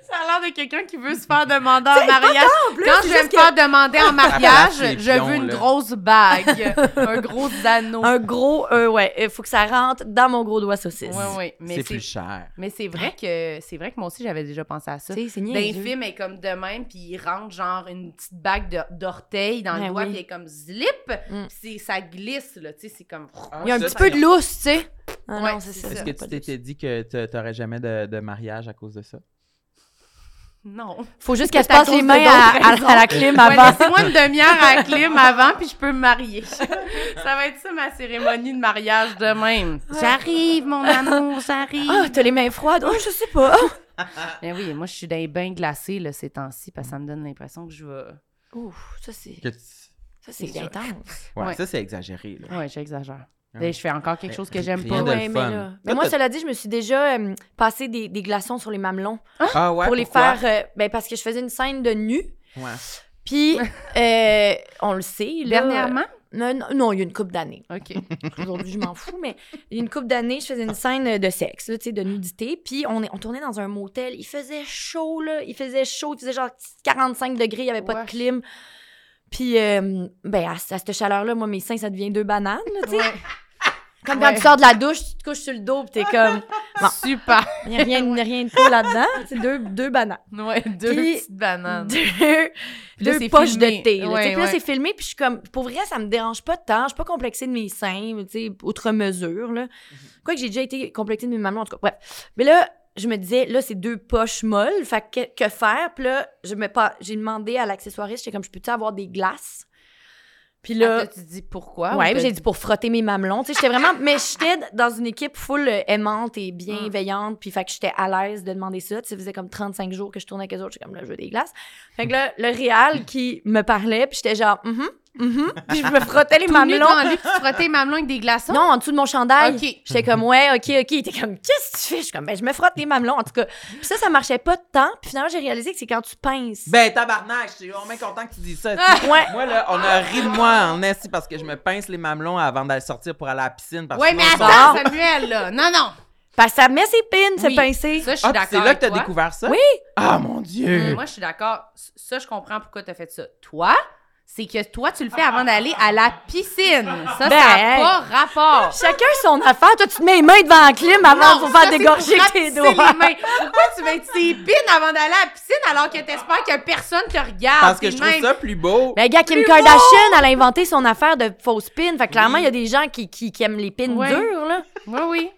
Speaker 3: Ça a l'air de quelqu'un qui veut se faire demander en
Speaker 4: T'sais, pas
Speaker 3: mariage.
Speaker 4: En plus,
Speaker 3: Quand je vais
Speaker 4: c'est
Speaker 3: me
Speaker 4: juste
Speaker 3: faire demander
Speaker 2: place
Speaker 3: en
Speaker 2: les
Speaker 3: mariage, je veux
Speaker 2: pions,
Speaker 3: une
Speaker 2: là.
Speaker 3: grosse bague, un gros anneau.
Speaker 4: que- un gros. euh, ouais, il faut que ça rentre dans mon gros doigt saucisse.
Speaker 3: Ouais, ouais.
Speaker 2: C'est
Speaker 3: Mais c'est
Speaker 2: plus cher.
Speaker 3: mais c'est vrai que c'est vrai que moi aussi j'avais déjà pensé à ça.
Speaker 4: Tu sais, c'est
Speaker 3: D'un
Speaker 4: niaiseux.
Speaker 3: film est comme de même puis il rentre genre une petite bague de- d'orteil dans
Speaker 4: Ben
Speaker 3: le doigt
Speaker 4: oui.
Speaker 3: puis il est comme zlip,
Speaker 4: Mm.
Speaker 3: puis c'est- ça glisse là, tu sais, c'est comme
Speaker 4: Il
Speaker 2: Ah,
Speaker 4: y a un petit peu de lousse, tu sais. Ah
Speaker 3: Ouais,
Speaker 4: non, c'est
Speaker 3: c'est
Speaker 4: ça.
Speaker 3: ça.
Speaker 2: Est-ce
Speaker 4: c'est
Speaker 2: que
Speaker 4: pas
Speaker 2: tu
Speaker 4: de
Speaker 2: t'étais
Speaker 4: lousse.
Speaker 2: dit que t- t'aurais jamais de, de mariage à cause de ça?
Speaker 3: non.
Speaker 4: Faut juste qu'elle se
Speaker 3: C'est à
Speaker 4: passe
Speaker 3: cause
Speaker 4: les
Speaker 3: de
Speaker 4: mains
Speaker 3: d'autres
Speaker 4: à, à-
Speaker 3: raisons.
Speaker 4: à la clim
Speaker 3: Ouais,
Speaker 4: avant.
Speaker 3: Laissez-moi une demi-heure à la clim avant, puis je peux me marier. ça va être ça ma cérémonie de mariage de même. J'arrive, mon amour, j'arrive.
Speaker 4: Ah, t'as les mains froides. Oh, je sais pas.
Speaker 3: Ah! Mais oui, moi, je suis dans les bains glacés là, ces temps-ci, parce que ça me donne l'impression que je vais.
Speaker 4: Oh. Ouh, ça c'est.
Speaker 2: Que tu-
Speaker 4: Ça c'est
Speaker 3: C'est
Speaker 4: intense.
Speaker 2: Ouais,
Speaker 3: Ouais.
Speaker 2: ça, c'est exagéré. Là.
Speaker 3: Ouais, j'exagère.
Speaker 2: Ah.
Speaker 3: Là, Je fais encore quelque chose que
Speaker 2: Rien
Speaker 3: j'aime
Speaker 2: de
Speaker 3: pas.
Speaker 2: le
Speaker 4: Ouais, mais
Speaker 2: fun.
Speaker 4: là. Mais
Speaker 2: Toi,
Speaker 4: moi,
Speaker 2: t'as-
Speaker 4: cela dit, je me suis déjà euh, passé des, des glaçons sur les mamelons
Speaker 2: Ah ouais,
Speaker 4: pour les
Speaker 2: pourquoi?
Speaker 4: faire. euh, ben, parce que je faisais une scène de nu.
Speaker 2: Ouais.
Speaker 4: Puis, euh, on le sait. Là,
Speaker 3: Dernièrement?
Speaker 4: Non, non, non, il y a une couple d'années.
Speaker 3: OK.
Speaker 4: Aujourd'hui, je m'en fous, mais il y a une couple d'années, je faisais une scène de sexe, là, tu sais, de nudité. Puis, on, est- on tournait dans un motel. Il faisait chaud, là. Il faisait chaud. Il faisait genre 45 degrés. Il n'y avait pas
Speaker 3: Wesh.
Speaker 4: de clim. Puis, euh, ben, à, à cette chaleur-là, moi, mes seins, ça devient deux bananes, là, tu sais.
Speaker 3: Ouais.
Speaker 4: Comme quand
Speaker 3: Ouais.
Speaker 4: tu sors de la douche, tu te couches sur le dos, puis t'es comme, Bon.
Speaker 3: Super.
Speaker 4: il n'y a rien, y a rien de cool là-dedans. C'est deux, deux bananes.
Speaker 3: Ouais, deux
Speaker 4: Puis-
Speaker 3: petites bananes.
Speaker 4: deux,
Speaker 3: Puis là,
Speaker 4: deux
Speaker 3: c'est
Speaker 4: poches
Speaker 3: filmé.
Speaker 4: de thé. Là, tu sais.
Speaker 3: Ouais,
Speaker 4: Puis là,
Speaker 3: ouais.
Speaker 4: c'est filmé, puis je suis comme, pour vrai, ça me dérange pas tant. Je suis pas complexée de mes seins, tu sais, outre mesure. Là.
Speaker 3: Mm-hmm.
Speaker 4: Quoi que j'ai déjà été complexée de mes mamelons, en tout cas, bref. Mais là, je me disais, là, c'est deux poches molles, fait que, que faire? Puis là, je me pas, j'ai demandé à l'accessoiriste, j'étais comme, je peux-tu avoir des glaces? Puis là...
Speaker 3: Là, tu dis pourquoi?
Speaker 4: ouais,
Speaker 3: ou
Speaker 4: puis j'ai
Speaker 3: t'as-
Speaker 4: dit pour frotter mes mamelons. Tu sais, j'étais vraiment. Mais j'étais d- dans une équipe full euh, aimante et bienveillante. Puis, fait que j'étais à l'aise de demander ça. Tu sais, ça faisait comme 35 jours que je tournais avec eux autres. J'étais comme là, je veux des glaces. Fait que là, le réal qui me parlait, puis j'étais genre, hum Puis je me frottais les
Speaker 3: Tout nu
Speaker 4: mamelons.
Speaker 3: devant lui, puis tu frottais les mamelons avec des glaçons?
Speaker 4: Non, en dessous de mon chandail.
Speaker 3: OK.
Speaker 4: J'étais comme, ouais, ok, ok. Il était comme, qu'est-ce que tu fais? Je suis comme, ben, je me frotte les mamelons, en tout cas. Puis ça, ça marchait pas de temps. Puis finalement, j'ai réalisé que c'est quand tu pinces.
Speaker 2: Ben, tabarnak, je suis vraiment content que tu dises ça.
Speaker 4: ouais.
Speaker 2: Moi, là, on a ri de moi en esti parce que je me pince les mamelons avant d'aller sortir pour aller à la piscine. Parce
Speaker 3: Ouais,
Speaker 2: que
Speaker 3: mais
Speaker 2: sinon,
Speaker 4: ça-
Speaker 3: attends, Samuel, là. Non, non.
Speaker 4: Parce que ça met ses pines,
Speaker 3: Oui.
Speaker 4: se pincer.
Speaker 3: Ça, je suis
Speaker 2: Ah, puis
Speaker 3: d'accord.
Speaker 2: c'est là que t'as
Speaker 3: avec toi.
Speaker 2: découvert ça?
Speaker 4: Oui. Mm,
Speaker 2: Ah, mon Dieu!
Speaker 4: Hum.
Speaker 3: Mais moi, je suis d'accord. Ça, je comprends pourquoi t'as fait ça. Toi, c'est que toi, tu le fais avant d'aller à la piscine. Ça, ça
Speaker 4: Ben,
Speaker 3: n'a
Speaker 4: hey.
Speaker 3: pas rapport.
Speaker 4: Chacun son affaire. Toi, tu te mets les mains devant la clim avant de vous
Speaker 3: ça,
Speaker 4: faire
Speaker 3: c'est
Speaker 4: dégorger
Speaker 3: pour
Speaker 4: tes
Speaker 3: rapetisser
Speaker 4: doigts.
Speaker 3: les mains. Pourquoi tu mets tes pins avant d'aller à la piscine alors que t'espères que personne te
Speaker 4: Ah,
Speaker 3: regarde?
Speaker 2: parce que
Speaker 3: T'es
Speaker 2: je
Speaker 3: de
Speaker 2: trouve
Speaker 3: même.
Speaker 2: ça plus beau.
Speaker 4: Mais gars, Kim
Speaker 3: Plus
Speaker 4: Kardashian, elle a inventé son affaire de fausse pin. Fait que clairement, il y a des gens qui, qui, qui aiment les pins
Speaker 3: Ouais.
Speaker 4: dures, là.
Speaker 3: Oui, oui.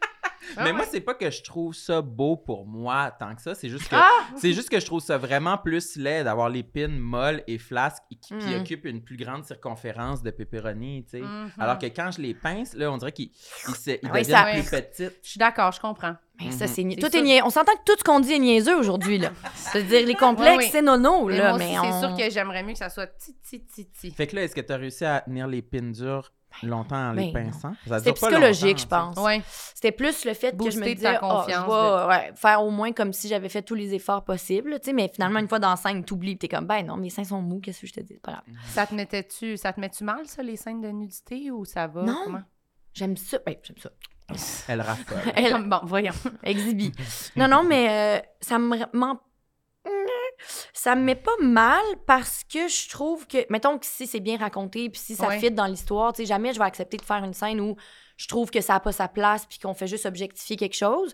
Speaker 3: Ah,
Speaker 2: mais moi,
Speaker 3: ouais.
Speaker 2: c'est pas que je trouve ça beau pour moi tant que ça. C'est juste que,
Speaker 3: Ah!
Speaker 2: c'est juste que je trouve ça vraiment plus laid d'avoir les pins molles et flasques et qui, qui
Speaker 4: Mm. Mm-hmm.
Speaker 2: occupent une plus grande circonférence de pepperoni, tu sais.
Speaker 3: Mhm.
Speaker 2: Alors que quand je les pince, là, on dirait qu'ils ils se- ils
Speaker 4: Ah oui,
Speaker 2: deviennent
Speaker 4: ça-
Speaker 2: plus petites.
Speaker 3: Je suis d'accord, je comprends.
Speaker 4: Mais ça, c'est ni-
Speaker 3: Mhm. C'est
Speaker 4: tout
Speaker 3: ça.
Speaker 4: est niais- On s'entend que tout ce qu'on dit est niaiseux aujourd'hui, là. C'est-à-dire, les complexes,
Speaker 3: Ouais, ouais.
Speaker 4: c'est nono,
Speaker 3: Mais
Speaker 4: là.
Speaker 3: moi aussi,
Speaker 4: mais on-
Speaker 3: c'est sûr que j'aimerais mieux que ça soit ti, ti, ti, ti.
Speaker 2: Fait que là, est-ce que tu as réussi à tenir les pins dures longtemps en les
Speaker 4: ben non.
Speaker 2: pinçant? Ça
Speaker 4: C'était
Speaker 2: dure pas
Speaker 4: psychologique,
Speaker 2: longtemps,
Speaker 4: je pense.
Speaker 3: Ouais.
Speaker 4: C'était plus le fait que je me
Speaker 3: Booster ta
Speaker 4: disais, oh, je vais
Speaker 3: confiance
Speaker 4: ouais, faire au moins comme si j'avais fait tous les efforts possibles, tu sais. Mais finalement, une fois dans la scène, t'oublies, puis t'es comme, ben non, mes seins sont mous, qu'est-ce que je te dis? C'est pas grave.
Speaker 3: Ça te mettait-tu, ça te met-tu mal, ça, les scènes de nudité, ou ça va?
Speaker 4: Non.
Speaker 3: Comment?
Speaker 4: J'aime ça. Ouais, j'aime ça.
Speaker 2: tu sais. Elle raffole.
Speaker 4: Elle-
Speaker 3: Comme- bon, voyons.
Speaker 4: Exhibit. Non, non, mais euh, ça me m'en- ça me met pas mal parce que je trouve que mettons que si c'est bien raconté puis si ça
Speaker 3: Ouais.
Speaker 4: fit dans l'histoire, tu sais jamais je vais accepter de faire une scène où je trouve que ça a pas sa place puis qu'on fait juste objectifier quelque chose.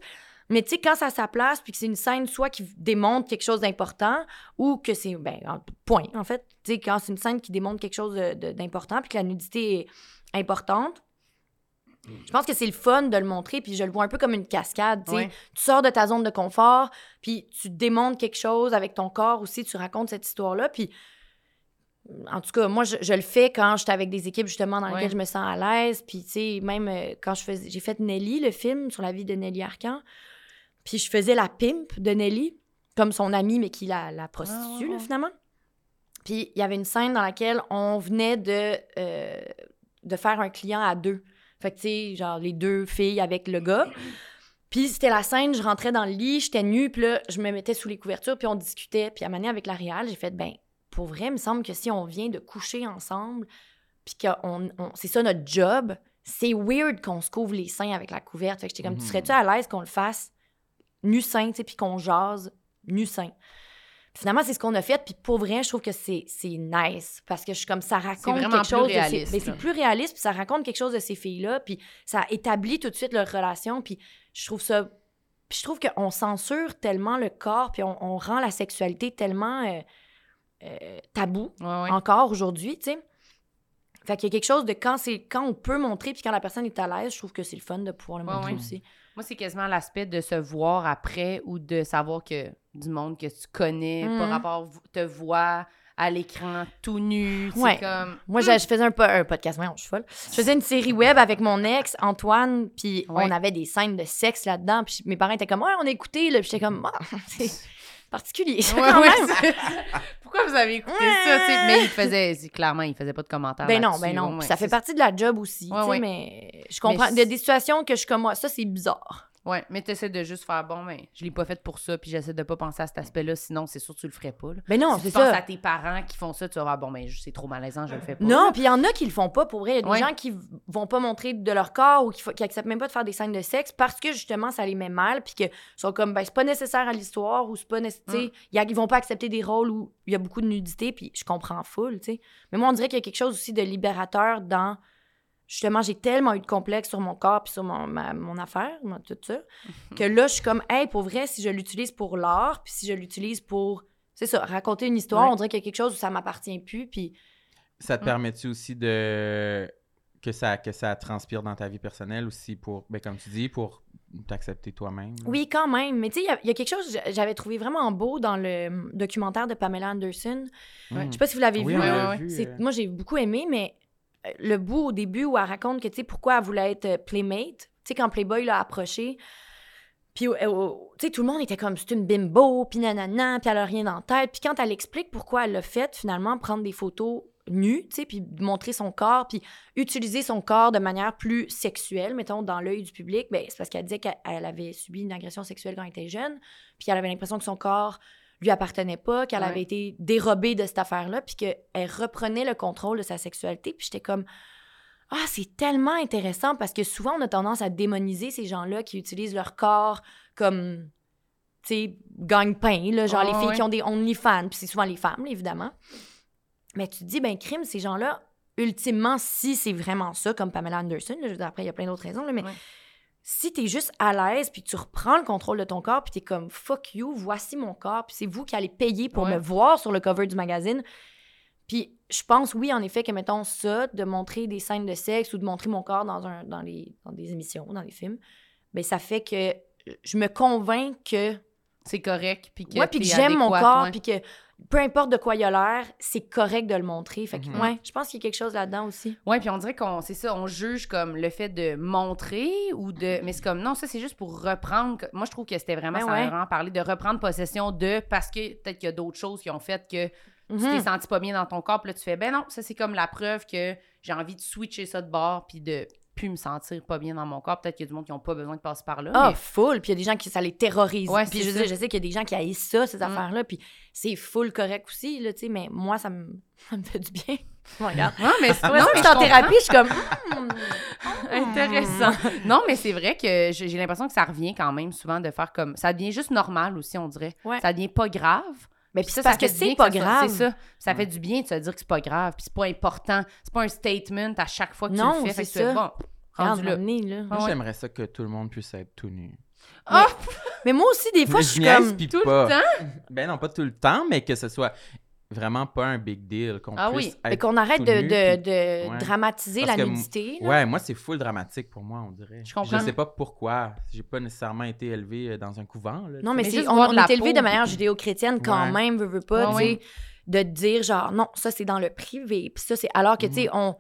Speaker 4: Mais tu sais quand ça a sa place puis que c'est une scène soit qui démontre quelque chose d'important ou que c'est ben en- point en fait, tu sais quand c'est une scène qui démontre quelque chose de- de- d'important puis que la nudité est importante. Je pense que c'est le fun de le montrer, puis je le vois un peu comme une cascade. tu sais
Speaker 3: Ouais.
Speaker 4: tu sors de ta zone de confort, puis tu démontres quelque chose avec ton corps aussi, tu racontes cette histoire-là, puis en tout cas, moi, je, je le fais quand j'étais avec des équipes justement dans lesquelles
Speaker 3: Ouais.
Speaker 4: je me sens à l'aise, puis tu sais, même euh, quand je faisais, j'ai fait Nelly, le film sur la vie de Nelly Arcan, puis je faisais la pimp de Nelly, comme son amie, mais qui la, la prostitue,
Speaker 3: Ah, ouais,
Speaker 4: là,
Speaker 3: ouais.
Speaker 4: finalement. Puis il y avait une scène dans laquelle on venait de, euh, de faire un client à deux. Fait que, tu sais, genre, les deux filles avec le gars. Puis c'était la scène, je rentrais dans le lit, j'étais nue, puis là, je me mettais sous les couvertures, puis on discutait. Puis à un moment donné, avec la réal, j'ai fait, ben, pour vrai, il me semble que si on vient de coucher ensemble, puis que on, on- c'est ça notre job, c'est weird qu'on se couvre les seins avec la couverte. Fait que j'étais comme, tu
Speaker 2: Mhm.
Speaker 4: serais-tu à l'aise qu'on le fasse nu sein, tu sais, puis qu'on jase nu-sein. Finalement, c'est ce qu'on a fait. Puis pour vrai, je trouve que c'est c'est nice parce que je suis comme ça raconte
Speaker 3: vraiment
Speaker 4: quelque
Speaker 3: plus
Speaker 4: chose. de ces-
Speaker 3: réaliste,
Speaker 4: ben, c'est
Speaker 3: là.
Speaker 4: plus réaliste, puis ça raconte quelque chose de ces filles-là. Puis ça établit tout de suite leur relation. Puis je trouve ça. Puis je trouve qu'on censure tellement le corps, puis on, on rend la sexualité tellement euh, euh, tabou
Speaker 3: Ouais, ouais.
Speaker 4: encore aujourd'hui, tu sais. Fait qu'il y a quelque chose de quand c'est quand on peut montrer puis quand la personne est à l'aise, je trouve que c'est le fun de pouvoir le
Speaker 3: Ouais,
Speaker 4: montrer
Speaker 3: ouais.
Speaker 4: aussi.
Speaker 3: Moi, c'est quasiment l'aspect de se voir après ou de savoir que du monde que tu connais
Speaker 4: Mhm.
Speaker 3: par rapport vo- te voit à l'écran tout nu. C'est
Speaker 4: Ouais.
Speaker 3: comme.
Speaker 4: Moi, je, je faisais un, po- un podcast, voyons, je suis folle. Je faisais une série web avec mon ex, Antoine, puis on
Speaker 3: Ouais.
Speaker 4: avait des scènes de sexe là-dedans. Puis mes parents étaient comme, ouais, on a écouté, là. Puis j'étais comme, Ah, c'est particulier. ça,
Speaker 3: Ouais,
Speaker 4: quand
Speaker 3: ouais,
Speaker 4: même.
Speaker 3: c'est- Pourquoi vous avez écouté ça? tu sais? Mais il faisait, c'est- clairement, il faisait pas de commentaires.
Speaker 4: Ben non,
Speaker 3: là-dessus.
Speaker 4: ben non.
Speaker 3: Ouais,
Speaker 4: Puis ça fait
Speaker 3: c'est-
Speaker 4: partie de la job aussi,
Speaker 3: Ouais,
Speaker 4: tu sais,
Speaker 3: ouais.
Speaker 4: mais je comprends.
Speaker 3: Mais
Speaker 4: Il y a des situations que je suis comme, moi, ça, c'est bizarre.
Speaker 3: Ouais, mais t'essaies de juste faire bon, mais je l'ai pas fait pour ça, puis j'essaie de pas penser à cet aspect-là, sinon c'est sûr que tu le ferais pas. là.
Speaker 4: Ben non,
Speaker 3: si
Speaker 4: c'est
Speaker 3: tu penses à
Speaker 4: ça.
Speaker 3: tes parents qui font ça, tu vas voir, bon, mais c'est trop malaisant, je le fais pas.
Speaker 4: Non, puis il y en a qui le font pas pour vrai. Il y a des
Speaker 3: Ouais.
Speaker 4: gens qui v- vont pas montrer de leur corps ou qui, fa- qui acceptent même pas de faire des scènes de sexe parce que justement ça les met mal puis que sont comme ben c'est pas nécessaire à l'histoire ou c'est pas
Speaker 3: Hum.
Speaker 4: nécessaire. Ils vont pas accepter des rôles où il y a beaucoup de nudité puis je comprends full, tu sais. Mais moi on dirait qu'il y a quelque chose aussi de libérateur dans justement j'ai tellement eu de complexe sur mon corps puis sur mon, ma- mon affaire, mon- tout ça que là je suis comme hey pour vrai si je l'utilise pour l'art puis si je l'utilise pour c'est ça raconter une histoire,
Speaker 3: Ouais.
Speaker 4: on dirait qu'il y a quelque chose où ça m'appartient plus puis
Speaker 2: Ça te
Speaker 3: Mm.
Speaker 2: permet-tu aussi de. Que ça, que ça transpire dans ta vie personnelle aussi pour, ben, comme tu dis, pour t'accepter toi-même. là.
Speaker 4: Oui, quand même. Mais tu sais, il y a- il y, a quelque chose que j'avais trouvé vraiment beau dans le hum, documentaire de Pamela Anderson.
Speaker 2: Mm.
Speaker 4: Je sais pas si vous l'avez
Speaker 2: Oui,
Speaker 4: vu.
Speaker 2: on
Speaker 3: ouais,
Speaker 2: l'a
Speaker 3: ouais.
Speaker 2: vu,
Speaker 4: C'est-
Speaker 2: euh.
Speaker 4: Moi, j'ai beaucoup aimé, mais euh, le bout au début où elle raconte que, tu sais, pourquoi elle voulait être euh, playmate, tu sais, quand Playboy l'a approchée, puis, euh, euh, tu sais, tout le monde était comme, c'est une bimbo, puis nanana, puis elle a rien dans la tête. Puis quand elle explique pourquoi elle l'a fait, finalement, prendre des photos nues, tu sais, puis montrer son corps, puis utiliser son corps de manière plus sexuelle, mettons, dans l'œil du public, ben, c'est parce qu'elle disait qu'elle elle avait subi une agression sexuelle quand elle était jeune, puis elle avait l'impression que son corps lui appartenait pas, qu'elle
Speaker 3: Ouais.
Speaker 4: avait été dérobée de cette affaire-là, puis qu'elle reprenait le contrôle de sa sexualité, puis j'étais comme... Ah, c'est tellement intéressant parce que souvent on a tendance à démoniser ces gens-là qui utilisent leur corps comme, tu sais, gagne-pain, là, genre
Speaker 3: Ouais,
Speaker 4: les filles
Speaker 3: ouais.
Speaker 4: qui ont des OnlyFans, puis c'est souvent les femmes, là, évidemment. Mais tu te dis, ben, crime, ces gens-là, ultimement, si c'est vraiment ça, comme Pamela Anderson, là, je veux dire, après, il y a plein d'autres raisons, là, mais
Speaker 3: Ouais.
Speaker 4: si t'es juste à l'aise, puis que tu reprends le contrôle de ton corps, puis t'es comme, fuck you, voici mon corps, puis c'est vous qui allez payer pour
Speaker 3: Ouais.
Speaker 4: me voir sur le cover du magazine. Puis je pense, oui, en effet, que, mettons, ça, de montrer des scènes de sexe ou de montrer mon corps dans, un, dans, les, dans des émissions, dans des films, ben, ça fait que je me convainc que
Speaker 3: C'est correct, puis que
Speaker 4: ouais, puis que
Speaker 3: t'es
Speaker 4: j'aime mon
Speaker 3: adéquate,
Speaker 4: corps,
Speaker 3: ouais.
Speaker 4: puis que peu importe de quoi il a l'air, c'est correct de le montrer. Fait que,
Speaker 3: Mm-hmm.
Speaker 2: Mhm.
Speaker 4: ouais, je pense qu'il y a quelque chose là-dedans aussi.
Speaker 3: Ouais, puis on dirait qu'on, c'est ça, on juge comme le fait de montrer ou de, mais c'est comme non, ça c'est juste pour reprendre. Moi, je trouve que c'était vraiment,
Speaker 4: Ben
Speaker 3: ça a
Speaker 4: ouais.
Speaker 3: vraiment parlé de reprendre possession de parce que peut-être qu'il y a d'autres choses qui ont fait que tu
Speaker 4: Mhm.
Speaker 3: t'es senti pas bien dans ton corps, puis là tu fais ben non, ça c'est comme la preuve que j'ai envie de switcher ça de bord puis de plus me sentir pas bien dans mon corps. Peut-être qu'il y a du monde qui n'ont pas besoin de passer par là.
Speaker 4: Ah,
Speaker 3: mais-
Speaker 4: full! Puis il y a des gens qui, ça les terrorise.
Speaker 3: Ouais,
Speaker 4: puis
Speaker 3: c'est
Speaker 4: je, veux
Speaker 3: ça.
Speaker 4: dire, je sais qu'il y a des gens qui haïssent ça, ces
Speaker 3: Mm.
Speaker 4: affaires-là, puis c'est full correct aussi, là, tu sais, mais moi, ça me, ça me fait du bien. Bon, regarde.
Speaker 3: Non, mais c'est
Speaker 4: non, je suis en thérapie, je suis comme... Mmh. hmm.
Speaker 3: Intéressant. Non, mais c'est vrai que j'ai j'ai l'impression que ça revient quand même souvent de faire comme. Ça devient juste normal aussi, on dirait.
Speaker 4: Ouais.
Speaker 3: Ça devient pas grave.
Speaker 4: Mais
Speaker 3: Puis
Speaker 4: puis
Speaker 3: ça,
Speaker 4: c'est
Speaker 3: ça
Speaker 4: parce que
Speaker 3: fait du bien
Speaker 4: c'est pas
Speaker 3: ça soit-
Speaker 4: grave.
Speaker 3: C'est ça. Ça
Speaker 2: Ouais.
Speaker 3: fait du bien de se dire que c'est pas grave, puis c'est pas important. C'est pas un statement à chaque fois que
Speaker 4: Non,
Speaker 3: tu le fais. fait
Speaker 4: c'est
Speaker 3: que tu fais,
Speaker 4: ça.
Speaker 3: bon,
Speaker 4: Regarde,
Speaker 3: rendu là.
Speaker 4: m'emmener, là.
Speaker 3: Ah
Speaker 2: Moi,
Speaker 3: ouais.
Speaker 2: j'aimerais ça que tout le monde puisse être tout nu.
Speaker 4: Mais moi aussi, des fois, je suis comme...
Speaker 3: Tout le
Speaker 2: pas.
Speaker 3: temps?
Speaker 2: Ben non, pas tout le temps, mais que ce soit vraiment pas un big deal. Qu'on
Speaker 3: Ah
Speaker 2: puisse
Speaker 3: oui.
Speaker 4: Fait
Speaker 2: être
Speaker 4: qu'on arrête
Speaker 2: tout
Speaker 4: de,
Speaker 2: nu,
Speaker 4: de-
Speaker 2: puis-
Speaker 4: de
Speaker 2: Ouais.
Speaker 4: dramatiser
Speaker 2: Parce
Speaker 4: la
Speaker 2: que m-
Speaker 4: nudité. là.
Speaker 2: Ouais, moi, c'est full dramatique pour moi, on dirait.
Speaker 3: Je comprends.
Speaker 2: Je sais pas pourquoi. J'ai pas nécessairement été élevé euh, dans un couvent. Là,
Speaker 4: Non, mais,
Speaker 3: Mais
Speaker 4: c'est-
Speaker 3: juste
Speaker 4: on,
Speaker 3: voir
Speaker 4: on
Speaker 3: de la
Speaker 4: est élevé
Speaker 3: peau.
Speaker 4: de manière judéo-chrétienne quand
Speaker 2: Ouais.
Speaker 4: même, veux, veux pas,
Speaker 3: Ouais,
Speaker 4: tu sais, de te dire genre, non, ça c'est dans le privé. Puis ça, c'est. Alors que, tu sais, on.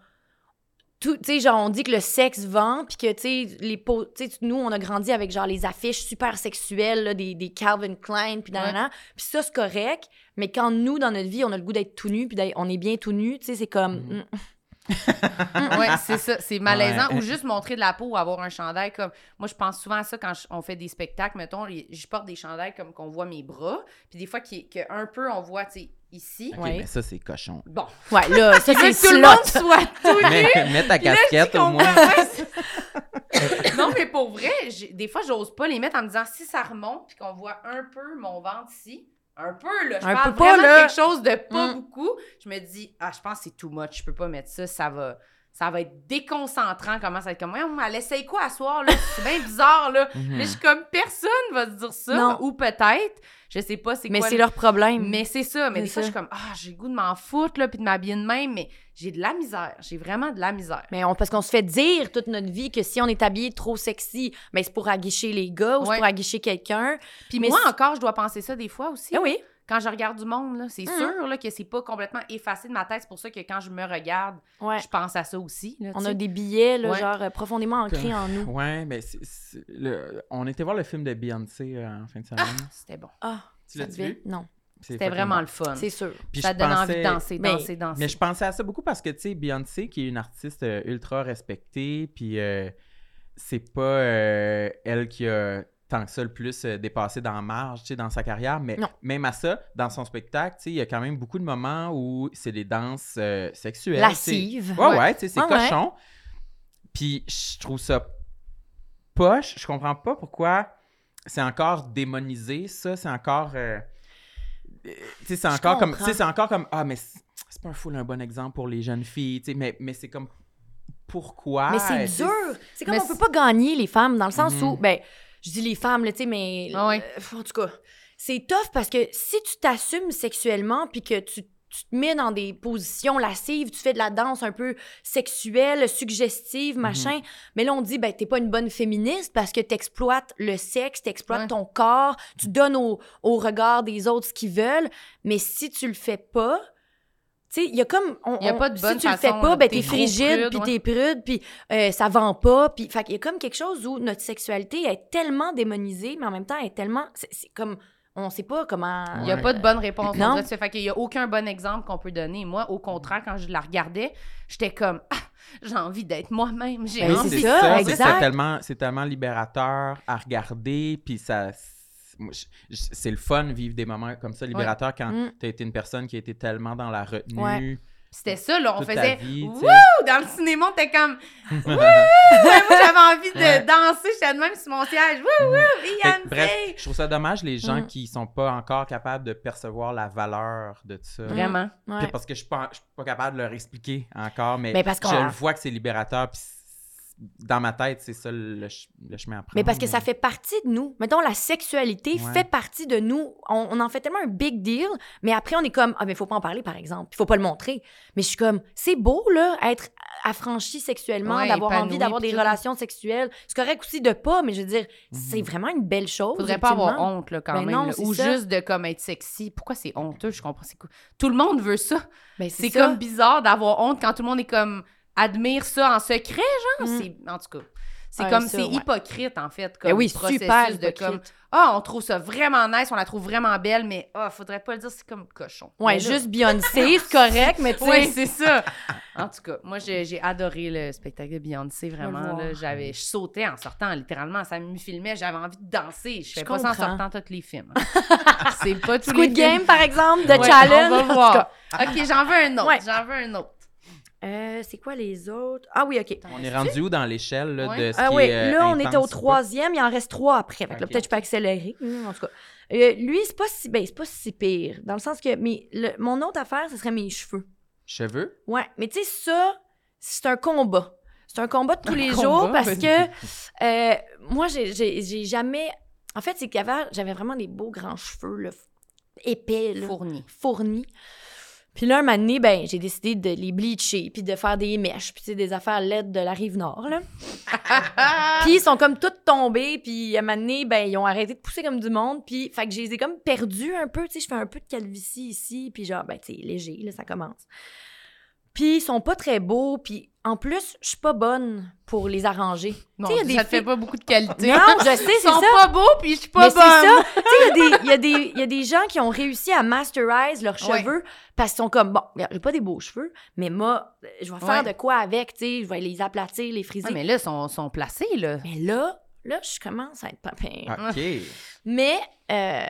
Speaker 4: Tout, tu sais, genre, on dit que le sexe vend, puis que, tu sais, les po- tu sais, nous, on a grandi avec, genre, les affiches super sexuelles, là, des, des Calvin Klein, puis nanana. Puis ça, c'est correct, mais quand nous, dans notre vie, on a le goût d'être tout nu, puis d'être- on est bien tout nu, tu sais, c'est comme...
Speaker 2: Mhm.
Speaker 4: mm.
Speaker 3: Ouais, c'est ça, c'est malaisant.
Speaker 2: Ouais.
Speaker 3: Ou juste montrer de la peau ou avoir un chandail comme. Moi, je pense souvent à ça quand je- on fait des spectacles. Mettons, les- je porte des chandails comme qu'on voit mes bras. Puis des fois, qui, que un peu, on voit, tu sais, ici.
Speaker 2: Ok,
Speaker 4: Ouais.
Speaker 2: mais ça, c'est cochon.
Speaker 3: Bon.
Speaker 4: Ouais, là, ça,
Speaker 3: Tu veux que
Speaker 4: c'est
Speaker 3: tout le monde
Speaker 4: slot.
Speaker 3: soit tout nu.
Speaker 2: Mets, mets ta
Speaker 3: Puis là, je dis
Speaker 2: casquette
Speaker 3: qu'on
Speaker 2: au moins.
Speaker 3: voit- ouais, c'est- non, mais pour pour vrai, j'ai- des fois, j'ose pas les mettre en me disant si ça remonte puis qu'on voit un peu mon ventre ici, un peu là, je
Speaker 4: Un
Speaker 3: parle
Speaker 4: peu pas,
Speaker 3: vraiment de
Speaker 4: là.
Speaker 3: quelque chose de pas
Speaker 4: Mm.
Speaker 3: beaucoup, je me dis ah, je pense que c'est too much, je peux pas mettre ça, ça va ça va être déconcentrant comment ça va être comme voyons, elle essaye quoi à soir là, c'est bien bizarre là.
Speaker 2: Mhm.
Speaker 3: Mais je suis comme personne va se dire ça
Speaker 4: Non.
Speaker 3: ou peut-être, je sais pas c'est
Speaker 4: Mais
Speaker 3: quoi
Speaker 4: c'est
Speaker 3: le-
Speaker 4: leur problème.
Speaker 3: mais c'est ça, mais
Speaker 4: C'est
Speaker 3: des fois
Speaker 4: ça.
Speaker 3: je suis comme ah, j'ai le goût de m'en foutre là puis de m'habiller de même mais j'ai de la misère, j'ai vraiment de la misère.
Speaker 4: Mais on, parce qu'on se fait dire toute notre vie que si on est habillé trop sexy, ben c'est pour aguicher les gars ou c'est
Speaker 3: Ouais.
Speaker 4: pour aguicher quelqu'un.
Speaker 3: Puis
Speaker 4: Mais
Speaker 3: moi
Speaker 4: si-
Speaker 3: encore je dois penser ça des fois aussi.
Speaker 4: Ah oui.
Speaker 3: quand je regarde du monde, là, c'est
Speaker 4: Mhm.
Speaker 3: sûr là, que c'est pas complètement effacé de ma tête. C'est pour ça que quand je me regarde,
Speaker 4: Ouais.
Speaker 3: je pense à ça aussi. là,
Speaker 4: On
Speaker 3: tu
Speaker 4: a
Speaker 3: sais.
Speaker 4: des billets, là,
Speaker 3: Ouais.
Speaker 4: genre euh, profondément ancrés en nous.
Speaker 2: Ouais, mais c'est- c'est- le- on était voir le film de Beyoncé euh, en fin de semaine.
Speaker 3: C'était bon.
Speaker 4: Ah,
Speaker 2: tu
Speaker 4: ça
Speaker 2: l'as-tu
Speaker 4: devait-
Speaker 2: vu?
Speaker 4: Non,
Speaker 2: C'est
Speaker 3: C'était
Speaker 2: fucking
Speaker 3: vraiment
Speaker 2: bon.
Speaker 3: le fun.
Speaker 4: c'est sûr.
Speaker 2: Puis
Speaker 3: ça
Speaker 2: je
Speaker 3: te donne envie
Speaker 2: pensais-
Speaker 3: de danser,
Speaker 4: Mais-
Speaker 3: danser, danser.
Speaker 2: Mais je pensais à ça beaucoup parce que, tu sais, Beyoncé, qui est une artiste euh, ultra respectée, puis euh, c'est pas euh, elle qui a tant que ça le plus euh, dépassé dans la marge, tu sais, dans sa carrière, mais
Speaker 4: Non.
Speaker 2: même à ça, dans son spectacle, tu sais, il y a quand même beaucoup de moments où c'est des danses euh, sexuelles. tu sais.
Speaker 4: Lascive.
Speaker 2: Ouais, ouais, tu sais, c'est
Speaker 4: Ouais, ouais.
Speaker 2: cochon. Puis je trouve ça poche. Je comprends pas pourquoi c'est encore démonisé, ça. C'est encore. euh, euh, tu sais, c'est
Speaker 4: Je
Speaker 2: encore comme.
Speaker 4: comprends.
Speaker 2: Tu sais, c'est encore comme. Ah, mais c'est c'est pas un full un bon exemple pour les jeunes filles, tu sais, mais, mais c'est comme. Pourquoi?
Speaker 4: Mais
Speaker 2: tu
Speaker 4: c'est
Speaker 2: sais,
Speaker 4: dur. C'est comme
Speaker 3: Mais
Speaker 4: on peut pas gagner les femmes dans le sens
Speaker 2: Mhm.
Speaker 4: où, ben, je dis les femmes, là, tu sais, mais.
Speaker 3: Ah ouais.
Speaker 4: euh, en tout cas, c'est tough parce que si tu t'assumes sexuellement puis que tu, tu te mets dans des positions lascives, tu fais de la danse un peu sexuelle,
Speaker 3: Mhm.
Speaker 4: suggestive, machin, mais là, on dit, ben, t'es pas une bonne féministe parce que t'exploites le sexe, t'exploites
Speaker 3: Ouais. Mm.
Speaker 4: ton corps, tu donnes au, au regard des autres ce qu'ils veulent, mais si tu le fais pas, tu sais, il y a comme. on-
Speaker 3: Il y a
Speaker 4: on-
Speaker 3: pas de bonne
Speaker 4: Si tu le fais
Speaker 3: façon,
Speaker 4: pas,
Speaker 3: là,
Speaker 4: ben,
Speaker 3: t'es
Speaker 4: t'es
Speaker 3: trop
Speaker 4: frigide,
Speaker 3: prude,
Speaker 4: puis
Speaker 3: ouais.
Speaker 4: t'es prude, puis euh, ça vend pas. Puis, fait qu'il y a comme quelque chose où notre sexualité est tellement démonisée, mais en même temps, elle est tellement. C'est c'est comme. On sait pas comment.
Speaker 3: Il n'y a
Speaker 2: Ouais.
Speaker 3: pas de bonne réponse.
Speaker 4: Non.
Speaker 3: Non. Fait qu'il n'y a aucun bon exemple qu'on peut donner. Moi, au contraire, quand je la regardais, j'étais comme Ah, j'ai envie d'être moi-même. J'ai
Speaker 4: Ben,
Speaker 2: Non,
Speaker 3: envie.
Speaker 2: c'est
Speaker 4: c'est ça,
Speaker 2: ça, c'est-
Speaker 4: exact.
Speaker 2: c'est tellement, c'est tellement libérateur à regarder, puis ça, c'est- moi, je- je- c'est le fun vivre des moments comme ça libérateurs quand
Speaker 4: Mm.
Speaker 2: t'as été une personne qui a été tellement dans la retenue
Speaker 4: Ouais.
Speaker 3: C'était ça, là. On
Speaker 2: toute ta
Speaker 3: faisait
Speaker 2: vie, tu sais.
Speaker 3: Wouh! Dans le cinéma, on était comme Ouais, Moi, j'avais envie de
Speaker 2: Ouais.
Speaker 3: danser. J'étais de même sur mon siège. Wouh, wouh,
Speaker 2: Fait que,
Speaker 3: Beyoncé!
Speaker 2: bref, je trouve ça dommage les gens
Speaker 4: Mm.
Speaker 2: qui sont pas encore capables de percevoir la valeur de ça.
Speaker 4: Mm.
Speaker 3: Vraiment.
Speaker 4: Ouais.
Speaker 2: Puis Parce que je suis pas, je suis pas capable de leur expliquer encore, mais,
Speaker 4: Mais parce qu'on-
Speaker 2: je le vois que c'est libérateur. Puis c'est- dans ma tête, c'est ça le, le ch- le chemin à prendre.
Speaker 4: Mais parce que ça fait partie de nous. Mettons, la sexualité
Speaker 2: Ouais.
Speaker 4: fait partie de nous. On, on en fait tellement un big deal, mais après, on est comme, ah, mais faut pas en parler, par exemple. Il faut pas le montrer. Mais je suis comme, c'est beau, là, être affranchi sexuellement,
Speaker 3: Ouais,
Speaker 4: d'avoir
Speaker 3: épanoui,
Speaker 4: envie d'avoir
Speaker 3: puis
Speaker 4: des
Speaker 3: tout.
Speaker 4: relations sexuelles. C'est correct aussi de pas, mais je veux dire,
Speaker 2: Mhm.
Speaker 4: c'est vraiment une belle chose.
Speaker 3: Faudrait pas avoir
Speaker 4: Oh, effectivement.
Speaker 3: honte, là, quand
Speaker 4: Ben
Speaker 3: même.
Speaker 4: non,
Speaker 3: là.
Speaker 4: c'est
Speaker 3: Ou
Speaker 4: ça.
Speaker 3: juste de comme être sexy. Pourquoi c'est honteux? Je comprends. c'est quoi. Tout le monde veut ça.
Speaker 4: Ben,
Speaker 3: C'est
Speaker 4: ça.
Speaker 3: comme bizarre d'avoir honte quand tout le monde est comme admire ça en secret, genre.
Speaker 4: Mm.
Speaker 3: C'est- En tout cas. C'est
Speaker 4: Ouais,
Speaker 3: comme
Speaker 4: ça,
Speaker 3: c'est
Speaker 4: ouais.
Speaker 3: hypocrite en fait comme
Speaker 4: Ben oui,
Speaker 3: processus
Speaker 4: super
Speaker 3: de comme
Speaker 4: hypocrite.
Speaker 3: ah on trouve ça vraiment nice, on la trouve vraiment belle mais ah faudrait pas le dire c'est comme cochon.
Speaker 4: Ouais,
Speaker 3: Mais là-
Speaker 4: juste Beyoncé, Ben c'est correct, mais tu sais.
Speaker 3: Oui, c'est ça. En tout cas, moi, j'ai j'ai adoré le spectacle de Beyoncé,
Speaker 4: Je vais
Speaker 3: vraiment.
Speaker 4: le
Speaker 3: là.
Speaker 4: voir.
Speaker 3: J'avais, je sautais en sortant, littéralement. Ça me filmait, j'avais envie de danser. Je fais
Speaker 4: Je
Speaker 3: pas ça en
Speaker 4: comprends.
Speaker 3: sortant tous les films. C'est pas tous les
Speaker 4: Squid
Speaker 3: films.
Speaker 4: Game, par exemple, de
Speaker 3: Ouais,
Speaker 4: Challenge.
Speaker 3: On
Speaker 4: En
Speaker 3: va
Speaker 4: tout
Speaker 3: voir.
Speaker 4: cas.
Speaker 3: OK, j'en veux un autre.
Speaker 4: Ouais.
Speaker 3: J'en veux un autre.
Speaker 4: Euh, c'est quoi les autres? Ah oui, OK.
Speaker 2: On est rendu où dans l'échelle là,
Speaker 3: Ouais.
Speaker 2: de ce
Speaker 4: Ah
Speaker 2: qui
Speaker 4: oui,
Speaker 2: est, euh,
Speaker 4: là, on
Speaker 2: intense
Speaker 4: était au
Speaker 2: ou pas?
Speaker 4: troisième, il en reste trois après. Fait que là,
Speaker 2: Ok.
Speaker 4: Peut-être que je peux accélérer. Hum, en tout cas. Euh, lui, c'est pas si ben, c'est pas si pire. Dans le sens que mais le- mon autre affaire, ce serait mes cheveux.
Speaker 2: Cheveux?
Speaker 4: Ouais, mais tu sais, ça, c'est un combat. C'est un combat de tous les
Speaker 3: combat,
Speaker 4: jours parce
Speaker 3: vas-y.
Speaker 4: que euh, moi, j'ai- j'ai j'ai jamais. En fait, c'est qu'avant, j'avais vraiment des beaux grands cheveux là, épais, là,
Speaker 3: Fourni.
Speaker 4: fournis. Puis là, un moment donné, ben, j'ai décidé de les bleacher, puis de faire des mèches, puis tu sais, des affaires laides de la rive nord. Là.
Speaker 3: Ah.
Speaker 4: Puis ils sont comme toutes tombées, puis à un moment donné, ben, ils ont arrêté de pousser comme du monde, puis fait que je les ai comme perdus un peu, tu sais, je fais un peu de calvitie ici, puis genre, ben, tu sais, léger, là, ça commence. Puis ils sont pas très beaux, puis en plus, je suis pas bonne pour les arranger.
Speaker 3: Non,
Speaker 4: Tu sais, il y a
Speaker 3: ça
Speaker 4: des
Speaker 3: te fait
Speaker 4: filles-
Speaker 3: pas beaucoup de qualité.
Speaker 4: Non, je sais, c'est
Speaker 3: Ils sont
Speaker 4: ça.
Speaker 3: pas beaux, puis je suis pas
Speaker 4: Mais c'est
Speaker 3: bonne.
Speaker 4: ça. Tu sais, il y a des- il y, a des- il y a des gens qui ont réussi à masterize leurs
Speaker 3: Ouais.
Speaker 4: cheveux parce qu'ils sont comme, bon, regarde, j'ai pas des beaux cheveux, mais moi, euh, je vais faire
Speaker 3: Ouais.
Speaker 4: de quoi avec, tu sais, je vais les aplatir, les friser.
Speaker 3: Ouais,
Speaker 4: mais...
Speaker 3: Ah, mais là, ils sont, sont placés, là.
Speaker 4: là, là, je commence à être pas pire.
Speaker 2: OK.
Speaker 4: Mais euh,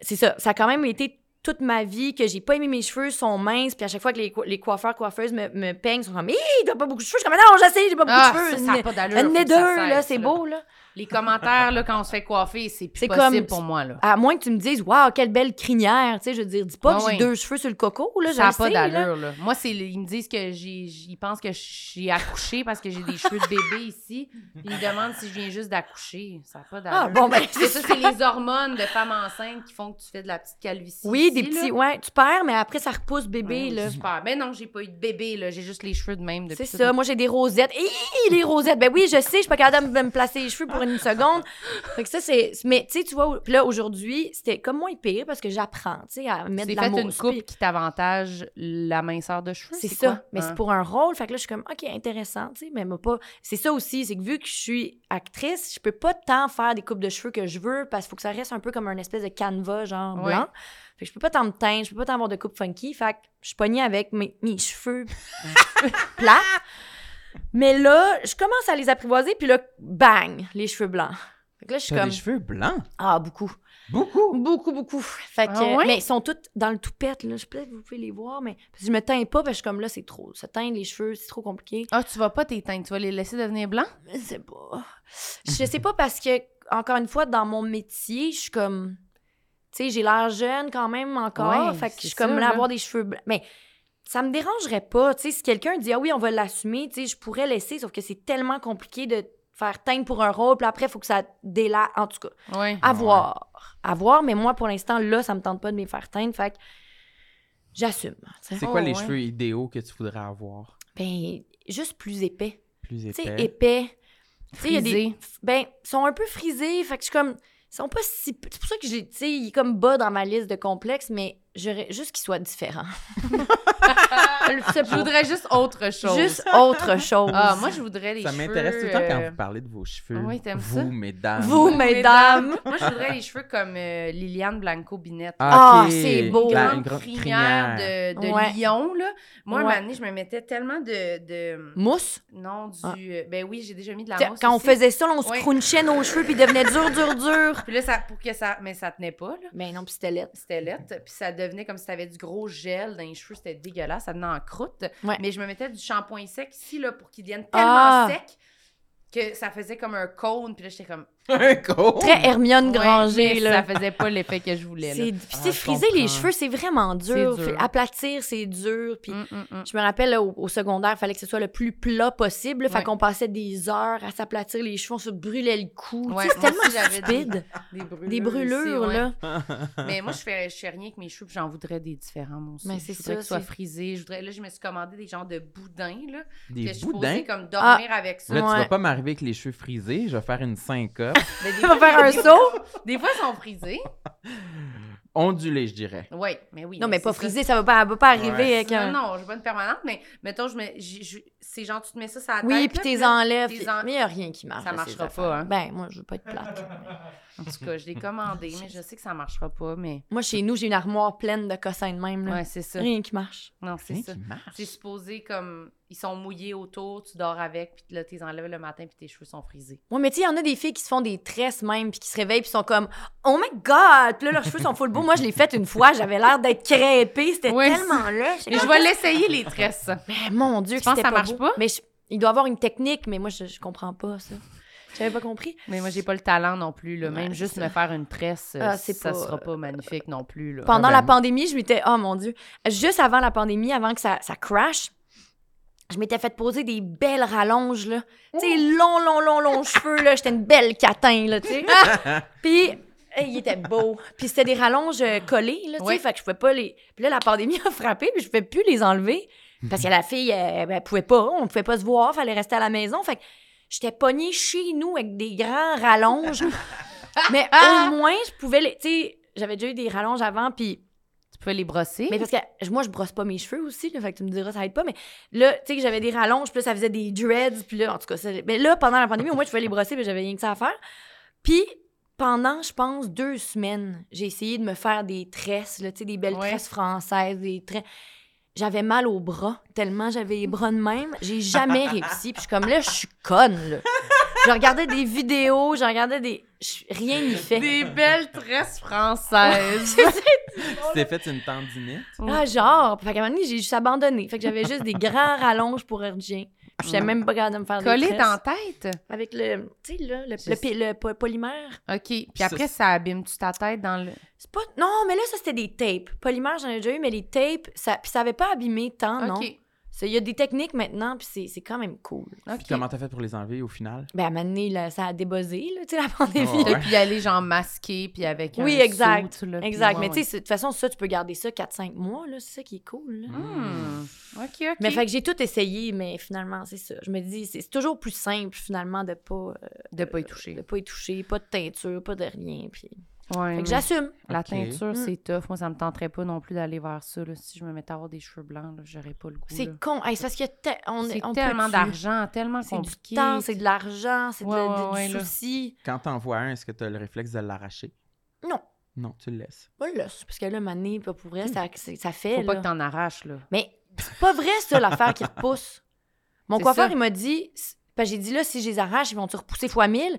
Speaker 4: c'est ça, ça a quand même été toute ma vie, que j'ai pas aimé mes cheveux, sont minces, puis à chaque fois que les, co- les coiffeurs, coiffeuses me, me peignent, ils sont comme, hé, t'as pas beaucoup de cheveux. Je suis comme, non, j'essaie, j'ai pas beaucoup
Speaker 3: Ah,
Speaker 4: de cheveux.
Speaker 3: ça, ça a pas d'allure.
Speaker 4: Un
Speaker 3: faut que
Speaker 4: nez
Speaker 3: ça
Speaker 4: deux,
Speaker 3: cesse,
Speaker 4: là, c'est beau, là.
Speaker 3: Les commentaires, là, quand on se fait coiffer, c'est plus
Speaker 4: C'est
Speaker 3: possible
Speaker 4: comme-
Speaker 3: pour moi, là.
Speaker 4: À moins que tu me dises, waouh, quelle belle crinière, tu sais, je veux dire, dis pas
Speaker 3: Ah
Speaker 4: que j'ai
Speaker 3: oui.
Speaker 4: deux cheveux sur le coco, là, je
Speaker 3: Ça
Speaker 4: le
Speaker 3: n'a pas
Speaker 4: sais, là.
Speaker 3: d'allure, là. Moi, c'est, ils me disent que j'ai, ils pensent que j'ai accouché parce que j'ai des cheveux de bébé ici. Puis Ils me demandent si je viens juste d'accoucher. Ça n'a pas d'allure.
Speaker 4: Ah, bon, ben,
Speaker 3: c'est ça, c'est les hormones de femme enceinte qui font que tu fais de la petite calvitie.
Speaker 4: Oui,
Speaker 3: ici,
Speaker 4: des
Speaker 3: là.
Speaker 4: petits, ouais, tu perds, mais après, ça repousse bébé,
Speaker 3: Ouais,
Speaker 4: là.
Speaker 3: Super. Mais non, j'ai pas eu de bébé, là. J'ai juste les cheveux de même depuis
Speaker 4: C'est ça, moi j'ai des rosettes. Hi, les rosettes. Ben oui, je sais, je suis pas capable de me placer les cheveux pour une seconde. Fait que ça c'est mais tu sais tu vois puis là aujourd'hui, c'était comme moins pire parce que j'apprends, tu sais à mettre
Speaker 3: C'est
Speaker 4: de
Speaker 3: fait
Speaker 4: l'amour.
Speaker 3: une
Speaker 4: Puis-
Speaker 3: coupe qui t'avantage la minceur de cheveux.
Speaker 4: C'est ça,
Speaker 3: quoi?
Speaker 4: mais
Speaker 3: Hein?
Speaker 4: c'est pour un rôle, fait que là je suis comme OK, intéressant, tu sais, mais moi pas c'est ça aussi, c'est que vu que je suis actrice, je peux pas tant faire des coupes de cheveux que je veux parce qu'il faut que ça reste un peu comme un espèce de canevas genre
Speaker 3: Ouais.
Speaker 4: blanc. Fait que je peux pas tant me teindre, je peux pas tant avoir de coupe funky, fait que je suis pognée avec mes, mes cheveux plats. Mais là, je commence à les apprivoiser, puis là, bang, les cheveux blancs. Fait que là, je suis
Speaker 2: T'as
Speaker 4: comme,
Speaker 2: des cheveux blancs?
Speaker 4: ah, beaucoup.
Speaker 2: Beaucoup!
Speaker 4: Beaucoup, beaucoup. Fait que,
Speaker 3: Ah ouais?
Speaker 4: Mais ils sont tous dans le toupette, là. Je sais pas si vous pouvez les voir, mais parce que je me teins pas, parce que je suis comme là, c'est trop. Se teindre les cheveux, c'est trop compliqué.
Speaker 3: Ah, tu vas pas t'éteindre, tu vas les laisser devenir blancs?
Speaker 4: Je sais pas. Je sais pas parce que, encore une fois, dans mon métier, je suis comme. Tu sais, j'ai l'air jeune quand même encore.
Speaker 3: Ouais,
Speaker 4: fait que je
Speaker 3: c'est
Speaker 4: suis comme
Speaker 3: ça,
Speaker 4: là,
Speaker 3: là.
Speaker 4: avoir des cheveux blancs. Mais ça me dérangerait pas. Tu sais, si quelqu'un dit, ah oui, on va l'assumer, tu sais, je pourrais laisser, sauf que c'est tellement compliqué de faire teindre pour un rôle, puis après, il faut que ça déla... En tout cas,
Speaker 3: Oui.
Speaker 4: à
Speaker 2: Ouais.
Speaker 4: voir. À voir, mais moi, pour l'instant, là, ça me tente pas de me les faire teindre. Fait que j'assume. tu sais.
Speaker 2: C'est quoi
Speaker 3: Oh,
Speaker 2: les
Speaker 3: ouais.
Speaker 2: cheveux idéaux que tu voudrais avoir?
Speaker 4: Ben, juste plus épais.
Speaker 2: Plus
Speaker 4: Tu sais,
Speaker 2: épais.
Speaker 4: épais. Tu sais, il y a des.
Speaker 3: Frisés.
Speaker 4: Ben, ils sont un peu frisés. Fait que je suis comme. Ils sont pas si. C'est pour ça que j'ai. Tu sais, il est comme bas dans ma liste de complexes, mais j'aurais juste qu'ils soient différents.
Speaker 3: Ah, je voudrais juste autre chose.
Speaker 4: Juste autre chose.
Speaker 3: Ah, moi, je voudrais les
Speaker 2: Ça
Speaker 3: cheveux...
Speaker 2: m'intéresse tout le temps quand
Speaker 3: euh,
Speaker 2: vous parlez de vos cheveux.
Speaker 3: Oui, t'aimes
Speaker 2: vous,
Speaker 3: ça?
Speaker 2: mesdames.
Speaker 4: Vous, mesdames.
Speaker 3: Moi, je voudrais les cheveux comme euh, Liliane Blanco-Binette.
Speaker 4: Ah,
Speaker 2: ok.
Speaker 4: c'est beau.
Speaker 2: La-
Speaker 3: grande
Speaker 2: une grande
Speaker 3: crinière
Speaker 2: crinière.
Speaker 3: hein, de, de
Speaker 4: Ouais.
Speaker 3: Lyon, là. Moi,
Speaker 4: Ouais.
Speaker 3: à un moment donné, je me mettais tellement de... de-
Speaker 4: Mousse.
Speaker 3: Non, du...
Speaker 4: Ah.
Speaker 3: euh, Ben oui, j'ai déjà mis de la
Speaker 4: T'sais,
Speaker 3: mousse
Speaker 4: Quand on
Speaker 3: aussi.
Speaker 4: faisait ça, là, on se
Speaker 3: Ouais.
Speaker 4: crunchait nos cheveux, puis ils devenaient durs, durs, durs.
Speaker 3: Puis là, ça, pour que ça... Mais ça tenait pas, là.
Speaker 4: Ben non, puis c'était laid.
Speaker 3: C'était lettre. Puis ça devenait comme si t'avais du gros gel dans les cheveux. C'était dégueulasse. Ça venait en croûte.
Speaker 4: Ouais.
Speaker 3: Mais je me mettais du shampoing sec ici, là, pour qu'ils deviennent tellement
Speaker 4: Ah.
Speaker 3: secs que ça faisait comme un cône. Puis là, j'étais comme...
Speaker 2: Un con!
Speaker 4: Très Hermione Granger,
Speaker 3: Oh! Ouais, mais
Speaker 4: là.
Speaker 3: Ça faisait pas l'effet que je voulais, là.
Speaker 4: C'est puis c'est
Speaker 2: je
Speaker 4: friser les
Speaker 2: comprends.
Speaker 4: cheveux, c'est vraiment dur.
Speaker 3: C'est dur.
Speaker 4: Aplatir, c'est dur. Puis
Speaker 3: Mm, mm, mm.
Speaker 4: je me rappelle là, au, au secondaire, il fallait que ce soit le plus plat possible. là. Fait
Speaker 3: Ouais.
Speaker 4: qu'on passait des heures à s'aplatir les cheveux, on se brûlait le cou.
Speaker 3: Ouais,
Speaker 4: Tu sais, c'est
Speaker 3: moi
Speaker 4: tellement
Speaker 3: aussi, j'avais des-
Speaker 4: stupide.
Speaker 3: Des brûlures.
Speaker 4: Des brûlures,
Speaker 3: aussi, ouais.
Speaker 4: là.
Speaker 3: Mais moi, je fais, je fais rien avec mes cheveux, puis j'en voudrais des différents, moi aussi.
Speaker 4: Mais c'est
Speaker 3: je voudrais
Speaker 4: ça,
Speaker 3: qu'ils soient
Speaker 4: c'est-
Speaker 3: frisés. Je voudrais... Là, je me suis commandé des genres de boudins, là.
Speaker 2: Des
Speaker 3: que je
Speaker 2: boudins.
Speaker 3: posais
Speaker 4: Ah!
Speaker 3: comme dormir avec ça.
Speaker 2: Là, tu vas
Speaker 4: Ouais.
Speaker 2: pas m'arriver avec les cheveux frisés. Je vais faire une syncope.
Speaker 3: Mais des
Speaker 4: On va
Speaker 3: fois,
Speaker 4: faire un
Speaker 3: des-
Speaker 4: saut.
Speaker 3: Des fois, ils sont frisés.
Speaker 2: Ondulé, je dirais.
Speaker 3: Oui, mais oui.
Speaker 4: Non, mais pas
Speaker 3: c'est ça.
Speaker 4: friser, ça va pas, va pas arriver
Speaker 2: Ouais.
Speaker 4: avec un.
Speaker 3: Non, non, j'ai pas une permanente, mais mettons, je me... j'ai- j'ai- c'est genre, tu te mets ça sur la
Speaker 4: Oui,
Speaker 3: tête.
Speaker 4: puis
Speaker 3: là,
Speaker 4: t'es
Speaker 3: là,
Speaker 4: enlèves.
Speaker 3: tes
Speaker 4: puis-
Speaker 3: en-
Speaker 4: Mais il n'y a rien qui marche.
Speaker 3: Ça
Speaker 4: de ces
Speaker 3: marchera
Speaker 4: affaires.
Speaker 3: pas, hein.
Speaker 4: Ben, moi, je veux pas être plate.
Speaker 3: En tout cas, je l'ai commandé, mais je sais que ça marchera pas, mais.
Speaker 4: moi, chez nous, j'ai une armoire pleine de cossins de même. Là.
Speaker 3: Ouais, c'est ça.
Speaker 4: Rien qui marche.
Speaker 3: Non, c'est
Speaker 2: Rien
Speaker 3: ça.
Speaker 2: qui marche.
Speaker 3: C'est supposé comme. Ils sont mouillés autour, tu dors avec, puis là, t'es enlèves le matin, puis tes cheveux sont frisés.
Speaker 4: Ouais, mais tu sais, il y en a des filles qui se font des tresses même, puis qui se réveillent, puis sont comme Oh my god! Puis là, leurs cheveux sont full beaux. Moi, je l'ai faite une fois, j'avais l'air d'être crêpée, c'était
Speaker 3: Ouais,
Speaker 4: tellement là.
Speaker 3: Mais je vais l'essayer, les tresses.
Speaker 4: Mais mon Dieu,
Speaker 3: Tu
Speaker 4: que
Speaker 3: penses
Speaker 4: c'était
Speaker 3: que ça
Speaker 4: pas
Speaker 3: marche
Speaker 4: beau.
Speaker 3: pas?
Speaker 4: Mais je- il doit avoir une technique, mais moi, je, je comprends pas ça. J'avais pas compris.
Speaker 3: Mais moi, j'ai pas le talent non plus. Là.
Speaker 4: Ouais,
Speaker 3: Même
Speaker 4: c'est
Speaker 3: juste
Speaker 4: ça.
Speaker 3: me faire une tresse, euh,
Speaker 4: Ah, c'est
Speaker 3: ça
Speaker 4: pas-
Speaker 3: sera pas magnifique non plus. Là. Ah,
Speaker 4: Pendant
Speaker 2: ben,
Speaker 4: la
Speaker 2: moi-
Speaker 4: pandémie, je m'étais. Oh mon Dieu! Juste avant la pandémie, avant que ça, ça crash, je m'étais fait poser des belles rallonges, là. Tu sais, long, long, long, long cheveux, là. J'étais une belle catin, là, tu sais. Puis. eh, Il était beau. Puis c'était des rallonges euh, collées, là, tu sais,
Speaker 3: Oui.
Speaker 4: fait que je pouvais pas les... Puis là, la pandémie a frappé, puis je pouvais plus les enlever. Parce que la fille, elle, elle pouvait pas, on pouvait pas se voir, fallait rester à la maison. Fait que j'étais pognée chez nous avec des grands rallonges. Mais au moins, je pouvais les... Tu sais, j'avais déjà eu des rallonges avant, puis
Speaker 3: ben, Tu peux les brosser.
Speaker 4: mais parce que je- moi, je brosse pas mes cheveux aussi, là, fait que tu me diras, ça aide pas. Mais là, tu sais, que j'avais des rallonges, puis là, ça faisait des dreads, puis là, en tout cas, ça- mais là, pendant la pandémie, au moins, je pouvais les brosser, mais j'avais rien que ça à faire. Puis, pendant, je pense, deux semaines, j'ai essayé de me faire des tresses, là, tu sais, des belles
Speaker 3: Ouais.
Speaker 4: tresses françaises, des tresses. J'avais mal aux bras, tellement j'avais les bras de même. J'ai jamais réussi. Puis je suis comme là, je suis conne, là. Je regardais des vidéos, je regardais des. je- Rien n'y fait.
Speaker 3: Des belles tresses françaises.
Speaker 4: C'est- c'est-
Speaker 2: Tu t'es fait une tendinite.
Speaker 4: Ah, genre. Fait qu'à un moment donné, j'ai juste abandonné. Fait que j'avais juste des grands rallonges pour rien. Je savais même pas capable de me faire des
Speaker 3: Collé
Speaker 4: tresses.
Speaker 3: dans tête.
Speaker 4: Avec le, tu sais, là, le,
Speaker 3: Je sais.
Speaker 4: le pi- le po- polymère.
Speaker 3: OK. Puis
Speaker 2: ça,
Speaker 3: après, ça abîme-tu ta tête dans le.
Speaker 4: C'est pas... Non, mais là, ça, c'était des tapes. Polymère, j'en ai déjà eu, mais les tapes, ça, puis ça avait pas abîmé tant, Ah, non.
Speaker 3: OK.
Speaker 4: Ça, Il y a des techniques maintenant, puis c'est- c'est quand même cool.
Speaker 2: Puis
Speaker 3: OK.
Speaker 2: comment t'as fait pour les enlever au final?
Speaker 4: Ben, à un moment donné, là, ça a débuzzé, là, tu sais, la pandémie.
Speaker 2: Ouais.
Speaker 3: T'as pu y aller, genre, masqué, puis avec un
Speaker 4: Oui, exact.
Speaker 3: saut, là, puis-
Speaker 4: Exact.
Speaker 3: ouais,
Speaker 4: mais tu
Speaker 3: ouais.
Speaker 4: sais, c'est- de toute façon, ça, tu peux garder ça 4-5 mois, là. C'est ça qui est cool, là.
Speaker 3: Hmm. OK, OK.
Speaker 4: Mais fait que j'ai tout essayé, mais finalement, c'est ça. Je me dis, c'est c'est toujours plus simple, finalement, de pas, euh,
Speaker 3: De pas y toucher.
Speaker 4: de pas y toucher, pas de teinture, pas de rien. Puis...
Speaker 3: Ouais,
Speaker 4: Fait
Speaker 3: mais
Speaker 4: que j'assume.
Speaker 3: La
Speaker 2: Ok.
Speaker 3: teinture,
Speaker 4: Mm.
Speaker 3: c'est tough. Moi, ça me tenterait pas non plus d'aller vers ça. là. Si je me mettais à avoir des cheveux blancs, là, j'aurais pas le goût. là.
Speaker 4: C'est con. Hey, c'est parce qu'il y a te- on,
Speaker 3: C'est
Speaker 4: on peut
Speaker 3: tellement
Speaker 4: plus.
Speaker 3: d'argent, tellement
Speaker 4: C'est du
Speaker 3: compliqué.
Speaker 4: temps, c'est de l'argent, c'est de-
Speaker 3: Ouais,
Speaker 4: de-
Speaker 3: ouais, ouais,
Speaker 4: du
Speaker 3: là.
Speaker 4: souci.
Speaker 2: Quand t'en vois un, est-ce que t'as le réflexe de l'arracher?
Speaker 4: Non,
Speaker 2: Non, tu le laisses.
Speaker 4: pas là. c'est Parce que là, mané, pas pour vrai, ça, c'est- ça fait.
Speaker 3: Faut pas
Speaker 4: là.
Speaker 3: que t'en arraches, là.
Speaker 4: Mais c'est pas vrai, ça, l'affaire qui repousse. Mon
Speaker 3: C'est
Speaker 4: coiffeur,
Speaker 3: ça.
Speaker 4: il m'a dit, c'est- parce que j'ai dit là, si je les arrache, ils vont-tu repousser fois mille?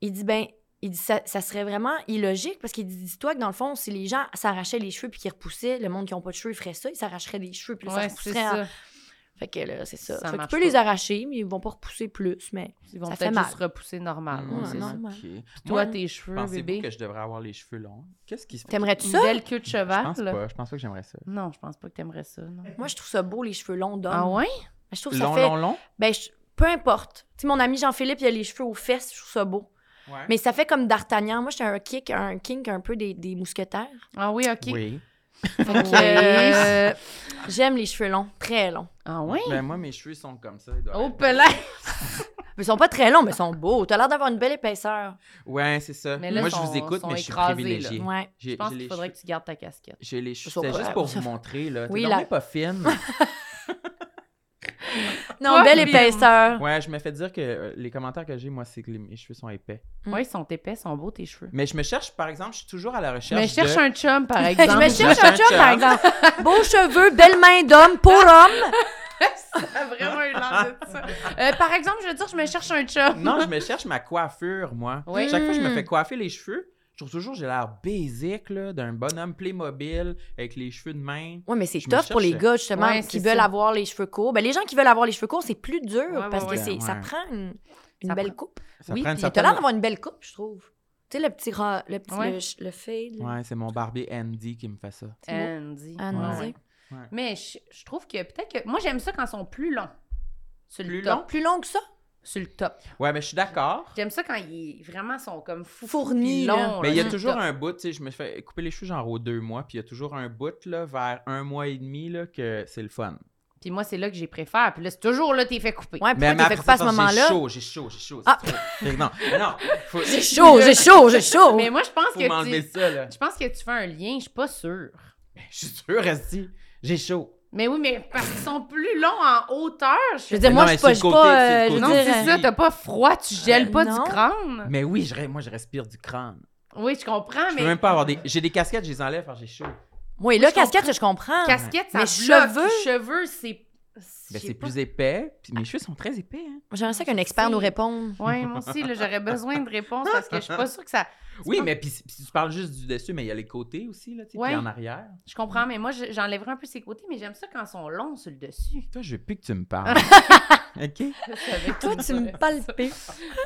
Speaker 4: Il dit, ben, il dit, ça, ça serait vraiment illogique parce qu'il dit, dis-toi que dans le fond, si les gens s'arrachaient les cheveux puis qu'ils repoussaient, le monde qui n'a pas de cheveux, ils ferait ça, ils s'arracheraient les cheveux puis là,
Speaker 3: Ouais,
Speaker 4: ça
Speaker 3: c'est
Speaker 4: repousserait. en-
Speaker 3: ça.
Speaker 4: Fait que là, c'est
Speaker 3: Ça
Speaker 4: ça. fait que tu
Speaker 3: marche
Speaker 4: peux
Speaker 3: pas.
Speaker 4: les arracher, mais ils vont pas repousser plus. Mais
Speaker 3: Ils vont
Speaker 4: Ça fait
Speaker 3: peut-être
Speaker 4: mal.
Speaker 3: juste repousser normal.
Speaker 2: Hum,
Speaker 3: ouais,
Speaker 4: Ouais,
Speaker 3: Ah, c'est ça.
Speaker 4: non. normal.
Speaker 2: ok.
Speaker 3: Toi,
Speaker 2: Moi,
Speaker 3: tes cheveux,
Speaker 2: pensez-vous
Speaker 3: bébé.
Speaker 2: que je devrais avoir les cheveux longs? Qu'est-ce qui se fait?
Speaker 4: t'aimerais-tu
Speaker 3: Une
Speaker 4: ça?
Speaker 3: belle queue de
Speaker 2: Je
Speaker 3: cheval.
Speaker 2: pense
Speaker 3: là.
Speaker 2: pas. Je pense pas que j'aimerais ça.
Speaker 3: Non, je pense pas que t'aimerais ça. non.
Speaker 4: Moi, je trouve ça beau, les cheveux longs d'homme.
Speaker 3: Ah ouais?
Speaker 4: Ben, je trouve que ça
Speaker 2: Long,
Speaker 4: fait.
Speaker 2: long, long?
Speaker 4: Ben, je- peu importe. Tu sais, mon ami Jean-Philippe, il a les cheveux aux fesses, je trouve ça beau.
Speaker 2: Ouais.
Speaker 4: Mais ça fait comme D'Artagnan. Moi, j'étais un kick, un kink un peu des, des mousquetaires.
Speaker 3: Ah oui, OK.
Speaker 2: Oui.
Speaker 4: Fait que, euh, j'aime les cheveux longs, très longs.
Speaker 3: Ah oui?
Speaker 2: Ben, moi, mes cheveux sont comme ça. ils doivent
Speaker 3: Oh,
Speaker 2: être-
Speaker 3: pelin!
Speaker 4: Mais ils sont pas très longs, mais ils sont beaux. T'as l'air d'avoir une belle épaisseur.
Speaker 2: Ouais, c'est ça.
Speaker 3: Mais là,
Speaker 2: moi, je
Speaker 3: sont-
Speaker 2: vous écoute,
Speaker 3: sont
Speaker 2: mais je suis
Speaker 3: écrasés,
Speaker 2: privilégiée.
Speaker 4: Ouais.
Speaker 2: J'ai-
Speaker 3: Je pense
Speaker 2: j'ai les
Speaker 3: qu'il faudrait
Speaker 2: cheveux-
Speaker 3: que tu gardes ta casquette.
Speaker 2: J'ai les cheveux.
Speaker 4: sont
Speaker 2: C'était
Speaker 4: pas-
Speaker 2: juste pour vous montrer, là.
Speaker 4: Oui,
Speaker 2: Oui, T'es
Speaker 4: la-
Speaker 2: donc bien pas fine.
Speaker 4: Non,
Speaker 3: Ouais,
Speaker 4: belle
Speaker 3: mais-
Speaker 4: épaisseur.
Speaker 2: Ouais, je me fais dire que euh, les commentaires que j'ai, moi, c'est que les- mes cheveux sont épais.
Speaker 4: Mm.
Speaker 3: Ouais, ils sont épais, ils sont beaux, tes cheveux.
Speaker 2: Mais je me cherche, par exemple, je suis toujours à la recherche.
Speaker 3: Mais je cherche
Speaker 2: de...
Speaker 3: un chum, par
Speaker 4: Je
Speaker 3: exemple.
Speaker 4: me cherche
Speaker 2: Cherche
Speaker 4: un
Speaker 2: un
Speaker 4: chum, par
Speaker 2: chum.
Speaker 4: exemple. Beaux cheveux, belle main d'homme, pour homme.
Speaker 3: Ça a vraiment eu l'air de ça. Euh, par exemple, je veux dire, je me cherche un chum.
Speaker 2: Non, je me cherche ma coiffure, moi.
Speaker 3: Oui.
Speaker 2: Chaque fois que je me
Speaker 4: Mm.
Speaker 2: fais coiffer les cheveux, je trouve toujours que j'ai l'air basic, là, d'un bonhomme Playmobil avec les cheveux de main.
Speaker 4: Ouais, mais c'est
Speaker 2: Je me
Speaker 4: tough pour les
Speaker 2: cherche.
Speaker 4: gars, justement,
Speaker 3: Ouais,
Speaker 4: qui
Speaker 3: c'est
Speaker 4: veulent
Speaker 3: ça.
Speaker 4: avoir les cheveux courts. Ben, les gens qui veulent avoir les cheveux courts, c'est plus dur
Speaker 3: Ouais,
Speaker 4: parce
Speaker 3: ouais,
Speaker 4: que
Speaker 3: ouais.
Speaker 4: c'est, ça
Speaker 2: Ouais.
Speaker 4: prend une, une
Speaker 3: Ça
Speaker 4: belle
Speaker 3: prend-
Speaker 4: coupe.
Speaker 2: Ça
Speaker 3: Oui,
Speaker 2: prend une
Speaker 3: puis
Speaker 4: T'as
Speaker 2: certaine-
Speaker 4: l'air d'avoir une belle coupe, je trouve. Tu sais, le petit, ra- le, petit
Speaker 3: Ouais.
Speaker 4: le, le fade. là.
Speaker 2: Ouais, c'est mon barbier Andy qui me fait ça.
Speaker 4: C'est beau.
Speaker 3: Andy.
Speaker 4: Andy.
Speaker 3: Ouais. Mais je, je trouve que peut-être que. Moi, j'aime ça quand ils sont plus longs. Sur le
Speaker 2: Plus
Speaker 3: top.
Speaker 2: longs?
Speaker 4: Plus long que ça?
Speaker 3: Sur le top.
Speaker 2: Ouais, mais je suis d'accord.
Speaker 3: J'aime ça quand ils vraiment sont comme fou, fournis.
Speaker 4: Fournis, là.
Speaker 3: longs.
Speaker 2: Mais il y a
Speaker 3: là,
Speaker 2: toujours
Speaker 3: sur le
Speaker 2: un bout, tu sais, je me fais couper les cheveux genre aux deux mois, puis il y a toujours un bout, là, vers un mois et demi, là, que c'est le fun.
Speaker 3: top. Puis moi, c'est là que j'ai préféré. Puis là, c'est toujours là, t'es fait couper.
Speaker 4: Ouais, pourquoi
Speaker 2: mais
Speaker 4: t'as fait pas à ce
Speaker 2: attends, j'ai
Speaker 4: moment-là?
Speaker 2: chaud, j'ai chaud, j'ai chaud. c'est
Speaker 4: Ah.
Speaker 2: trop. Fait que non, mais non, faut,
Speaker 4: J'ai chaud, j'ai chaud, j'ai chaud.
Speaker 3: Mais moi, je pense
Speaker 2: faut m'enlever
Speaker 3: que tu.
Speaker 2: ça, là.
Speaker 3: Je pense que tu fais un lien, je suis pas sûre.
Speaker 2: Ben, Je suis sûr, Esti, j'ai chaud.
Speaker 3: Mais oui, mais parce qu'ils sont plus longs en hauteur.
Speaker 4: Je
Speaker 3: Je
Speaker 4: veux dire,
Speaker 2: Mais
Speaker 4: moi,
Speaker 2: non,
Speaker 4: je
Speaker 2: mais
Speaker 4: suis pas, je
Speaker 2: c'est
Speaker 4: suis
Speaker 2: le
Speaker 4: pas,
Speaker 2: côté,
Speaker 4: euh,
Speaker 2: c'est
Speaker 4: je
Speaker 2: le
Speaker 4: veux
Speaker 3: Non,
Speaker 2: côté.
Speaker 4: dire,
Speaker 3: c'est ça,
Speaker 4: euh,
Speaker 3: t'as pas froid, tu gèles pas
Speaker 4: Non.
Speaker 3: du
Speaker 4: Ah.
Speaker 3: crâne.
Speaker 2: Mais oui, je re- moi, je respire du crâne.
Speaker 3: Oui, je comprends,
Speaker 2: Je
Speaker 3: mais
Speaker 2: peux même pas avoir des... J'ai des casquettes, je les enlève, parce que j'ai chaud.
Speaker 4: Oui, là,
Speaker 3: je comprends.
Speaker 4: casquette, je comprends.
Speaker 3: casquette, ça
Speaker 4: Mais
Speaker 3: bloque.
Speaker 4: cheveux?
Speaker 3: Cheveux, cheveux c'est...
Speaker 2: Ben,
Speaker 3: je sais
Speaker 2: c'est
Speaker 3: pas.
Speaker 2: plus épais, puis mes cheveux sont très épais, hein.
Speaker 4: J'aimerais ça qu'un expert nous réponde.
Speaker 3: Ouais, moi aussi, là, j'aurais besoin de réponses parce que je suis pas sûre que ça...
Speaker 2: Oui,
Speaker 3: pas-
Speaker 2: mais puis puis tu parles juste du dessus, mais il y a les côtés aussi, là, tu sais,
Speaker 3: Ouais.
Speaker 2: puis en arrière.
Speaker 3: Je comprends, mais moi, je- j'enlèverai un peu ses côtés, mais j'aime ça quand ils sont longs sur le dessus.
Speaker 2: Toi, je veux plus que tu me parles. OK?
Speaker 4: Toi, tu me palpais.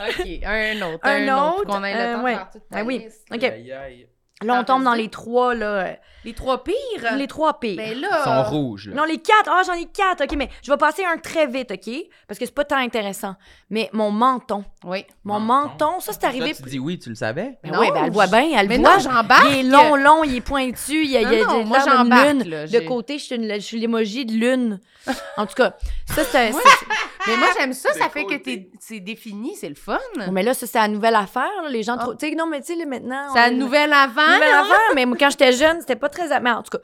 Speaker 3: OK, un autre,
Speaker 4: Un
Speaker 3: un, autre,
Speaker 4: autre,
Speaker 3: qu'on ait
Speaker 4: euh,
Speaker 3: le temps de
Speaker 4: ouais.
Speaker 3: faire toute ta
Speaker 4: Ah oui.
Speaker 3: liste.
Speaker 4: OK.
Speaker 2: Aïe, aïe.
Speaker 4: Là, on
Speaker 3: T'en
Speaker 4: tombe dans
Speaker 3: veux-tu?
Speaker 4: les trois, là. euh,
Speaker 3: Les trois pires?
Speaker 4: Les trois pires.
Speaker 3: Ben là...
Speaker 2: Ils
Speaker 4: Oh.
Speaker 2: sont rouges, là.
Speaker 4: Non, les quatre. Ah, j'en ai quatre. OK, mais je vais passer un très vite, OK? Parce que c'est pas tant intéressant. Mais mon menton.
Speaker 3: Oui.
Speaker 4: Mon menton,
Speaker 2: Menton.
Speaker 4: ça, c'est arrivé.
Speaker 2: Toi, tu dis oui, tu le savais.
Speaker 4: Ben
Speaker 3: Non,
Speaker 4: oui, ben, elle voit
Speaker 3: je-
Speaker 4: bien, elle
Speaker 3: Mais
Speaker 4: voit.
Speaker 3: non, j'embarque.
Speaker 4: il est long, long, il est pointu, il y a,
Speaker 3: Non,
Speaker 4: il y a
Speaker 3: non,
Speaker 4: de
Speaker 3: moi,
Speaker 4: l'air d'une
Speaker 3: j'embarque,
Speaker 4: lune.
Speaker 3: là,
Speaker 4: de
Speaker 3: j'ai-
Speaker 4: côté, je suis, une- je suis l'emoji de lune. En tout cas, ça, c'est...
Speaker 3: Ouais.
Speaker 4: c'est-
Speaker 3: Mais moi, j'aime ça,
Speaker 2: De
Speaker 3: ça fait que
Speaker 2: côté.
Speaker 3: t'es- c'est défini, c'est le fun.
Speaker 4: Oh, mais là, ça, c'est la nouvelle affaire. là, Les gens...
Speaker 3: Ah.
Speaker 4: trop- Tu sais, non, mais tu sais, là, maintenant...
Speaker 3: C'est la
Speaker 4: on-
Speaker 3: nouvelle avant.
Speaker 4: nouvelle affaire, mais moi, quand j'étais jeune, c'était pas très. Mais en tout cas,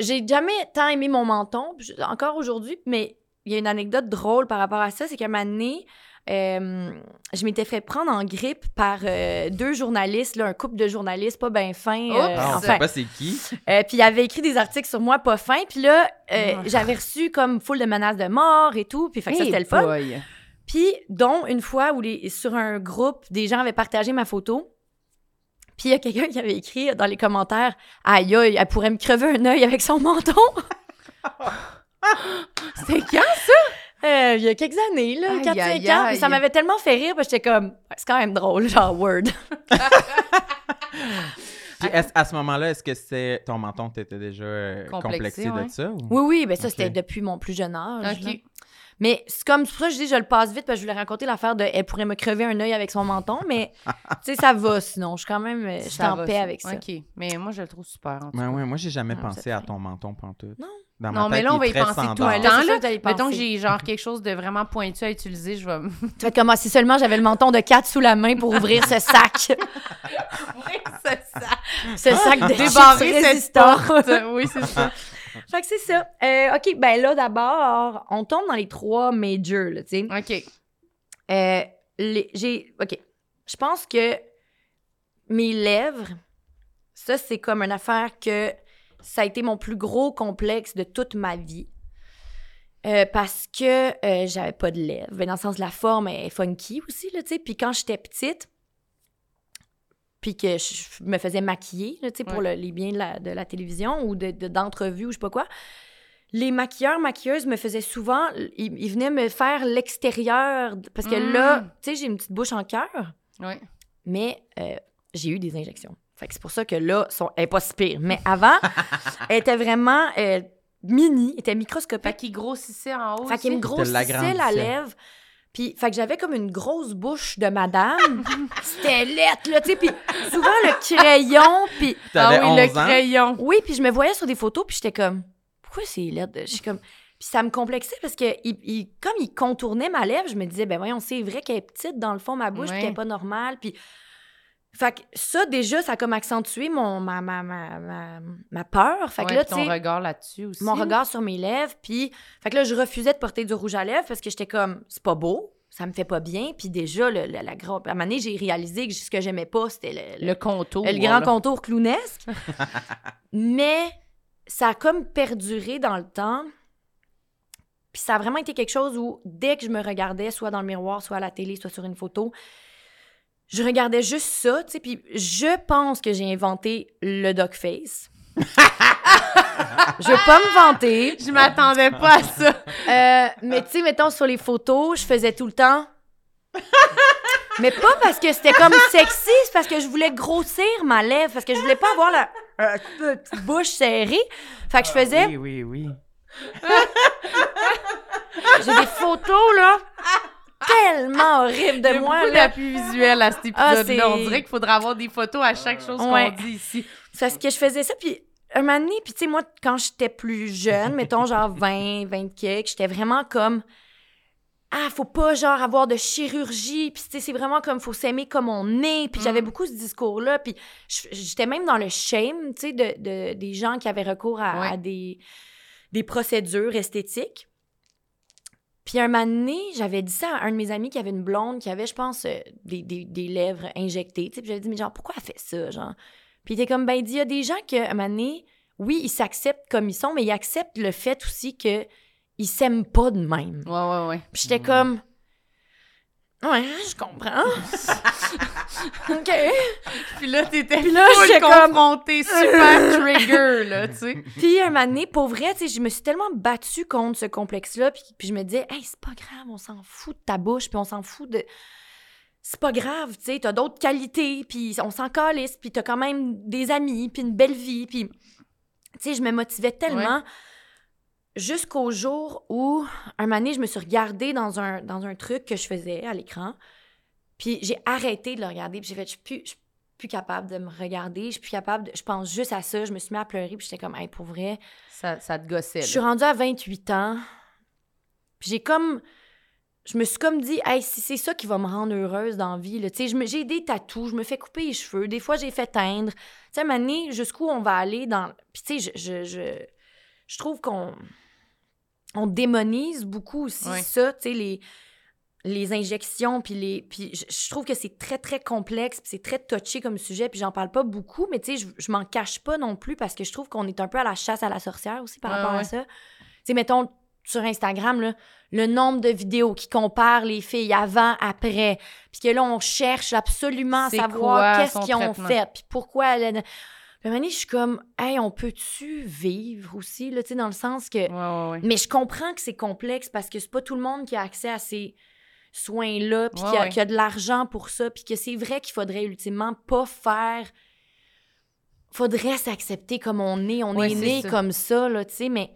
Speaker 4: j'ai jamais tant aimé mon menton, puis je- encore aujourd'hui, mais il y a une anecdote drôle par rapport à ça, c'est qu'à un moment donné, euh, je m'étais fait prendre en grippe par euh, deux journalistes, là, un couple de journalistes pas bien fins. euh,
Speaker 3: Oups!
Speaker 2: Ah, on
Speaker 4: enfin,
Speaker 2: sait pas c'est qui.
Speaker 4: euh, puis il avait écrit des articles sur moi pas fins, puis là, euh,
Speaker 3: Ah.
Speaker 4: j'avais reçu comme foule de menaces de mort et tout, puis fait que ça,
Speaker 3: Hey
Speaker 4: c'était le fun.
Speaker 3: boy.
Speaker 4: Puis, dont une fois où les, sur un groupe, des gens avaient partagé ma photo. Puis il y a quelqu'un qui avait écrit dans les commentaires Aïe, aïe, elle pourrait me crever un œil avec son menton.
Speaker 3: C'est quand?
Speaker 4: Euh, il y a quelques années, là,
Speaker 3: Aïe,
Speaker 4: 4-5
Speaker 3: aïe,
Speaker 4: ans. mais ça
Speaker 3: aïe.
Speaker 4: m'avait tellement fait rire, parce que j'étais comme C'est quand même drôle, genre Word.
Speaker 2: Puis est-ce- à ce moment-là, est-ce que c'est ton menton t'étais déjà euh,
Speaker 3: Complexé,
Speaker 2: complexé,
Speaker 3: ouais.
Speaker 2: de ça? ou-
Speaker 4: Oui, oui, ben ça,
Speaker 2: Ok.
Speaker 4: c'était depuis mon plus jeune âge. là.
Speaker 3: Ok.
Speaker 4: Mais c'est comme c'est pour ça que je dis, je le passe vite, parce que je voulais raconter l'affaire de elle pourrait me crever un œil avec son menton, mais tu sais, ça va sinon. Je suis quand même, euh, je suis
Speaker 3: Ça
Speaker 4: en
Speaker 3: va,
Speaker 4: paix
Speaker 3: ça.
Speaker 4: avec ça.
Speaker 3: OK. Mais moi, je le trouve super. en tout
Speaker 2: Ouais,
Speaker 3: cas.
Speaker 2: Ben ouais, moi, j'ai jamais
Speaker 4: Ah,
Speaker 2: pensé
Speaker 4: c'est
Speaker 2: à
Speaker 4: vrai.
Speaker 2: ton menton pantoute.
Speaker 4: Non.
Speaker 2: Dans
Speaker 3: Non, mais
Speaker 2: tête,
Speaker 3: là,
Speaker 2: il
Speaker 3: on
Speaker 2: est
Speaker 3: va y
Speaker 2: très
Speaker 3: penser tout
Speaker 2: standard.
Speaker 3: un
Speaker 4: Là,
Speaker 3: Attends,
Speaker 4: c'est
Speaker 3: là,
Speaker 4: sûr que t'allais
Speaker 3: Mettons que
Speaker 4: penser.
Speaker 3: j'ai genre quelque chose de vraiment pointu à utiliser, je vais me.
Speaker 4: Tu vas être comme, ah, si seulement j'avais le menton de 4 sous la main pour ouvrir ce sac,
Speaker 3: c'est ça.
Speaker 4: ce sac de
Speaker 3: Ah! Débarrer
Speaker 4: chips
Speaker 3: cette
Speaker 4: résistants.
Speaker 3: oui, c'est ça.
Speaker 4: Fait que c'est ça. Euh, OK, ben là, d'abord, on tombe dans les trois majors, là, tu sais.
Speaker 3: OK.
Speaker 4: Euh, les- j'ai. OK. Je pense que mes lèvres, ça, c'est comme une affaire que ça a été mon plus gros complexe de toute ma vie. Euh, parce que euh, j'avais pas de lèvres. Ben, dans le sens, la forme est funky aussi, là, tu sais. Puis quand j'étais petite, puis que je me faisais maquiller, là, tu sais, pour le- les biens de la, de la télévision ou de- de- d'entrevues ou je sais pas quoi, les maquilleurs, maquilleuses me faisaient souvent, ils, ils venaient me faire l'extérieur. Parce que
Speaker 3: Mm.
Speaker 4: là, tu sais, j'ai une petite bouche en cœur,
Speaker 3: Ouais.
Speaker 4: mais euh, j'ai eu des injections. Fait que c'est pour ça que là, son, elle est pas si pire. Mais avant, elle était vraiment euh, mini, elle était
Speaker 3: Fait
Speaker 4: microscopique.
Speaker 3: qu'il grossissait en haut.
Speaker 4: Fait qu'elle me
Speaker 3: aussi.
Speaker 4: grossissait la
Speaker 2: l'agrandissait.
Speaker 4: lèvre. Puis, fait que j'avais comme une grosse bouche de madame. C'était lettre, là, tu sais. Puis souvent, le crayon, puis...
Speaker 2: T'avais
Speaker 3: ah oui, le
Speaker 2: 11 ans.
Speaker 3: crayon.
Speaker 4: Oui, puis je me voyais sur des photos, puis j'étais comme, pourquoi c'est laid? Je suis comme, puis ça me complexait parce que il- il- comme il contournait ma lèvre, je me disais, ben voyons, c'est vrai qu'elle est petite dans le fond, ma bouche,
Speaker 3: Ouais.
Speaker 4: puis qu'elle est pas normale, puis. Fait que ça, déjà, ça a comme accentué mon, ma, ma, ma, ma, ma peur. Fait que
Speaker 3: Ouais,
Speaker 4: là,
Speaker 3: puis
Speaker 4: tu
Speaker 3: ton
Speaker 4: sais,
Speaker 3: regard là-dessus aussi.
Speaker 4: mon regard sur mes lèvres, puis. Fait que là, je refusais de porter du rouge à lèvres parce que j'étais comme, c'est pas beau, ça me fait pas bien, puis déjà, le- la, la, grande- à un moment donné, j'ai réalisé que ce que j'aimais pas, c'était le- le
Speaker 3: Le contour.
Speaker 4: le grand
Speaker 3: là.
Speaker 4: contour clownesque. Mais ça a comme perduré dans le temps. Puis ça a vraiment été quelque chose où, dès que je me regardais, soit dans le miroir, soit à la télé, soit sur une photo, je regardais juste ça, tu sais. Puis je pense que j'ai inventé le dog face. je veux pas me vanter.
Speaker 3: Je m'attendais pas à ça.
Speaker 4: Euh, mais tu sais, mettons, sur les photos, je faisais tout le temps. mais pas parce que c'était comme sexy, c'est parce que je voulais grossir ma lèvre, parce que je voulais pas avoir la euh, petite bouche serrée. Fait que je faisais,
Speaker 2: Oui, oui, oui.
Speaker 4: j'ai des photos, là, tellement horribles
Speaker 3: Il y
Speaker 4: de
Speaker 3: a
Speaker 4: moi,
Speaker 3: beaucoup
Speaker 4: là.
Speaker 3: d'appui visuel à cet
Speaker 4: Ah,
Speaker 3: épisode-là.
Speaker 4: c'est-
Speaker 3: On dirait qu'il faudra avoir des photos à chaque chose
Speaker 4: Ouais.
Speaker 3: qu'on dit ici.
Speaker 4: C'est parce que je faisais ça, puis un moment donné, puis tu sais, moi, quand j'étais plus jeune, mettons genre 20, 20 quelques, j'étais vraiment comme... Ah, faut pas genre avoir de chirurgie, puis tu sais, c'est vraiment comme faut s'aimer comme on est, puis j'avais
Speaker 3: Mm.
Speaker 4: beaucoup ce discours-là, puis je- j'étais même dans le shame, tu sais, de, de- des gens qui avaient recours à,
Speaker 3: Ouais.
Speaker 4: à des, des procédures esthétiques. Puis un moment donné, j'avais dit ça à un de mes amis qui avait une blonde qui avait, je pense, euh, des, des- des lèvres injectées. tu sais. Puis j'avais dit, mais genre, pourquoi elle fait ça, genre? Puis il était comme, ben, il dit, il y a des gens que, à un moment donné, oui, ils s'acceptent comme ils sont, mais ils acceptent le fait aussi que ils s'aiment pas de même.
Speaker 3: Ouais, ouais, ouais.
Speaker 4: Puis j'étais
Speaker 2: Mm.
Speaker 4: comme, ouais, je comprends. OK.
Speaker 3: Puis là, t'étais
Speaker 4: Puis là,
Speaker 3: full
Speaker 4: j'étais comme-
Speaker 3: confrontée, super trigger, là, tu sais.
Speaker 4: Puis un moment donné, pour vrai, tu sais, je me suis tellement battue contre ce complexe-là, puis, puis je me disais, hey, c'est pas grave, on s'en fout de ta bouche, puis on s'en fout de. C'est pas grave, tu sais, t'as d'autres qualités, puis on s'en calisse, puis t'as quand même des amis, puis une belle vie, puis. Tu sais, je me motivais tellement jusqu'au jour où, un moment donné, je me suis regardée dans un, dans un truc que je faisais à l'écran, puis j'ai arrêté de le regarder, puis j'ai fait, je suis plus- je suis plus capable de me regarder, je suis plus capable, de- je pense juste à ça, je me suis mis à pleurer, puis j'étais comme, hey, pour vrai,
Speaker 3: Ça, ça te gossait.
Speaker 4: je suis
Speaker 3: là.
Speaker 4: rendue à 28 ans. Puis j'ai comme. Je me suis comme dit, hey, si c'est ça qui va me rendre heureuse dans la vie, là. Tu sais, je me- j'ai des tatous, je me fais couper les cheveux, des fois j'ai fait teindre. Tu sais, à un moment donné, jusqu'où on va aller dans. Puis tu sais, je, je, je, je trouve qu'on on démonise beaucoup aussi
Speaker 3: Ouais.
Speaker 4: ça, tu sais, les, les injections, puis les. Puis je, je trouve que c'est très, très complexe, puis c'est très touché comme sujet, puis j'en parle pas beaucoup, mais tu sais, je, je m'en cache pas non plus parce que je trouve qu'on est un peu à la chasse à la sorcière aussi par
Speaker 3: Ah Ouais,
Speaker 4: rapport à
Speaker 3: ouais.
Speaker 4: ça. Tu sais, mettons, sur Instagram, là, le nombre de vidéos qui comparent les filles avant, après. Puis que là, on cherche absolument à
Speaker 3: C'est
Speaker 4: savoir
Speaker 3: quoi
Speaker 4: qu'est-ce
Speaker 3: son
Speaker 4: qu'ils ont
Speaker 3: traitement.
Speaker 4: fait, puis pourquoi. elle a- Puis à un moment donné, je suis comme, hey, on peut-tu vivre aussi, là, tu sais, dans le sens que.
Speaker 3: Ouais, ouais, ouais.
Speaker 4: Mais je comprends que c'est complexe parce que c'est pas tout le monde qui a accès à ces soins-là, puis
Speaker 3: Ouais,
Speaker 4: qui, a-
Speaker 3: ouais.
Speaker 4: qui a de l'argent pour ça, puis que c'est vrai qu'il faudrait ultimement pas faire. Faudrait s'accepter comme on est. On
Speaker 3: Ouais,
Speaker 4: est
Speaker 3: c'est
Speaker 4: né
Speaker 3: ça.
Speaker 4: comme ça, là, tu sais, mais.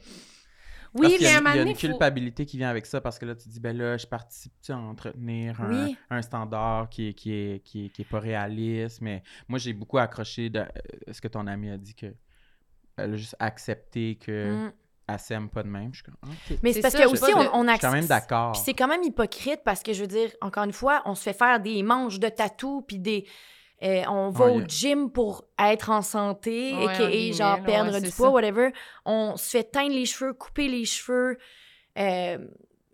Speaker 3: Oui,
Speaker 2: Parce qu'il y
Speaker 3: mais
Speaker 2: a,
Speaker 3: à
Speaker 2: une- il y
Speaker 3: un moment
Speaker 2: a
Speaker 3: donné,
Speaker 2: une
Speaker 3: faut-
Speaker 2: culpabilité qui vient avec ça parce que là, tu dis, ben là, je participe à entretenir un,
Speaker 4: Oui.
Speaker 2: un standard qui est, qui, est, qui, est, qui est pas réaliste. Mais moi, j'ai beaucoup accroché de euh, ce que ton ami a dit que elle a juste accepté que
Speaker 4: Mm.
Speaker 2: elle s'aime pas de même. Je suis comme, OK.
Speaker 4: Mais
Speaker 3: Euh, C'est
Speaker 4: c'est parce
Speaker 3: ça,
Speaker 4: que
Speaker 3: je
Speaker 4: aussi,
Speaker 3: sais pas,
Speaker 4: on, on
Speaker 2: Je suis quand même
Speaker 4: accepte.
Speaker 2: d'accord.
Speaker 4: Puis c'est quand même hypocrite parce que je veux dire, encore une fois, on se fait faire des manches de tatou, puis des. euh, on va
Speaker 2: Ouais,
Speaker 4: au
Speaker 2: y a-
Speaker 4: gym pour être en santé,
Speaker 3: Ouais, en
Speaker 4: et
Speaker 3: guillemets,
Speaker 4: genre
Speaker 3: là,
Speaker 4: perdre
Speaker 3: ouais,
Speaker 4: du
Speaker 3: c'est
Speaker 4: poids,
Speaker 3: ça.
Speaker 4: whatever. On se fait teindre les cheveux, couper les cheveux. euh,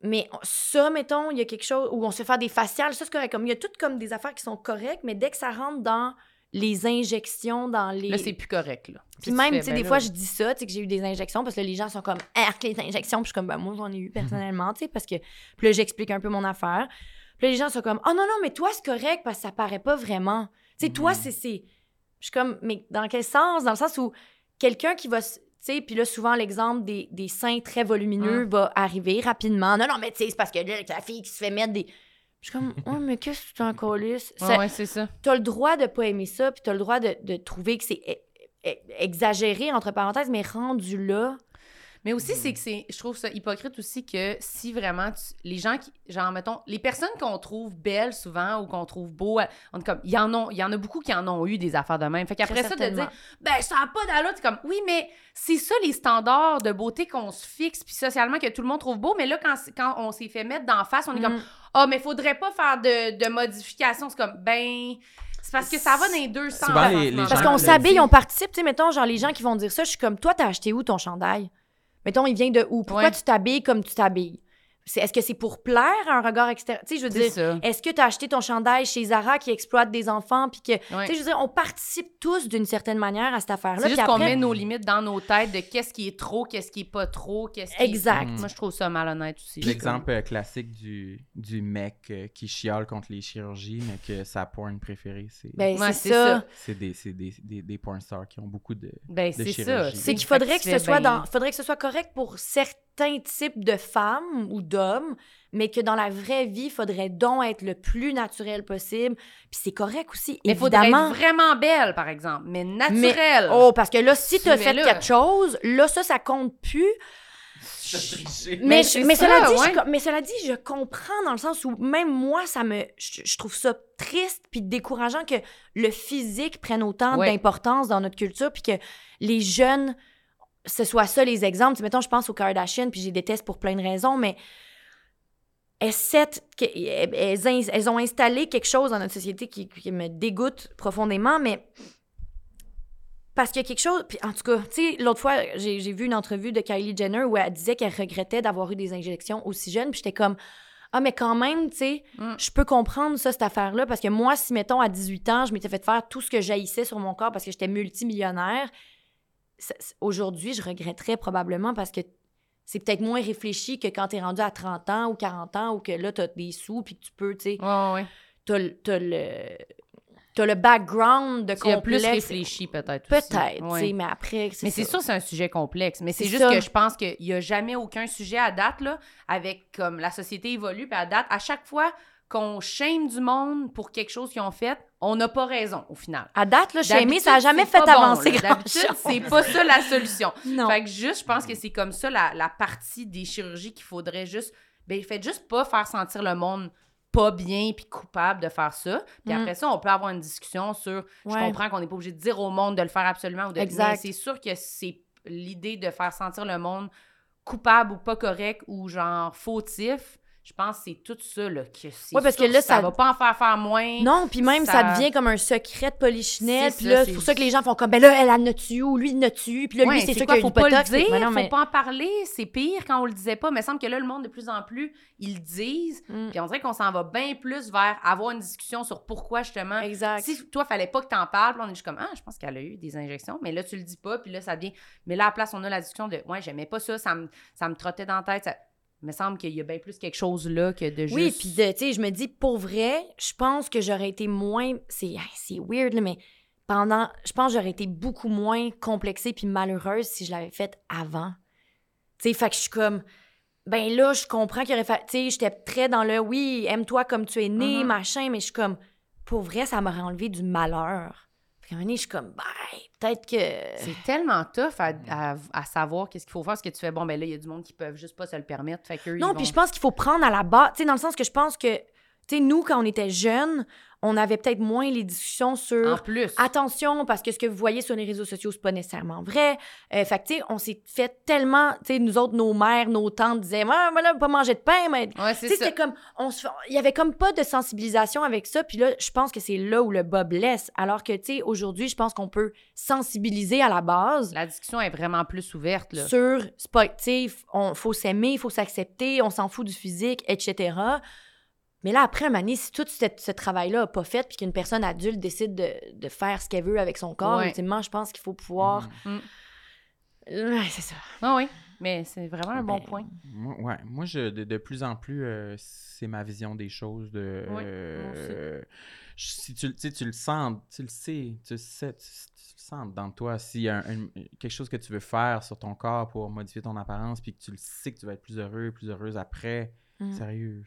Speaker 4: mais on- ça, mettons, il y a quelque chose où on se fait faire des faciales, ça c'est correct. Comme, il y a toutes comme des affaires qui sont correctes, mais dès que ça rentre dans les injections, dans les.
Speaker 3: Là, c'est plus correct. ben Là.
Speaker 4: Puis même, tu sais, des fois, je dis ça, tu sais, que j'ai eu des injections, parce que là, les gens sont comme, arc les injections, puis je suis comme, ben, moi, j'en ai eu personnellement, tu sais, parce que. Puis là, j'explique un peu mon affaire. Puis là, les gens sont comme, oh non, non, mais toi, c'est correct, parce que ça paraît pas vraiment. Tu sais, toi,
Speaker 2: Mhm.
Speaker 4: c'est. c'est- Je suis comme, mais dans quel sens? Dans le sens où quelqu'un qui va. s- Tu sais, puis là, souvent, l'exemple des, des seins très volumineux va arriver rapidement. Non, non, mais tu sais, c'est parce que là, la fille qui se fait mettre des. Je suis comme, oh, mais qu'est-ce que tu t'en colisses? Ça-
Speaker 3: Ouais, ouais, c'est ça.
Speaker 4: t'as le droit de pas aimer ça, puis t'as le droit de, de trouver que c'est e- e- exagéré, entre parenthèses, mais rendu là.
Speaker 3: Mais aussi, c'est que c'est, je trouve ça hypocrite aussi que si vraiment tu- les gens qui, genre, mettons, les personnes qu'on trouve belles souvent ou qu'on trouve beaux, elles- on est comme, il y en ont, il y en a beaucoup qui en ont eu des affaires de même. Fait qu'après
Speaker 4: très
Speaker 3: ça, de
Speaker 4: certainement.
Speaker 3: dire, ben, ça n'a pas d'allure, c'est comme, oui, mais c'est ça les standards de beauté qu'on se fixe, puis socialement que tout le monde trouve beau, mais là, quand, c'est- quand on s'est fait mettre d'en face, on est comme,
Speaker 4: Mm.
Speaker 3: ah, mais faudrait pas faire de, de modifications. C'est comme, ben, c'est parce que ça va dans les deux sens.
Speaker 2: Souvent, les-
Speaker 3: en ce
Speaker 2: les
Speaker 3: moment.
Speaker 2: gens-
Speaker 4: Parce
Speaker 2: Genre,
Speaker 4: qu'on
Speaker 2: le-
Speaker 4: s'habille, on participe, tu sais, mettons, genre, les gens qui vont dire ça, je suis comme, toi, t'as acheté où ton chandail? Mettons, il vient de où? Pourquoi
Speaker 3: Ouais.
Speaker 4: tu t'habilles comme tu t'habilles? C'est, est-ce que c'est pour plaire à un regard extérieur? Tu sais, je veux
Speaker 3: C'est
Speaker 4: dire,
Speaker 3: ça.
Speaker 4: est-ce que t'as acheté ton chandail chez Zara qui exploite des enfants, puis que...
Speaker 3: Ouais.
Speaker 4: Tu sais, je veux dire, on participe tous d'une certaine manière à cette affaire-là.
Speaker 3: C'est juste
Speaker 4: puis
Speaker 3: qu'on
Speaker 4: après-
Speaker 3: met nos limites dans nos têtes de qu'est-ce qui est trop, qu'est-ce qui est pas trop, qu'est-ce qui est-
Speaker 4: Exact.
Speaker 2: Mm.
Speaker 3: Moi, je trouve ça malhonnête aussi.
Speaker 2: L'exemple euh, classique du, du mec euh, qui chiale contre les chirurgies, mais que sa porn préférée, c'est
Speaker 4: Ben,
Speaker 3: Ouais,
Speaker 4: c'est
Speaker 3: c'est
Speaker 4: ça.
Speaker 3: ça.
Speaker 2: c'est des, c'est des, des, des porn stars qui ont beaucoup de.
Speaker 3: Ben,
Speaker 2: de
Speaker 3: c'est ça.
Speaker 2: chirurgie.
Speaker 4: C'est qu'il
Speaker 3: Fait
Speaker 4: faudrait que
Speaker 3: tu fais,
Speaker 4: ce soit
Speaker 3: ben,
Speaker 4: dans, faudrait que ce soit correct pour certains types de femmes ou d'hommes, mais que dans la vraie vie, il faudrait donc être le plus naturel possible. Puis c'est correct aussi,
Speaker 3: Mais faudrait
Speaker 4: évidemment.
Speaker 3: être vraiment belle, par exemple, mais naturelle.
Speaker 4: Oh, parce que là, si
Speaker 3: Tu
Speaker 4: t'as
Speaker 3: mets
Speaker 4: fait
Speaker 3: là.
Speaker 4: quelque chose, là, ça, ça compte plus. Mais,
Speaker 3: Mais
Speaker 4: je-
Speaker 3: c'est
Speaker 4: mais
Speaker 3: ça,
Speaker 4: cela dit, je
Speaker 3: ouais.
Speaker 4: com- mais cela dit, je comprends dans le sens où même moi, ça me, je, je trouve ça triste puis décourageant que le physique prenne autant
Speaker 3: Ouais.
Speaker 4: d'importance dans notre culture puis que les jeunes, ce soit ça les exemples. Tu sais, mettons, je pense aux Kardashian puis je les déteste pour plein de raisons, mais elles, s'être- que- elles, elles ins- elles ont installé quelque chose dans notre société qui, qui me dégoûte profondément, mais parce qu'il y a quelque chose. Puis en tout cas, tu sais, l'autre fois, j'ai j'ai vu une entrevue de Kylie Jenner où elle disait qu'elle regrettait d'avoir eu des injections aussi jeunes. Puis j'étais comme, ah, mais quand même, tu sais,
Speaker 3: Mm.
Speaker 4: je peux comprendre ça, cette affaire-là. Parce que moi, si, mettons, à 18 ans, je m'étais fait faire tout ce que jaillissait sur mon corps parce que j'étais multimillionnaire, ça- c'est- aujourd'hui, je regretterais probablement parce que c'est peut-être moins réfléchi que quand t'es rendu à 30 ans ou 40 ans ou que là, t'as des sous puis que tu peux, tu sais,
Speaker 3: Ouais, ouais.
Speaker 4: t'as le- t'as le. T'as le background de
Speaker 3: Tu y as plus
Speaker 4: complexe.
Speaker 3: réfléchi, peut-être. aussi.
Speaker 4: Peut-être,
Speaker 3: Ouais.
Speaker 4: tu sais, mais après.
Speaker 3: Mais c'est sûr, c'est un sujet complexe. Mais c'est
Speaker 4: C'est
Speaker 3: juste
Speaker 4: ça.
Speaker 3: que je pense qu'il n'y a jamais aucun sujet à date, là, avec comme la société évolue, puis à date, à chaque fois qu'on shame du monde pour quelque chose qu'ils ont fait, on n'a pas raison, au final.
Speaker 4: À date, là, chez Aimé, ça n'a
Speaker 3: D'habitude,
Speaker 4: jamais
Speaker 3: c'est
Speaker 4: fait
Speaker 3: pas bon,
Speaker 4: avancer
Speaker 3: là. D'habitude,
Speaker 4: grand-chose.
Speaker 3: c'est pas ça la solution.
Speaker 4: Non.
Speaker 3: Fait que juste, je pense que c'est comme ça la, la partie des chirurgies qu'il faudrait juste. Ben, faites juste pas faire sentir le monde pas bien puis coupable de faire ça. Puis
Speaker 4: Mm.
Speaker 3: après ça, on peut avoir une discussion sur. Je
Speaker 4: Ouais.
Speaker 3: comprends qu'on n'est pas obligé de dire au monde de le faire absolument ou de.
Speaker 4: Exact.
Speaker 3: Mais c'est sûr que c'est l'idée de faire sentir le monde coupable ou pas correct ou genre fautif. Je pense que c'est tout ça là que c'est.
Speaker 4: Ouais, parce
Speaker 3: sûr
Speaker 4: que là, ça-
Speaker 3: va pas en faire faire moins.
Speaker 4: Non, puis même, ça...
Speaker 3: ça-
Speaker 4: devient comme un secret de polichinelle.
Speaker 3: C'est
Speaker 4: Puis
Speaker 3: ça,
Speaker 4: là, c'est
Speaker 3: c'est-
Speaker 4: pour ça que les gens font comme, ben là, elle en a-tu ou lui, il en a-tu Puis là,
Speaker 3: Ouais,
Speaker 4: lui, c'est
Speaker 3: c'est
Speaker 4: sûr
Speaker 3: quoi,
Speaker 4: qu'il y
Speaker 3: faut
Speaker 4: a une
Speaker 3: pas le
Speaker 4: potox.
Speaker 3: dire,
Speaker 4: Mais non,
Speaker 3: faut
Speaker 4: mais-
Speaker 3: pas en parler, c'est pire quand on le disait pas. Mais il semble que là, le monde, de plus en plus, ils le disent.
Speaker 4: Mm.
Speaker 3: Puis on dirait qu'on s'en va bien plus vers avoir une discussion sur pourquoi, justement.
Speaker 4: Exact.
Speaker 3: Hein? Si toi, fallait pas que t'en parles, puis on est juste comme, ah, je pense qu'elle a eu des injections, mais là, tu le dis pas, puis là, ça devient. Mais là, à la place, on a la discussion de, ouais, j'aimais pas ça, ça me, ça me trottait dans la tête. ça- Il me semble qu'il y a bien plus quelque chose là que de juste.
Speaker 4: Oui, puis de- tu sais, je me dis, pour vrai, je pense que j'aurais été moins. C'est hey, c'est weird, là, mais pendant. Je pense que j'aurais été beaucoup moins complexée puis malheureuse si je l'avais faite avant. Tu sais, fait que je suis comme. Ben là, je comprends qu'il aurait fait. Tu sais, j'étais très dans le oui, aime-toi comme tu es né,
Speaker 3: Mhm.
Speaker 4: machin, mais je suis comme. Pour vrai, ça m'aurait enlevé du malheur. Puis à un moment donné, je suis comme, ben, peut-être que.
Speaker 3: C'est tellement tough à,
Speaker 4: Mm.
Speaker 3: à- à savoir qu'est-ce qu'il faut faire. Parce que tu fais, bon, ben là, il y a du monde qui peuvent juste pas se le permettre. Fait que
Speaker 4: Non, puis je pense qu'il faut prendre à la base, tu sais, dans le sens que je pense que, tu sais, nous, quand on était jeunes, on avait peut-être moins les discussions sur
Speaker 3: En plus.
Speaker 4: attention, parce que ce que vous voyez sur les réseaux sociaux, c'est pas nécessairement vrai. Euh, fait que, tu sais, on s'est fait tellement, tu sais, nous autres, nos mères, nos tantes disaient, ah, voilà, pas manger de pain, mais.
Speaker 3: Ouais,
Speaker 4: Tu
Speaker 3: c'est
Speaker 4: sais,
Speaker 3: ça.
Speaker 4: c'était comme, on se fait- il y avait comme pas de sensibilisation avec ça, puis là, je pense que c'est là où le bas blesse, alors que, tu sais, aujourd'hui, je pense qu'on peut sensibiliser à la base
Speaker 3: La discussion est vraiment plus ouverte, là.
Speaker 4: sur c'est pas- tu sais, f- on faut s'aimer, il faut s'accepter, on s'en fout du physique, etc. Mais là, après, un moment donné, si tout cette- ce travail-là n'a pas fait, puis qu'une personne adulte décide de, de faire ce qu'elle veut avec son corps,
Speaker 3: Ouais.
Speaker 4: ultimement, je pense qu'il faut pouvoir.
Speaker 3: Mhm.
Speaker 4: Ouais, c'est ça.
Speaker 3: Ah oui, mais c'est vraiment un bon
Speaker 4: Ben,
Speaker 3: point.
Speaker 2: Moi, ouais. Moi, je, de, de plus en plus, euh, c'est ma vision des choses. De,
Speaker 3: Ouais, moi
Speaker 2: euh, je- si tu, le- tu sais, tu le sens, tu le sais, tu le sais, tu, tu le sens dans toi. S'il y a un- un- quelque chose que tu veux faire sur ton corps pour modifier ton apparence, puis que tu le sais que tu vas être plus heureux, plus heureuse après,
Speaker 4: Mm.
Speaker 2: sérieux,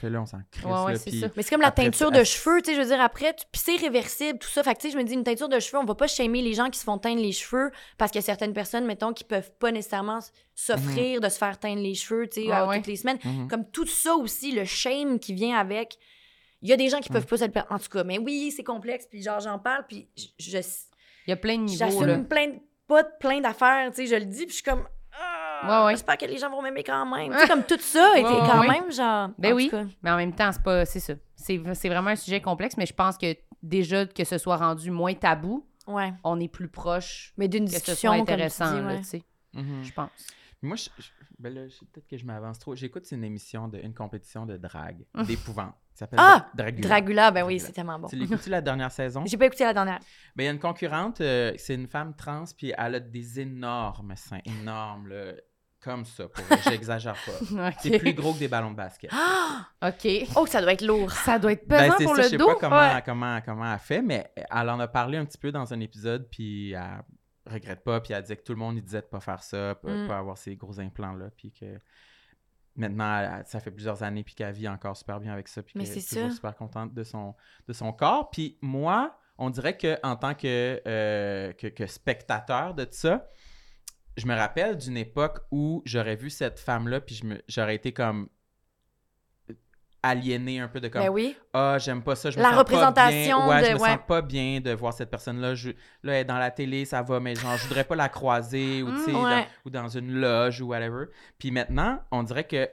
Speaker 2: fais-le, on s'en crisse.
Speaker 3: Ouais, Mmh. ouais,
Speaker 2: là,
Speaker 3: c'est
Speaker 2: puis-
Speaker 3: ça.
Speaker 4: Mais c'est comme la
Speaker 2: Après,
Speaker 4: teinture
Speaker 2: c'est-
Speaker 4: de cheveux, tu sais, je veux dire, après, tu- puis c'est réversible, tout ça. Fait que, tu sais, je me dis, une teinture de cheveux, on va pas shamer les gens qui se font teindre les cheveux parce qu'il y a certaines personnes, mettons, qui peuvent pas nécessairement s- s'offrir de se faire teindre les cheveux, tu sais,
Speaker 3: Mm-hmm. Ouais,
Speaker 4: à-
Speaker 3: ouais.
Speaker 4: toutes les semaines.
Speaker 2: Mhm.
Speaker 4: Comme tout ça aussi, le shame qui vient avec. Il y a des gens qui peuvent pas se le permettre. En tout cas, mais oui, c'est complexe, puis genre, j'en parle, puis je- je
Speaker 3: Il y a plein de niveaux, là.
Speaker 4: j'assume plein de, pas de- plein d'affaires, tu sais, je le dis, puis je suis comme. Ah,
Speaker 3: Ouais, ouais.
Speaker 4: J'espère que les gens vont m'aimer quand même. Tu sais, comme tout ça, et
Speaker 3: Ouais,
Speaker 4: quand
Speaker 3: ouais.
Speaker 4: même, genre.
Speaker 3: Ben
Speaker 4: en tout
Speaker 3: oui.
Speaker 4: cas.
Speaker 3: Mais en même temps, c'est pas... C'est ça. C'est c'est vraiment un sujet complexe, mais je pense que déjà que ce soit rendu moins tabou,
Speaker 4: Ouais.
Speaker 3: on est plus proche
Speaker 4: Mais d'une
Speaker 3: que ce soit
Speaker 4: discussion comme tu
Speaker 3: intéressant,
Speaker 4: dis,
Speaker 3: là,
Speaker 4: ouais.
Speaker 3: tu sais,
Speaker 2: Mhm.
Speaker 3: je pense.
Speaker 2: Moi, je, je- ben là, je- peut-être que je m'avance trop. J'écoute une émission, de, une compétition de drague,
Speaker 3: Ah!
Speaker 2: d'épouvante. Ça s'appelle
Speaker 4: Ah!
Speaker 2: Dra- Dragula.
Speaker 4: Dragula, ben oui,
Speaker 2: Dragula.
Speaker 4: c'est tellement bon.
Speaker 2: Tu l'écoutes-tu la dernière saison?
Speaker 4: J'ai pas écouté la dernière.
Speaker 2: Ben, il y a une concurrente, euh, c'est une femme trans, puis elle a des énormes seins, énormes, là, comme ça, pour vrai, j'exagère pas. C'est plus
Speaker 3: OK.
Speaker 2: gros que des ballons de basket.
Speaker 3: OK.
Speaker 4: Oh, ça doit être lourd.
Speaker 3: Ça doit être
Speaker 2: Ben,
Speaker 3: pesant
Speaker 2: c'est
Speaker 3: pour
Speaker 2: ça, je
Speaker 3: le
Speaker 2: sais
Speaker 3: dos.
Speaker 2: pas comment,
Speaker 3: Ouais.
Speaker 2: comment, comment elle fait, mais elle en a parlé un petit peu dans un épisode, puis elle regrette pas, puis elle disait que tout le monde lui disait de pas faire ça, pas,
Speaker 4: Mm.
Speaker 2: pas avoir ces gros implants-là, puis que maintenant, elle- elle- ça fait plusieurs années, puis qu'elle vit encore super bien avec ça, puis
Speaker 4: Mais
Speaker 2: qu'elle est
Speaker 4: c'est
Speaker 2: toujours
Speaker 4: ça.
Speaker 2: super contente de son, de son corps. Puis moi, on dirait que en tant que, euh, que, que spectateur de ça, je me rappelle d'une époque où j'aurais vu cette femme-là, puis je me- j'aurais été comme aliéné un peu de comme
Speaker 4: Ben oui.
Speaker 2: ah, j'aime pas ça, je me
Speaker 4: La
Speaker 2: sens
Speaker 4: représentation
Speaker 2: pas bien. Ouais,
Speaker 4: de-
Speaker 2: je me
Speaker 4: ouais.
Speaker 2: sens pas bien de voir cette personne-là. Je- Là, elle est dans la télé, ça va, mais genre, je voudrais pas la croiser ou, tu sais,
Speaker 4: Mm,
Speaker 2: dans-
Speaker 4: ouais.
Speaker 2: ou dans une loge ou whatever. Puis maintenant, on dirait que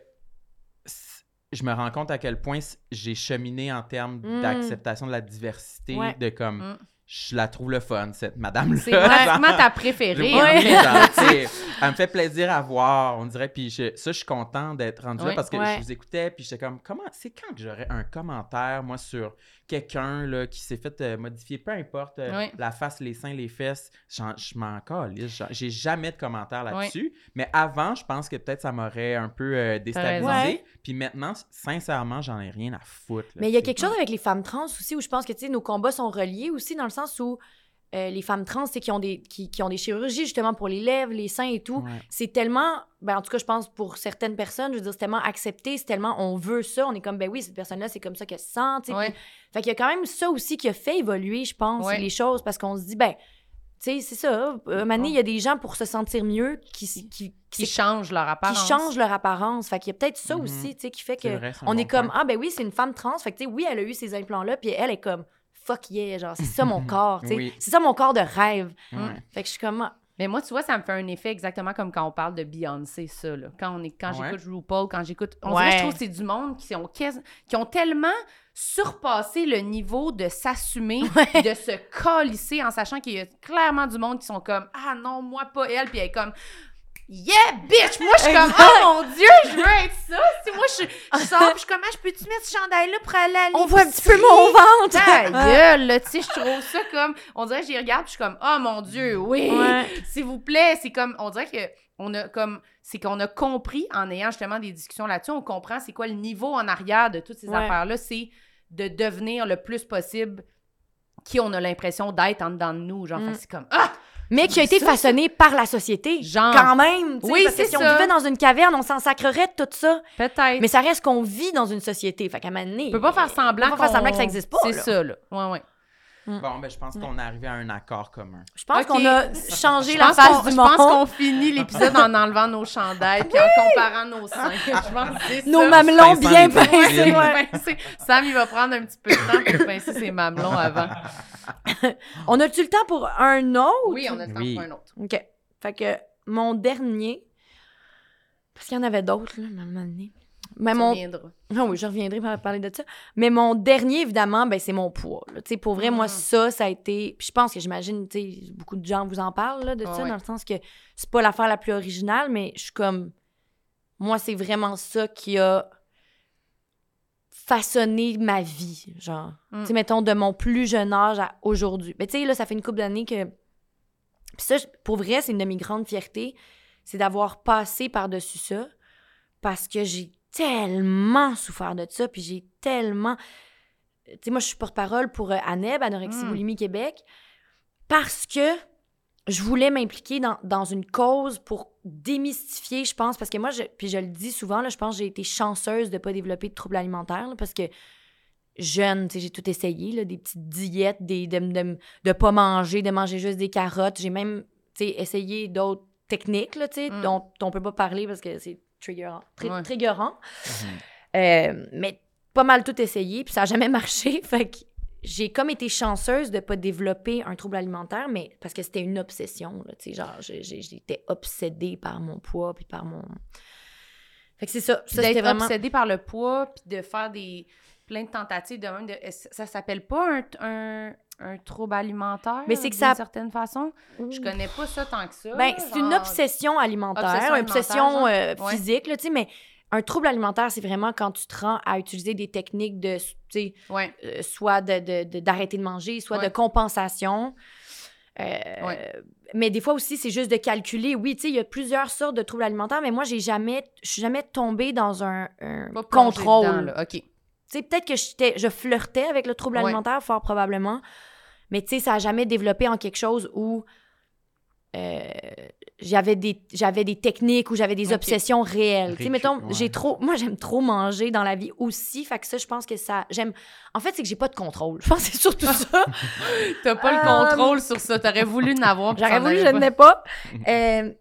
Speaker 2: c- je me rends compte à quel point c- j'ai cheminé en termes
Speaker 4: Mm.
Speaker 2: d'acceptation de la diversité,
Speaker 4: Ouais.
Speaker 2: de comme,
Speaker 3: Mm.
Speaker 2: je la trouve le fun, cette madame-là.
Speaker 3: C'est
Speaker 2: Genre-
Speaker 3: pratiquement ta préférée. en
Speaker 2: Ouais.
Speaker 3: fait.
Speaker 2: Genre, tu sais, elle me fait plaisir à voir, on dirait. Puis je- ça, je suis content d'être rendu là
Speaker 3: Ouais.
Speaker 2: parce que
Speaker 4: Ouais.
Speaker 2: je vous écoutais, puis j'étais comme, comment, c'est quand que j'aurais un commentaire, moi, sur quelqu'un là, qui s'est fait euh, modifier, peu importe euh,
Speaker 3: Ouais.
Speaker 2: la face, les seins, les fesses, j'en- je m'en calisse, j'en- j'ai jamais de commentaire là-dessus. Mais avant, je pense que peut-être ça m'aurait un peu euh, déstabilisé.
Speaker 4: raison. Ouais.
Speaker 2: Puis maintenant, sincèrement, j'en ai rien à foutre. là,
Speaker 4: Mais il y a
Speaker 2: tu sais.
Speaker 4: quelque chose avec les femmes trans aussi où je pense que, tu sais, nos combats sont reliés aussi dans le sens où euh, les femmes trans, c'est qui ont des qui, qui ont des chirurgies justement pour les lèvres, les seins et tout.
Speaker 2: Ouais.
Speaker 4: C'est tellement, ben en tout cas, je pense pour certaines personnes, je veux dire, c'est tellement accepté, c'est tellement on veut ça, on est comme, ben oui, cette personne-là, c'est comme ça qu'elle se sent, tu sais,
Speaker 3: Ouais.
Speaker 4: Fait qu'il y a quand même ça aussi qui a fait évoluer, je pense,
Speaker 3: Ouais.
Speaker 4: les choses, parce qu'on se dit, ben, tu sais, c'est ça. Euh, Mané, il y a des gens pour se sentir mieux qui, s- qui,
Speaker 3: Qui
Speaker 4: qui,
Speaker 3: changent leur
Speaker 4: qui
Speaker 3: apparence.
Speaker 4: changent leur apparence. Fait qu'il y a peut-être ça
Speaker 2: Mhm.
Speaker 4: aussi, tu sais, qui fait
Speaker 2: C'est
Speaker 4: que
Speaker 2: vrai, c'est un
Speaker 4: on est
Speaker 2: bon
Speaker 4: comme,
Speaker 2: point.
Speaker 4: ah ben oui, c'est une femme trans. Fait que, tu sais, oui, elle a eu ces implants-là, puis elle est comme, fuck yeah, genre, c'est ça mon corps, tu sais.
Speaker 2: Oui.
Speaker 4: C'est ça mon corps de rêve.
Speaker 2: Ouais.
Speaker 4: Fait que je suis comme, ah,
Speaker 3: Mais moi, tu vois, ça me fait un effet exactement comme quand on parle de Beyoncé, ça, là. Quand, on est, quand
Speaker 2: Ouais.
Speaker 3: j'écoute RuPaul, quand j'écoute... On
Speaker 4: Ouais.
Speaker 3: dirait, je trouve que c'est du monde qui ont, quasi- qui ont tellement surpassé le niveau de s'assumer, de se colisser en sachant qu'il y a clairement du monde qui sont comme « Ah non, moi, pas elle! » Puis elle est comme « Yeah, bitch! Moi, je suis comme,
Speaker 4: Exact.
Speaker 3: oh mon Dieu, je veux être ça! Si moi, je, je sors, puis je suis comme, Ah, je peux-tu mettre ce chandail-là pour aller à
Speaker 4: On voit un petit peu
Speaker 3: l'épicerie?
Speaker 4: mon ventre.
Speaker 3: Ta gueule, là, tu sais, je trouve ça comme, on dirait que j'y regarde, puis je suis comme, oh mon Dieu, oui!
Speaker 4: Ouais.
Speaker 3: S'il vous plaît, c'est comme, on dirait que on a comme, c'est qu'on a compris en ayant justement des discussions là-dessus, on comprend c'est quoi le niveau en arrière de toutes ces
Speaker 4: Ouais.
Speaker 3: affaires-là, c'est de devenir le plus possible qui on a l'impression d'être en dedans de nous, genre,
Speaker 4: Mm.
Speaker 3: fait que c'est comme, ah!
Speaker 4: Mais qui a été
Speaker 3: Ça,
Speaker 4: façonné par la société.
Speaker 3: Genre.
Speaker 4: Quand même. tu sais,
Speaker 3: Oui,
Speaker 4: parce que
Speaker 3: c'est
Speaker 4: si
Speaker 3: ça.
Speaker 4: on vivait dans une caverne, on s'en sacrerait de tout ça.
Speaker 3: Peut-être.
Speaker 4: Mais ça reste qu'on vit dans une société. Fait qu'à un moment donné,
Speaker 3: On peut pas faire semblant,
Speaker 4: on peut pas faire
Speaker 3: qu'on-
Speaker 4: semblant que ça existe pas,
Speaker 3: C'est
Speaker 4: là.
Speaker 3: ça, là. Ouais, ouais.
Speaker 2: Bon, ben, je
Speaker 4: Mm.
Speaker 2: pense qu'on est arrivé à un accord commun.
Speaker 4: Je pense
Speaker 3: Ok.
Speaker 4: qu'on a changé
Speaker 3: Je
Speaker 4: la
Speaker 3: pense,
Speaker 4: face
Speaker 3: qu'on,
Speaker 4: du
Speaker 3: je
Speaker 4: monde.
Speaker 3: pense qu'on finit l'épisode en enlevant nos chandails puis en comparant nos seins. Je pense que c'est
Speaker 4: Nos
Speaker 3: ça.
Speaker 2: 500
Speaker 4: mamelons bien
Speaker 2: des
Speaker 4: pincés.
Speaker 2: victimes.
Speaker 4: ouais.
Speaker 3: Ouais, c'est- Sam, il va prendre un petit peu de temps pour pincer ses mamelons avant.
Speaker 4: On a-tu le temps pour un autre?
Speaker 3: Oui, on a le temps
Speaker 2: Oui.
Speaker 3: pour un autre.
Speaker 4: OK. Fait que mon dernier, parce qu'il y en avait d'autres, là, mais à un moment donné. Mais
Speaker 3: Tu
Speaker 4: mon
Speaker 3: reviendras.
Speaker 4: Non, oui, je reviendrai par- parler de ça. Mais mon dernier, évidemment, ben, c'est mon poids. là. Tu sais, pour vrai, moi,
Speaker 3: Mhm.
Speaker 4: ça, ça a été. Puis je pense que j'imagine, tu sais, beaucoup de gens vous en parlent là, de
Speaker 3: Ah
Speaker 4: ça,
Speaker 3: ouais.
Speaker 4: dans le sens que c'est pas l'affaire la plus originale, mais je suis comme. Moi, c'est vraiment ça qui a façonné ma vie, genre.
Speaker 3: Mm.
Speaker 4: Tu sais, mettons, de mon plus jeune âge à aujourd'hui. Mais tu sais, là, ça fait une couple d'années que. Puis ça, je- pour vrai, c'est une de mes grandes fiertés, c'est d'avoir passé par-dessus ça parce que j'ai tellement souffert de ça, puis j'ai tellement... Tu sais, moi, je suis porte-parole pour euh, ANEB, Anorexie
Speaker 3: Mm.
Speaker 4: Boulimie Québec, parce que je voulais m'impliquer dans, dans une cause pour démystifier, je pense, parce que moi, je, puis je le dis souvent, là, je pense que j'ai été chanceuse de ne pas développer de troubles alimentaires, là, parce que jeune, tu sais, j'ai tout essayé, là, des petites diètes, des, de ne pas manger, de manger juste des carottes. J'ai même tu sais, essayé d'autres techniques, là, tu sais,
Speaker 3: Mm.
Speaker 4: dont on ne peut pas parler parce que c'est triggerant. Très,
Speaker 3: Ouais. Mm-hmm.
Speaker 4: triggerant. Euh, mais pas mal tout essayé, puis ça n'a jamais marché. Fait que j'ai comme été chanceuse de pas développer un trouble alimentaire, mais parce que c'était une obsession. Là, tu sais, genre, j'ai- j'ai- j'étais obsédée par mon poids, puis par mon... Fait que c'est ça.
Speaker 3: Puis
Speaker 4: ça
Speaker 3: d'être
Speaker 4: c'était vraiment...
Speaker 3: obsédé par le poids, puis de faire des plein de tentatives de même. De, ça s'appelle pas un, un, un trouble alimentaire,
Speaker 4: Mais c'est que
Speaker 3: d'une
Speaker 4: ça-
Speaker 3: certaine façon. Je connais pas ça tant que ça.
Speaker 4: Ben, c'est une
Speaker 3: genre-
Speaker 4: obsession alimentaire,
Speaker 3: Euh, ah, Obsession
Speaker 4: une obsession
Speaker 3: alimentaire,
Speaker 4: euh,
Speaker 3: genre. Ouais.
Speaker 4: physique, là, tu sais, mais un trouble alimentaire, c'est vraiment quand tu te rends à utiliser des techniques de, tu sais,
Speaker 3: Ouais.
Speaker 4: euh, soit de- de- de- d'arrêter de, manger, soit
Speaker 3: Ouais.
Speaker 4: de compensation. Euh,
Speaker 3: Ouais.
Speaker 4: Mais des fois aussi, c'est juste de calculer. Oui, tu sais, il y a plusieurs sortes de troubles alimentaires, mais moi, j'ai jamais, je suis jamais tombée dans un, un
Speaker 3: Pas plonger
Speaker 4: contrôle.
Speaker 3: dedans, là. OK.
Speaker 4: Tu sais, peut-être que j'étais- je flirtais avec le trouble
Speaker 3: Ouais.
Speaker 4: alimentaire, fort probablement. Mais tu sais, ça n'a jamais développé en quelque chose où euh, j'avais des, j'avais des techniques, où j'avais des
Speaker 3: Ok.
Speaker 4: obsessions réelles. Tu sais,
Speaker 2: Récu-
Speaker 4: mettons,
Speaker 2: ouais.
Speaker 4: j'ai trop. Moi, j'aime trop manger dans la vie aussi. Fait que ça, je pense que ça. J'aime. En fait, c'est que j'ai pas de contrôle. Je pense que c'est surtout ça.
Speaker 3: T'as pas
Speaker 4: Euh,
Speaker 3: le contrôle sur ça. T'aurais voulu n'avoir.
Speaker 4: J'aurais voulu, je n'ai pas. Euh,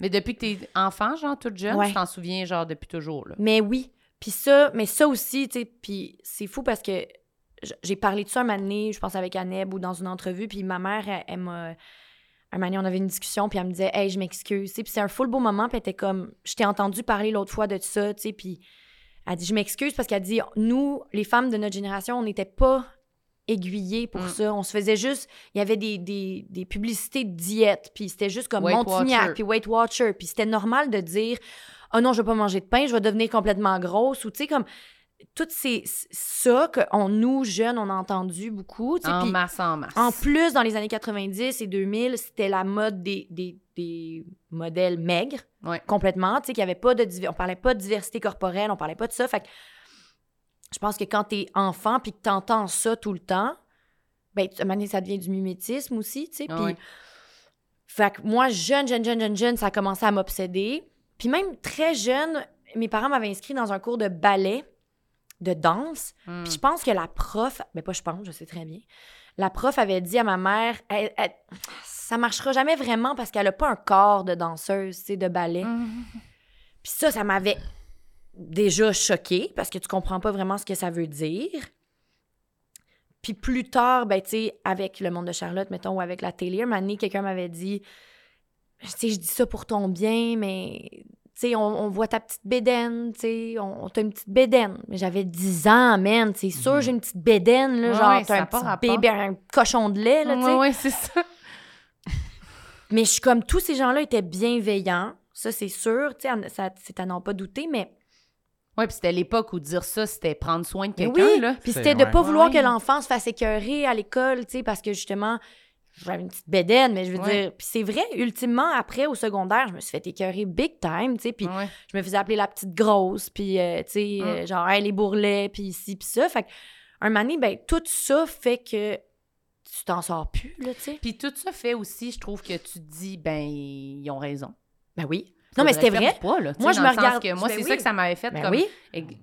Speaker 3: Mais depuis que t'es enfant, genre, toute jeune,
Speaker 4: Ouais.
Speaker 3: tu t'en souviens, genre, depuis toujours, là.
Speaker 4: Mais oui. Puis ça, mais ça aussi, tu sais, puis c'est fou parce que j- j'ai parlé de ça un moment donné, je pense avec Aneb ou dans une entrevue, puis ma mère, elle, elle m'a... Un moment donné, on avait une discussion, puis elle me disait « Hey, je m'excuse. » Tu sais, Puis c'est un full beau moment, puis elle était comme « Je t'ai entendu parler l'autre fois de ça, tu sais, puis elle dit « Je m'excuse » parce qu'elle dit « Nous, les femmes de notre génération, on n'était pas aiguillées pour
Speaker 3: Mm.
Speaker 4: ça. On se faisait juste... Il y avait des, des, des publicités de diète, puis c'était juste comme
Speaker 3: Weight Watcher.
Speaker 4: Montignac, puis Weight Watcher, puis c'était normal de dire oh non, je vais pas manger de pain, je vais devenir complètement grosse, ou tu sais, comme, toutes ces, ça que on, nous, jeunes, on a entendu beaucoup, tu sais,
Speaker 3: En
Speaker 4: puis
Speaker 3: masse, en masse.
Speaker 4: en plus, dans les années 90 et 2000, c'était la mode des, des, des modèles maigres,
Speaker 3: Ouais.
Speaker 4: complètement, tu sais, qu'il y avait pas de, diver- on parlait pas de diversité corporelle, on parlait pas de ça, fait que je pense que quand t'es enfant puis que t'entends ça tout le temps, ben, tu- à un moment donné, ça devient du mimétisme aussi, tu sais,
Speaker 3: Ah
Speaker 4: puis...
Speaker 3: ouais.
Speaker 4: Fait que moi, jeune, jeune, jeune, jeune, jeune, ça a commencé à m'obséder. Puis même très jeune, mes parents m'avaient inscrit dans un cours de ballet, de danse.
Speaker 3: Hmm.
Speaker 4: Puis je pense que la prof, mais pas je pense, je sais très bien, la prof avait dit à ma mère, Elle- elle- ça marchera jamais vraiment parce qu'elle a pas un corps de danseuse, tu sais, de ballet.
Speaker 3: Mhm.
Speaker 4: Puis ça, ça m'avait déjà choqué parce que tu comprends pas vraiment ce que ça veut dire. Puis plus tard, ben, tu sais, avec le monde de Charlotte, mettons, ou avec la télé, un moment donné, quelqu'un m'avait dit, tu sais, je dis ça pour ton bien, mais, tu sais, on, on voit ta petite bédaine, tu sais, on, on t'a une petite bédaine. Mais j'avais 10 ans, man, c'est sûr,
Speaker 2: Mhm.
Speaker 4: j'ai une petite bédaine, là,
Speaker 3: Ouais,
Speaker 4: genre,
Speaker 3: ouais, ça
Speaker 4: t'as un
Speaker 3: a pas
Speaker 4: petit
Speaker 3: rapport.
Speaker 4: bébé, un cochon de lait, là, tu sais.
Speaker 3: Ouais, ouais, c'est ça.
Speaker 4: Mais je suis comme tous ces gens-là étaient bienveillants, Ça, c'est sûr. Tu sais, à- ça- c'est à n'en pas douter, mais
Speaker 3: Ouais, puis c'était l'époque où dire ça, c'était prendre soin de
Speaker 4: Mais
Speaker 3: quelqu'un,
Speaker 4: oui,
Speaker 3: là.
Speaker 4: Puis
Speaker 2: C'est-
Speaker 4: c'était de
Speaker 2: ouais.
Speaker 4: pas vouloir
Speaker 3: Ouais.
Speaker 4: que l'enfant se fasse écœurer à l'école, tu sais, parce que justement, j'avais une petite bédaine, mais je veux
Speaker 3: Ouais.
Speaker 4: dire. Puis c'est vrai, ultimement, après, au secondaire, je me suis fait écœurer big time, tu sais, puis
Speaker 3: Ouais.
Speaker 4: je me faisais appeler la petite grosse, puis, euh, tu sais,
Speaker 3: Mm.
Speaker 4: euh, genre, Hey, les bourrelets, puis ici, puis ça. Fait que, un moment donné, ben, tout ça fait que tu t'en sors plus, là, tu sais.
Speaker 3: Puis tout ça fait aussi, je trouve que tu te dis, ben, ils ont raison.
Speaker 4: Ben oui. Non, mais c'était
Speaker 3: Faudrait faire
Speaker 4: vrai.
Speaker 3: du poids, là, tu
Speaker 4: Moi,
Speaker 3: sais,
Speaker 4: je
Speaker 3: dans
Speaker 4: me
Speaker 3: le sens
Speaker 4: regarde-
Speaker 3: que moi,
Speaker 4: Ben
Speaker 3: c'est
Speaker 4: oui.
Speaker 3: ça que ça m'avait fait
Speaker 4: Ben
Speaker 3: comme
Speaker 4: oui.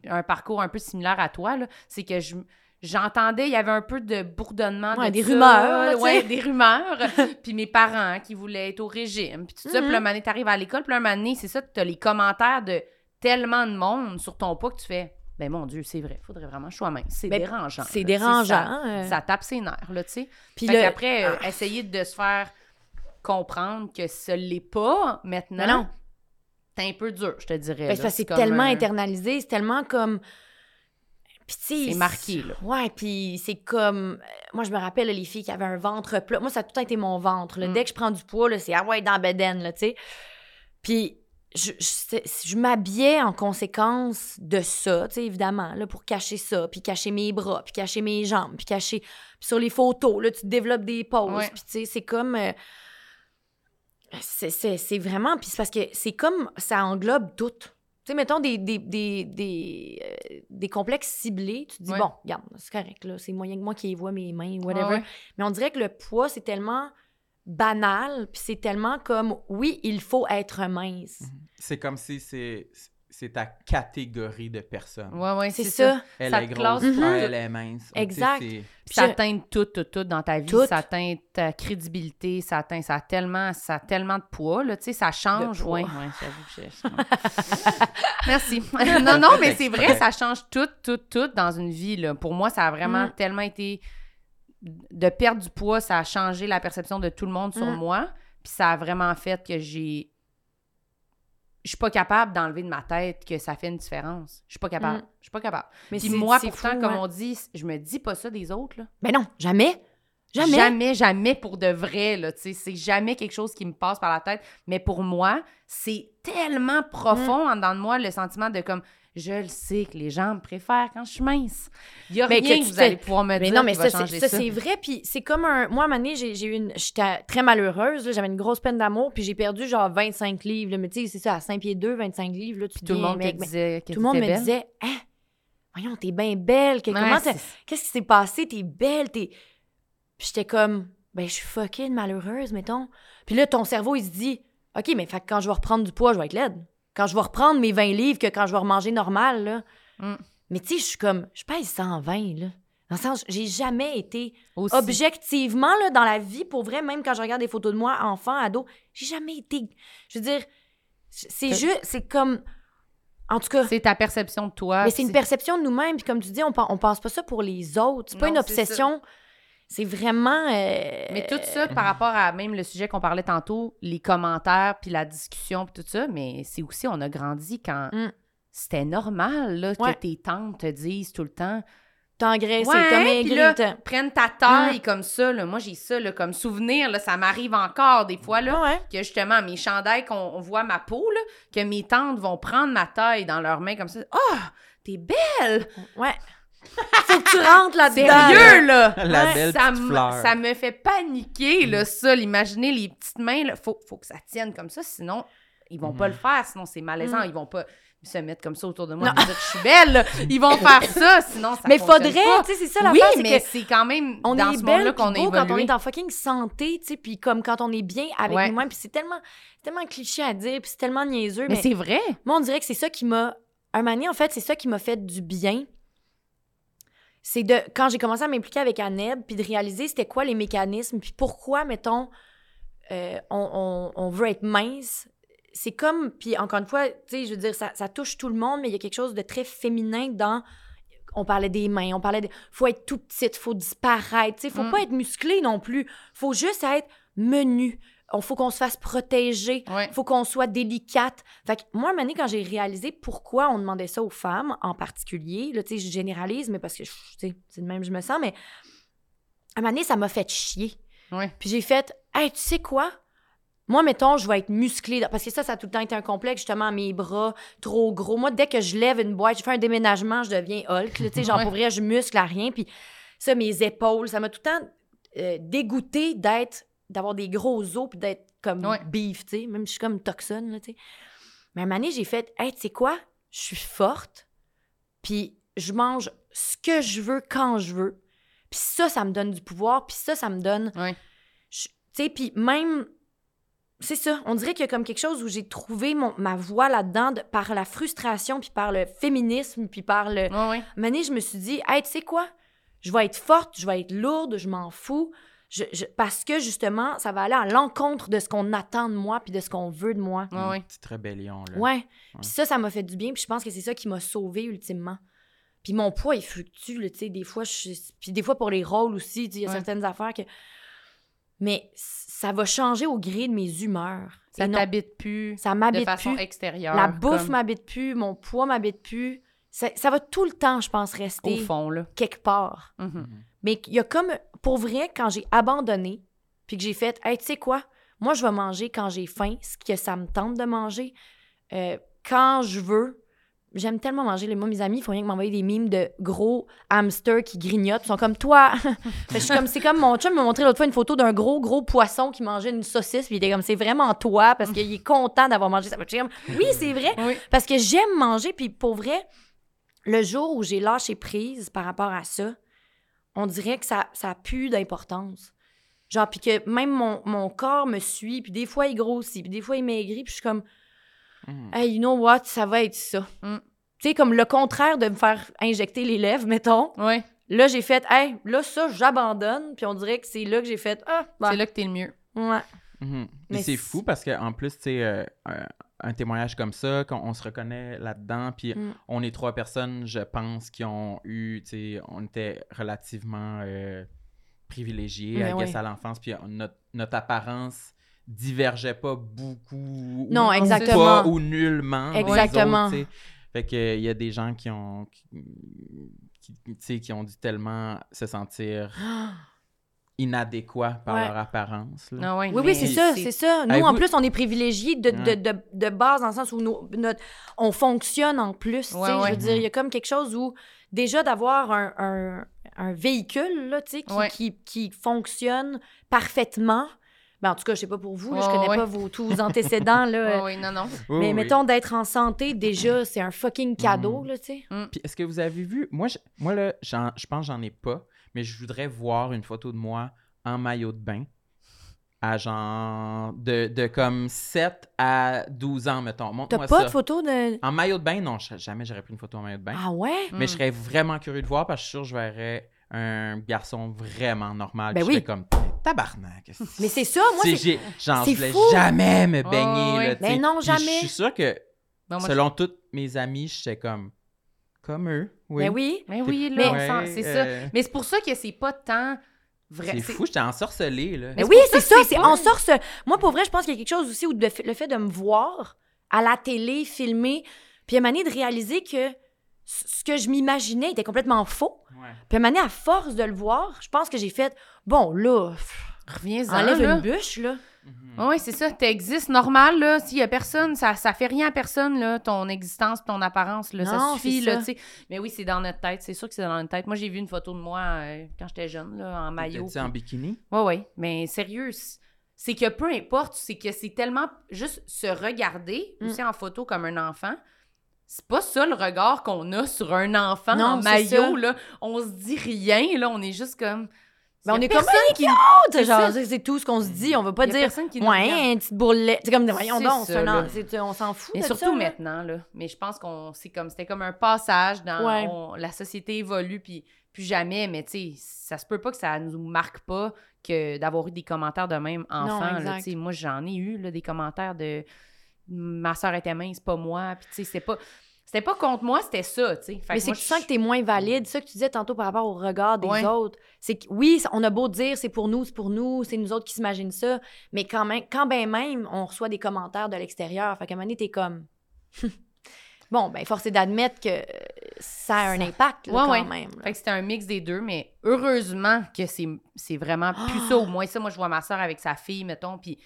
Speaker 3: un parcours un peu similaire à toi, là. C'est que je. J'entendais, il y avait un peu de bourdonnement
Speaker 4: Ouais,
Speaker 3: de
Speaker 4: des
Speaker 3: ça,
Speaker 4: rumeurs, là, tu sais.
Speaker 3: ouais, des rumeurs. puis mes parents qui voulaient être au régime, puis tout ça.
Speaker 4: Mhm.
Speaker 3: Puis là, un moment donné, t'arrives à l'école, puis là, un moment donné, c'est ça, t'as les commentaires de tellement de monde sur ton pas que tu fais, ben mon Dieu, c'est vrai, faudrait vraiment que je sois mince. C'est
Speaker 4: Ben,
Speaker 3: dérangeant.
Speaker 4: C'est
Speaker 3: là, tu sais,
Speaker 4: dérangeant.
Speaker 3: ça-
Speaker 4: hein, euh.
Speaker 3: ça tape ses nerfs, là, tu sais.
Speaker 4: Puis
Speaker 3: Fait
Speaker 4: là-
Speaker 3: après,
Speaker 4: Ah.
Speaker 3: essayer de se faire comprendre que ça l'est pas maintenant,
Speaker 4: Non, non.
Speaker 3: t'es un peu dur, je te dirais.
Speaker 4: Ben,
Speaker 3: là.
Speaker 4: c'est parce que c'est
Speaker 3: comme
Speaker 4: tellement
Speaker 3: un-
Speaker 4: internalisé, c'est tellement comme. Puis, tu sais,
Speaker 3: C'est marqué, là.
Speaker 4: Ouais, puis c'est comme. euh, Moi, je me rappelle, là, les filles qui avaient un ventre plat. Moi, ça a tout le temps été mon ventre. là.
Speaker 3: Mm.
Speaker 4: Dès que je prends du poids, là, c'est ah ouais, dans la bedaine, là, tu sais. Puis, je, je, c'est- je m'habillais en conséquence de ça, tu sais, évidemment, là, pour cacher ça, puis cacher mes bras, puis cacher mes jambes, puis cacher. Puis sur les photos, là, tu développes des poses,
Speaker 3: Ouais.
Speaker 4: puis tu sais, c'est comme. euh, c'est- C'est c'est vraiment. Puis c'est parce que c'est comme. Ça englobe tout. Tu sais, mettons des, des, des, des, euh, des complexes ciblés, tu te dis,
Speaker 3: Ouais.
Speaker 4: bon, regarde, c'est correct, là, c'est moyen que moi qui vois mes mains, whatever.
Speaker 3: Ouais, ouais.
Speaker 4: Mais on dirait que le poids, c'est tellement banal, puis c'est tellement comme, oui, il faut être mince.
Speaker 3: Mhm.
Speaker 2: C'est comme si c'est c'est ta catégorie de personnes.
Speaker 3: Ouais, ouais,
Speaker 4: C'est ça.
Speaker 2: Elle
Speaker 3: Ça
Speaker 2: est
Speaker 3: te
Speaker 2: grosse,
Speaker 4: classe.
Speaker 2: ah,
Speaker 4: Mhm.
Speaker 2: elle est mince. Ah, tu sais,
Speaker 4: Exact.
Speaker 2: c'est-
Speaker 3: Puis
Speaker 4: Puis
Speaker 3: ça
Speaker 4: je-
Speaker 3: atteint tout, tout, tout dans ta vie.
Speaker 4: Tout.
Speaker 3: Ça atteint ta crédibilité, ça atteint, ça a tellement, ça a tellement de poids, là, tu sais, ça change.
Speaker 4: De poids.
Speaker 3: Ouais, ouais, j'avoue que je- Merci. non, non, mais c'est vrai, ça change tout, tout, tout dans une vie, là. Pour moi, ça a vraiment
Speaker 4: Mm.
Speaker 3: tellement été... De perdre du poids, ça a changé la perception de tout le monde sur
Speaker 4: Mm.
Speaker 3: moi. Puis ça a vraiment fait que j'ai... Je suis pas capable d'enlever de ma tête que ça fait une différence. Je suis pas capable.
Speaker 4: Mm.
Speaker 3: Je suis pas capable.
Speaker 4: Mais
Speaker 3: Puis
Speaker 4: c'est-
Speaker 3: moi,
Speaker 4: c'est
Speaker 3: pourtant,
Speaker 4: fou,
Speaker 3: comme
Speaker 4: hein.
Speaker 3: on dit, je me dis pas ça des autres, là.
Speaker 4: Ben non, jamais. Jamais.
Speaker 3: Jamais, jamais pour de vrai, là, tu sais. C'est jamais quelque chose qui me passe par la tête. Mais pour moi, c'est tellement
Speaker 4: Mm.
Speaker 3: profond en dedans de moi, le sentiment de comme, je le sais que les gens me préfèrent quand je suis mince. Il y a
Speaker 4: Mais
Speaker 3: rien
Speaker 4: que
Speaker 3: que,
Speaker 4: tu
Speaker 3: vous
Speaker 4: te-
Speaker 3: allez pouvoir me
Speaker 4: Mais
Speaker 3: dire
Speaker 4: non, mais
Speaker 3: qui
Speaker 4: ça,
Speaker 3: va
Speaker 4: c'est
Speaker 3: changer
Speaker 4: ça,
Speaker 3: ça.
Speaker 4: c'est vrai. Puis c'est comme un. Moi, à un moment donné, j'ai j'ai eu une. J'étais très malheureuse. là, J'avais une grosse peine d'amour. Puis j'ai perdu genre 25 livres. là. Mais tu sais, c'est ça, à 5 pieds 2, 25 livres. Là, tu
Speaker 3: Tout le
Speaker 4: deviens
Speaker 3: monde te
Speaker 4: mec. Mais
Speaker 3: disait que
Speaker 4: tout le monde me
Speaker 3: t'étais belle.
Speaker 4: disait Hein, voyons, t'es bien belle. que-
Speaker 3: Ouais,
Speaker 4: comment t'as-
Speaker 3: c'est-
Speaker 4: Qu'est-ce qui s'est passé? T'es belle. T'es. Puis j'étais comme. Ben, je suis fucking malheureuse, mettons. Puis là, ton cerveau, il se dit OK, mais fait que quand je vais reprendre du poids, je vais être laide. Quand je vais reprendre mes 20 livres que quand je vais remanger normal, là.
Speaker 3: Mm.
Speaker 4: Mais tu sais, je suis comme. Je pèse 120, là. Dans le sens, j'ai jamais été
Speaker 3: aussi.
Speaker 4: objectivement, là, dans la vie, pour vrai, même quand je regarde des photos de moi, enfant, ado, j'ai jamais été. Je veux dire, c'est
Speaker 3: T'as-
Speaker 4: juste, c'est comme. En tout cas,
Speaker 3: C'est ta perception de toi.
Speaker 4: mais c'est une perception de nous-mêmes. Puis comme tu dis, on, pen- on pense pas ça pour les autres. C'est pas
Speaker 3: Non,
Speaker 4: une
Speaker 3: c'est ça.
Speaker 4: obsession. C'est vraiment. euh,
Speaker 3: Mais tout ça par rapport à même le sujet qu'on parlait tantôt, les commentaires, puis la discussion, puis tout ça, mais c'est aussi, on a grandi quand
Speaker 4: Mm.
Speaker 3: c'était normal là,
Speaker 4: Ouais.
Speaker 3: que tes tantes te disent tout le temps
Speaker 4: T'engraisses,
Speaker 3: Ouais,
Speaker 4: t'as
Speaker 3: puis
Speaker 4: maigri.
Speaker 3: là,
Speaker 4: t'as-
Speaker 3: prenne ta
Speaker 4: Mm.
Speaker 3: taille comme ça. Là. Moi, j'ai ça là, comme souvenir, là, ça m'arrive encore des fois. Là,
Speaker 4: Ouais.
Speaker 3: Que justement, mes chandails, qu'on on voit ma peau, là, que mes tantes vont prendre ma taille dans leurs mains comme ça. Oh, t'es belle!
Speaker 4: ouais. Faut que tu rentres là-dedans. là.
Speaker 3: Sérieux, là!
Speaker 2: La belle
Speaker 3: ça,
Speaker 2: petite
Speaker 3: me-
Speaker 2: fleur. Mm.
Speaker 3: ça me fait paniquer, là, ça. L'imaginer, les petites mains, là, faut, faut que ça tienne comme ça, sinon, ils vont pas
Speaker 2: Mhm.
Speaker 3: le faire, sinon c'est malaisant.
Speaker 4: Mhm.
Speaker 3: Ils vont pas se mettre comme ça autour de moi et me dire que je suis belle. là. Ils vont faire ça, sinon ça
Speaker 4: Mais
Speaker 3: fonctionne
Speaker 4: faudrait,
Speaker 3: pas.
Speaker 4: tu sais, c'est ça la
Speaker 3: oui,
Speaker 4: c'est
Speaker 3: mais
Speaker 4: que
Speaker 3: c'est quand même
Speaker 4: on
Speaker 3: dans
Speaker 4: est
Speaker 3: ce
Speaker 4: belle
Speaker 3: monde-là
Speaker 4: puis
Speaker 3: qu'on
Speaker 4: beau quand on
Speaker 3: évolue.
Speaker 4: est en fucking santé, tu sais, puis comme quand on est bien avec
Speaker 3: Ouais.
Speaker 4: nous-mêmes, puis c'est tellement, c'est tellement cliché à dire, puis c'est tellement niaiseux,
Speaker 3: Mais
Speaker 4: mais,
Speaker 3: c'est vrai.
Speaker 4: moi, on dirait que c'est ça qui m'a... Un moment donné, en fait, c'est ça qui m'a fait du bien. C'est de... Quand j'ai commencé à m'impliquer avec Aneb, puis de réaliser c'était quoi les mécanismes, puis pourquoi, mettons, euh, on, on- on veut être mince, c'est comme... Puis encore une fois, tu sais, je veux dire, ça, ça touche tout le monde, mais il y a quelque chose de très féminin dans... On parlait des mains, on parlait de... Faut être tout petite, faut disparaître, tu sais, faut
Speaker 3: Mm.
Speaker 4: pas être musclé non plus. Faut juste être menu. On faut qu'on se fasse protéger
Speaker 3: Ouais.
Speaker 4: faut qu'on soit délicate. Fait que moi, à un moment donné, quand j'ai réalisé pourquoi on demandait ça aux femmes en particulier, là, tu sais, je généralise, mais parce que, je- tu sais, c'est de même que je me sens, mais à un moment donné, ça m'a fait chier.
Speaker 3: Ouais.
Speaker 4: Puis j'ai fait, hey, tu sais quoi? Moi, mettons, je vais être musclée. Parce que ça, ça a tout le temps été un complexe, justement, mes bras trop gros. Moi, dès que je lève une boîte, je fais un déménagement, je deviens Hulk. là, Tu sais, genre,
Speaker 3: Ouais.
Speaker 4: pour vrai, je muscle à rien. Puis ça, mes épaules, ça m'a tout le temps euh, dégoûtée d'être, d'avoir des gros os, puis d'être comme
Speaker 3: Ouais.
Speaker 4: beef, tu sais. Même, je suis comme toxone, là, tu sais. Mais à un moment donné, j'ai fait, hey, tu sais quoi? Je suis forte, puis je mange ce que je veux quand je veux. Puis ça, ça me donne du pouvoir, puis ça, ça me donne.
Speaker 3: Ouais.
Speaker 4: Je- Tu sais, puis même. C'est ça. On dirait qu'il y a comme quelque chose où j'ai trouvé mon, ma voix là-dedans de- par la frustration, puis par le féminisme, puis par le.
Speaker 3: Ouais, ouais.
Speaker 4: Mané, je me suis dit, hey, tu sais quoi? Je vais être forte, je vais être lourde, je m'en fous. Je- je- parce que justement, ça va aller à l'encontre de ce qu'on attend de moi, puis de ce qu'on veut de moi.
Speaker 3: Ouais, ouais.
Speaker 2: Une petite rébellion, là.
Speaker 4: Ouais. Puis ça, ça m'a fait du bien. Puis je pense que c'est ça qui m'a sauvée ultimement. Puis mon poids, il fluctue, là, tu sais. Des fois, je suis- Puis des fois, pour les rôles aussi, tu sais, il y a
Speaker 3: Ouais.
Speaker 4: certaines affaires que... Mais ça va changer au gré de mes humeurs.
Speaker 3: Ça
Speaker 4: Et non,
Speaker 3: t'habite plus
Speaker 4: ça
Speaker 3: de
Speaker 4: m'habite
Speaker 3: façon
Speaker 4: plus.
Speaker 3: extérieure.
Speaker 4: La bouffe
Speaker 3: comme
Speaker 4: m'habite plus, mon poids m'habite plus. Ça, ça va tout le temps, je pense,
Speaker 3: au
Speaker 4: rester
Speaker 3: fond, là.
Speaker 4: quelque part.
Speaker 3: Mhm.
Speaker 4: Mais il y a comme, pour vrai, quand j'ai abandonné, puis que j'ai fait, hey, tu sais quoi, moi, je vais manger quand j'ai faim, ce que ça me tente de manger, euh, quand je veux. J'aime tellement manger. Les, moi, mes amis, ils font rien que m'envoyer des mimes de gros hamsters qui grignotent. Ils sont comme toi. Fait que je suis comme, c'est comme mon chum m'a montré l'autre fois une photo d'un gros, gros poisson qui mangeait une saucisse. Puis il était comme, c'est vraiment toi parce qu'il est content d'avoir mangé ça. Puis je suis comme, oui, c'est vrai.
Speaker 3: Oui.
Speaker 4: Parce que j'aime manger, puis pour vrai, le jour où j'ai lâché prise par rapport à ça, on dirait que ça, ça a plus d'importance. Genre, puis que même mon, mon corps me suit, puis des fois il grossit, puis des fois il maigrit, puis je suis comme,
Speaker 2: Mhm.
Speaker 4: hey, you know what, ça va être ça.
Speaker 3: Mm.
Speaker 4: Tu sais, comme le contraire de me faire injecter les lèvres, mettons.
Speaker 3: Ouais.
Speaker 4: Là, j'ai fait, hey, là, ça, j'abandonne, puis on dirait que c'est là que j'ai fait, ah, bah,
Speaker 3: C'est là que t'es le mieux.
Speaker 4: ouais.
Speaker 2: Mhm.
Speaker 4: Mais
Speaker 2: Puis c'est
Speaker 4: c'est-
Speaker 2: fou parce qu'en plus, tu sais, euh, un, un témoignage comme ça, qu'on on se reconnaît là-dedans, puis
Speaker 4: Mm.
Speaker 2: on est trois personnes, je pense, qui ont eu, tu sais, on était relativement euh, privilégiés,
Speaker 4: Ben
Speaker 3: Mais
Speaker 2: I guess,
Speaker 3: oui.
Speaker 2: à l'enfance, puis on- notre, notre apparence divergeait pas beaucoup. ou
Speaker 4: Non,
Speaker 2: pas,
Speaker 4: exactement.
Speaker 2: ou nullement. des
Speaker 4: Exactement.
Speaker 2: autres, tu sais. fait que il y a des gens qui ont qui, qui- tu sais, qui ont dû tellement se sentir inadéquats par
Speaker 4: Ouais.
Speaker 2: leur apparence. là.
Speaker 3: Ah ouais,
Speaker 4: Oui,
Speaker 3: mais
Speaker 4: oui, c'est ça, c'est ça. Nous,
Speaker 2: Hey,
Speaker 4: en
Speaker 2: vous-
Speaker 4: plus, on est privilégiés de, de,
Speaker 2: Ouais.
Speaker 4: de, de base, dans le sens où nos- notre, on fonctionne en plus. tu sais.
Speaker 3: Ouais, ouais.
Speaker 4: Je veux dire, il y a comme quelque chose où, déjà, d'avoir un, un, un véhicule là, tu sais, qui,
Speaker 3: Ouais.
Speaker 4: qui, qui fonctionne parfaitement. Ben, en tout cas, je sais pas pour vous, là, je
Speaker 3: Ouais,
Speaker 4: connais
Speaker 3: ouais.
Speaker 4: pas vos, tous vos antécédents. Là,
Speaker 3: Ouais,
Speaker 4: euh,
Speaker 3: ouais, non, non.
Speaker 2: Oui,
Speaker 4: mais
Speaker 2: oui.
Speaker 4: mettons, d'être en santé, déjà, c'est un fucking cadeau,
Speaker 2: Mm.
Speaker 4: là, tu sais.
Speaker 2: Puis est-ce que vous avez vu Moi, je, moi là, j'en- je pense que j'en ai pas, mais je voudrais voir une photo de moi en maillot de bain à genre de, de comme 7 à 12 ans, mettons.
Speaker 4: T'as
Speaker 2: Montre-moi
Speaker 4: pas
Speaker 2: ça.
Speaker 4: de photo de...
Speaker 2: En maillot de bain, non, je- jamais j'aurais pris une photo en maillot de bain.
Speaker 4: Ah ouais?
Speaker 2: Mais je
Speaker 3: Mm.
Speaker 2: serais vraiment curieux de voir parce que je suis sûr que je verrais un garçon vraiment normal.
Speaker 4: Ben
Speaker 2: puis
Speaker 4: oui.
Speaker 2: Je serais comme tabarnak. qu'est-ce que
Speaker 4: Mais c'est ça, moi,
Speaker 2: c'est
Speaker 4: c'est...
Speaker 2: j'ai- genre,
Speaker 4: c'est
Speaker 2: je voulais
Speaker 4: fou.
Speaker 2: jamais me baigner.
Speaker 3: Ah ouais.
Speaker 2: là, tu
Speaker 4: Ben
Speaker 2: sais.
Speaker 4: non,
Speaker 2: Puis
Speaker 4: jamais.
Speaker 2: Je suis sûr que
Speaker 3: Non, moi,
Speaker 2: selon toutes mes amies, j'étais comme comme eux. Oui.
Speaker 4: Ben oui.
Speaker 3: je- Mais oui,
Speaker 4: Mais-
Speaker 3: là, on sent- c'est ça.
Speaker 2: euh,
Speaker 3: Mais c'est pour ça que c'est pas tant vrai.
Speaker 2: C'est fou, j'étais ensorcelé, là.
Speaker 4: Mais
Speaker 3: Mais
Speaker 4: oui,
Speaker 3: c'est
Speaker 4: c'est
Speaker 3: pour
Speaker 4: ça,
Speaker 3: ça que c'est
Speaker 4: c'est
Speaker 3: bon.
Speaker 4: en sort. ce- Moi, pour vrai, je pense qu'il y a quelque chose aussi où de f- le fait de me voir à la télé, filmer, puis à un moment donné, de réaliser que c- ce que je m'imaginais était complètement faux. Puis à un moment donné, à force de le voir, je pense que j'ai fait bon, là, pff,
Speaker 3: Reviens-en,
Speaker 4: enlève
Speaker 3: là.
Speaker 4: une bûche, là.
Speaker 2: Mhm.
Speaker 3: Oui, c'est ça. T'existes normal, là. S'il y a personne, ça, ça fait rien à personne, là, ton existence, ton apparence, là. ça
Speaker 4: Non,
Speaker 3: suffit,
Speaker 4: c'est
Speaker 3: là,
Speaker 4: ça.
Speaker 3: tu sais. Mais oui, c'est dans notre tête. C'est sûr que c'est dans notre tête. Moi, j'ai vu une photo de moi euh, quand j'étais jeune, là, en maillot.
Speaker 2: T'étais-tu en bikini?
Speaker 3: Oui, oui. Mais sérieux, c- c'est que peu importe, c'est que c'est tellement juste se regarder
Speaker 4: Mm.
Speaker 3: aussi en photo comme un enfant. C'est pas ça le regard qu'on a sur un enfant
Speaker 4: Non,
Speaker 3: en
Speaker 4: c'est
Speaker 3: maillot,
Speaker 4: ça.
Speaker 3: là. On se dit rien, là. On est juste comme.
Speaker 4: Ben, on
Speaker 3: Y a
Speaker 4: est comme
Speaker 3: personne qui
Speaker 4: C'est
Speaker 3: c'est
Speaker 4: genre,
Speaker 3: ça.
Speaker 4: c'est- c'est tout ce qu'on se dit. On va pas
Speaker 3: y a
Speaker 4: dire
Speaker 3: personne qui nous regarde.
Speaker 4: ouais, une petite bourrelet. C'est comme voyons
Speaker 3: C'est
Speaker 4: donc, c'est
Speaker 3: ça,
Speaker 4: un an-
Speaker 3: là.
Speaker 4: c'est- on s'en fout.
Speaker 3: Mais
Speaker 4: de
Speaker 3: surtout
Speaker 4: ça, là.
Speaker 3: maintenant, là. Mais je pense qu'on c'est comme c'était comme un passage dans
Speaker 4: Ouais.
Speaker 3: on- la société évolue puis plus jamais, mais tu sais, ça se peut pas que ça nous marque pas que d'avoir eu des commentaires de même enfant. là,
Speaker 4: exact.
Speaker 3: tu sais. moi j'en ai eu là, des commentaires de ma soeur était mince, pas moi. Puis tu sais, c'était pas. C'était pas contre moi, c'était ça, tu sais. Fait
Speaker 4: Mais
Speaker 3: que
Speaker 4: c'est
Speaker 3: moi,
Speaker 4: que tu sens
Speaker 3: je-
Speaker 4: que t'es moins valide. Ça que tu disais tantôt par rapport au regard des
Speaker 3: Ouais.
Speaker 4: autres. C'est que oui, ça- on a beau dire c'est pour nous, c'est pour nous, c'est nous autres qui s'imaginent ça. Mais quand même, quand ben même, on reçoit des commentaires de l'extérieur. Fait qu'à un moment donné, t'es comme. bon, ben, force est d'admettre que euh, ça a un impact, là,
Speaker 3: Ouais,
Speaker 4: quand
Speaker 3: ouais.
Speaker 4: même. là.
Speaker 3: Fait que c'était un mix des deux, mais
Speaker 4: Ah!
Speaker 3: heureusement que c'est c'est vraiment plus ça. Au moins, ça, moi, je vois ma soeur avec sa fille, mettons, puis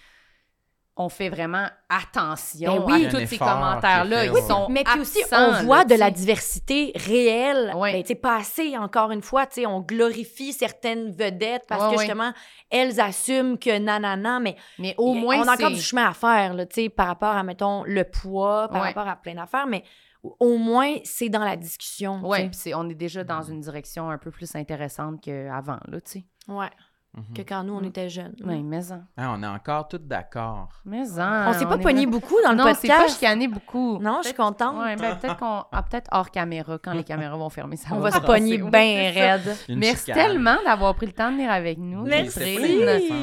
Speaker 3: on fait vraiment attention
Speaker 4: Ben oui.
Speaker 3: à
Speaker 4: Un
Speaker 3: tous ces
Speaker 2: effort
Speaker 3: commentaires-là.
Speaker 2: qui est
Speaker 3: Ils
Speaker 2: fait, ouais.
Speaker 3: sont
Speaker 4: Mais puis aussi,
Speaker 3: absents,
Speaker 4: on voit
Speaker 3: là,
Speaker 4: de la
Speaker 3: tu sais.
Speaker 4: diversité réelle.
Speaker 3: Ouais.
Speaker 4: Ben, tu sais, pas assez, encore une fois. tu sais, On glorifie certaines vedettes parce
Speaker 3: Ouais,
Speaker 4: que
Speaker 3: ouais.
Speaker 4: justement, elles assument que nanana, mais
Speaker 3: Mais au
Speaker 4: y-
Speaker 3: moins,
Speaker 4: on a encore
Speaker 3: c'est-
Speaker 4: du chemin à faire là, tu sais, par rapport à, mettons, le poids, par
Speaker 3: Ouais.
Speaker 4: rapport à plein d'affaires, mais au- au moins, c'est dans la discussion. tu
Speaker 3: Ouais,
Speaker 4: sais.
Speaker 3: puis c'est- on est déjà dans une direction un peu plus intéressante qu'avant, là, tu sais.
Speaker 4: Ouais,
Speaker 2: Mhm.
Speaker 4: que quand nous, on
Speaker 3: Mm.
Speaker 4: était jeunes.
Speaker 3: Oui, mais en.
Speaker 2: Ah, on est encore tous d'accord.
Speaker 3: Mais
Speaker 4: On s'est pas pogné
Speaker 3: pogné
Speaker 4: beaucoup dans le
Speaker 3: Non, c'est pas
Speaker 4: podcast.
Speaker 3: chicané beaucoup.
Speaker 4: Non, je suis contente.
Speaker 3: Ouais, ben, peut-être qu'on. ah, peut-être hors caméra, quand les caméras vont fermer, ça
Speaker 4: On va se
Speaker 3: brasser.
Speaker 4: pogner
Speaker 3: Oui,
Speaker 4: bien
Speaker 3: c'est ça.
Speaker 4: raide.
Speaker 2: Une
Speaker 3: Merci
Speaker 2: chicane.
Speaker 3: tellement d'avoir pris le temps de venir avec nous.
Speaker 4: Merci.
Speaker 3: Catherine.
Speaker 2: Merci.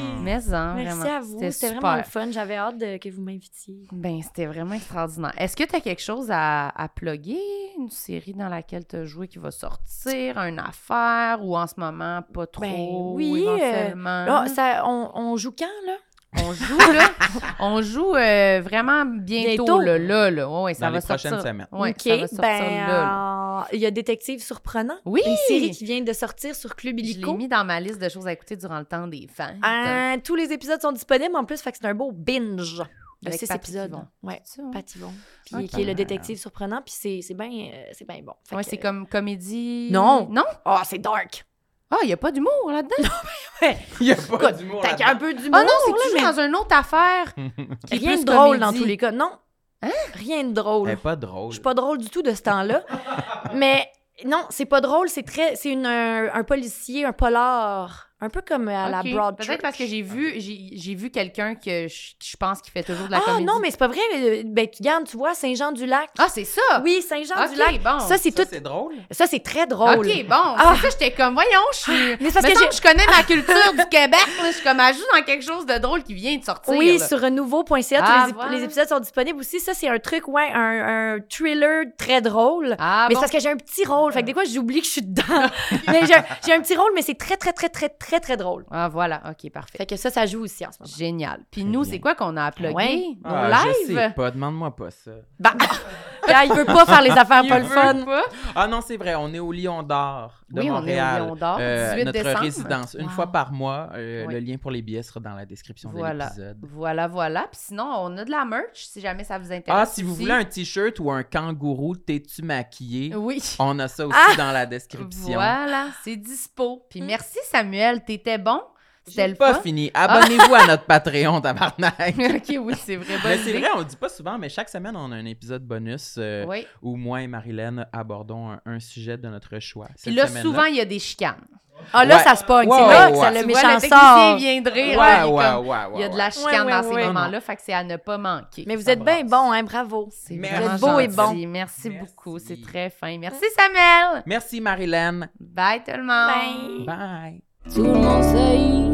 Speaker 3: Mais en,
Speaker 4: Merci
Speaker 3: vraiment.
Speaker 4: à vous. C'était vraiment le fun. J'avais hâte de- que vous m'invitiez.
Speaker 3: Ben, c'était vraiment extraordinaire. Est-ce que tu as quelque chose à, à plugger? Une série dans laquelle tu as joué qui va sortir? Une affaire? Ou en ce moment, pas trop?
Speaker 4: Ben oui, euh,
Speaker 3: éventuellement?
Speaker 4: Là, ça, on, on joue quand, là?
Speaker 3: On joue, là. on joue euh, vraiment bientôt,
Speaker 4: Bientôt.
Speaker 3: là. Là, là. Ouais, ouais, ça
Speaker 2: Dans
Speaker 3: va
Speaker 2: les
Speaker 3: sortir.
Speaker 2: prochaines semaines.
Speaker 3: Ouais,
Speaker 4: OK,
Speaker 3: ça va sortir là,
Speaker 4: ben,
Speaker 3: là.
Speaker 4: euh, il y a Détective Surprenant,
Speaker 3: Oui!
Speaker 4: une série qui vient de sortir sur Club
Speaker 3: Je l'ai
Speaker 4: Illico.
Speaker 3: mis dans ma liste de choses à écouter durant le temps des fans.
Speaker 4: Euh, tous les épisodes sont disponibles en plus, fait que c'est un beau binge de
Speaker 3: Avec
Speaker 4: six
Speaker 3: Patrick
Speaker 4: épisodes.
Speaker 3: Yvon.
Speaker 4: Ouais,
Speaker 3: C'est ça, hein?
Speaker 4: Pat Yvon, puis
Speaker 3: Ok.
Speaker 4: qui est le détective surprenant, puis c'est c'est bien euh, c'est bien bon. Fait
Speaker 3: Ouais,
Speaker 4: que-
Speaker 3: c'est comme comédie.
Speaker 4: Non.
Speaker 3: Non?
Speaker 4: Oh, c'est dark.
Speaker 3: Ah, il n'y a pas d'humour là-dedans.
Speaker 2: Il y a pas
Speaker 4: Écoute,
Speaker 2: d'humour
Speaker 4: T'as
Speaker 2: là-dedans.
Speaker 4: un peu d'humour,
Speaker 3: Ah non, c'est que tu
Speaker 4: là,
Speaker 3: joues dans une autre affaire.
Speaker 4: mais
Speaker 3: qui est
Speaker 4: rien de
Speaker 3: plus
Speaker 4: drôle
Speaker 3: comédie.
Speaker 4: dans
Speaker 3: Hein?
Speaker 4: tous les cas. Non, rien de
Speaker 2: Elle est
Speaker 4: drôle.
Speaker 2: pas drôle.
Speaker 4: Je suis pas drôle du tout de ce temps-là. mais non, c'est pas drôle, c'est très c'est une un, un policier, un polar, un peu comme à
Speaker 3: Ok.
Speaker 4: la Broad
Speaker 3: Peut-être parce que
Speaker 4: Church.
Speaker 3: j'ai vu, j'ai j'ai vu quelqu'un que je, je pense qui fait toujours de la
Speaker 4: ah
Speaker 3: comédie.
Speaker 4: non, mais c'est pas vrai. euh, Ben, tu gardes, tu vois, Saint-Jean-du-Lac.
Speaker 3: Ah, c'est ça!
Speaker 4: oui, Saint-Jean-du-Lac.
Speaker 3: Ok, bon.
Speaker 4: Ça, c'est
Speaker 2: Ça,
Speaker 4: tout.
Speaker 2: c'est drôle.
Speaker 4: Ça, c'est très drôle.
Speaker 3: Ok, bon.
Speaker 4: Ah.
Speaker 3: C'est ça, j'étais comme, voyons, je suis.
Speaker 4: Mais c'est parce
Speaker 3: Me
Speaker 4: que
Speaker 3: semble
Speaker 4: j'ai.
Speaker 3: je connais ma culture du Québec. là. Je suis comme, ajoute dans quelque chose de drôle qui vient de sortir.
Speaker 4: Oui,
Speaker 3: là.
Speaker 4: sur renouveau.ca, tous
Speaker 3: Ah,
Speaker 4: les, ép-
Speaker 3: voilà.
Speaker 4: les épisodes sont disponibles aussi. Ça, c'est un truc, ouais, un, un thriller très drôle.
Speaker 3: Ah,
Speaker 4: mais
Speaker 3: bon.
Speaker 4: c'est parce que j'ai un petit rôle. Fait que des fois, j'oublie que je suis dedans. mais j'ai un- j'ai un petit rôle, mais c'est très, très, très, très, très, très drôle.
Speaker 3: Ah, voilà. Ok, parfait.
Speaker 4: Fait que ça, ça joue aussi en ce moment.
Speaker 3: Génial. Puis
Speaker 2: Très
Speaker 3: nous,
Speaker 2: bien.
Speaker 3: c'est quoi qu'on a à plugger?
Speaker 4: Ouais.
Speaker 3: Nos
Speaker 2: Ah, Je sais
Speaker 3: lives?
Speaker 2: pas, demande-moi pas ça.
Speaker 4: Bah, gars, il veut pas faire les affaires
Speaker 2: Il
Speaker 4: pas le
Speaker 2: veut
Speaker 4: fun.
Speaker 3: pas.
Speaker 2: Ah non, c'est vrai, on est au Lion d'Or de
Speaker 3: Oui, on est au
Speaker 2: Montréal. Euh,
Speaker 3: Lion d'Or, 18
Speaker 2: notre
Speaker 3: décembre.
Speaker 2: résidence, une
Speaker 4: Wow.
Speaker 2: fois par mois. euh,
Speaker 3: Oui.
Speaker 2: Le lien pour les billets sera dans la description
Speaker 3: Voilà.
Speaker 2: de l'épisode.
Speaker 3: Voilà, voilà. Puis sinon, on a de la merch si jamais ça vous intéresse.
Speaker 2: Ah, si vous
Speaker 3: aussi.
Speaker 2: voulez un t-shirt ou un kangourou, t'es-tu maquillé?
Speaker 3: Oui. Ah!
Speaker 2: On a ça aussi dans la description.
Speaker 3: Voilà, c'est dispo. Puis merci Samuel, t'étais bon. C'était
Speaker 2: J'ai
Speaker 3: le
Speaker 2: pas
Speaker 3: fun.
Speaker 2: fini. Abonnez-vous à notre Patreon, tabarnak.
Speaker 3: ok, oui, c'est vrai.
Speaker 2: Mais
Speaker 3: Bonne
Speaker 2: c'est
Speaker 3: idée.
Speaker 2: vrai, on le dit pas souvent, mais chaque semaine, on a un épisode bonus euh,
Speaker 3: Oui.
Speaker 2: où moi et Marilyn abordons un, un sujet de notre choix.
Speaker 3: Puis
Speaker 2: Cette
Speaker 3: là,
Speaker 2: semaine-là-
Speaker 3: souvent, il y a des chicanes.
Speaker 4: Ah, là,
Speaker 2: Ouais.
Speaker 4: ça se pogne.
Speaker 2: Ouais,
Speaker 4: c'est là
Speaker 2: ouais,
Speaker 4: que
Speaker 2: ouais.
Speaker 4: ça
Speaker 3: Tu
Speaker 4: le
Speaker 3: vois,
Speaker 4: méchant
Speaker 3: le technicien
Speaker 4: sort.
Speaker 3: vient de
Speaker 2: Ouais, ouais,
Speaker 3: rire. là, il est
Speaker 2: ouais,
Speaker 3: hein, comme-
Speaker 2: ouais,
Speaker 3: Il y a de
Speaker 2: ouais.
Speaker 3: la chicane
Speaker 4: ouais,
Speaker 3: dans ces
Speaker 4: ouais.
Speaker 3: moments-là, fait que c'est à ne pas manquer.
Speaker 4: Mais vous
Speaker 2: Ça
Speaker 4: êtes bien
Speaker 2: brasse.
Speaker 4: bon, hein, bravo.
Speaker 3: C'est
Speaker 2: Vous
Speaker 3: vraiment
Speaker 4: êtes beau et
Speaker 3: gentil.
Speaker 4: bon.
Speaker 2: Merci.
Speaker 3: Merci, beaucoup, c'est très fin. Merci Samuel.
Speaker 2: Merci, Marilyn.
Speaker 3: Bye tout le monde.
Speaker 4: Bye.
Speaker 2: Bye.
Speaker 1: Tout le monde sait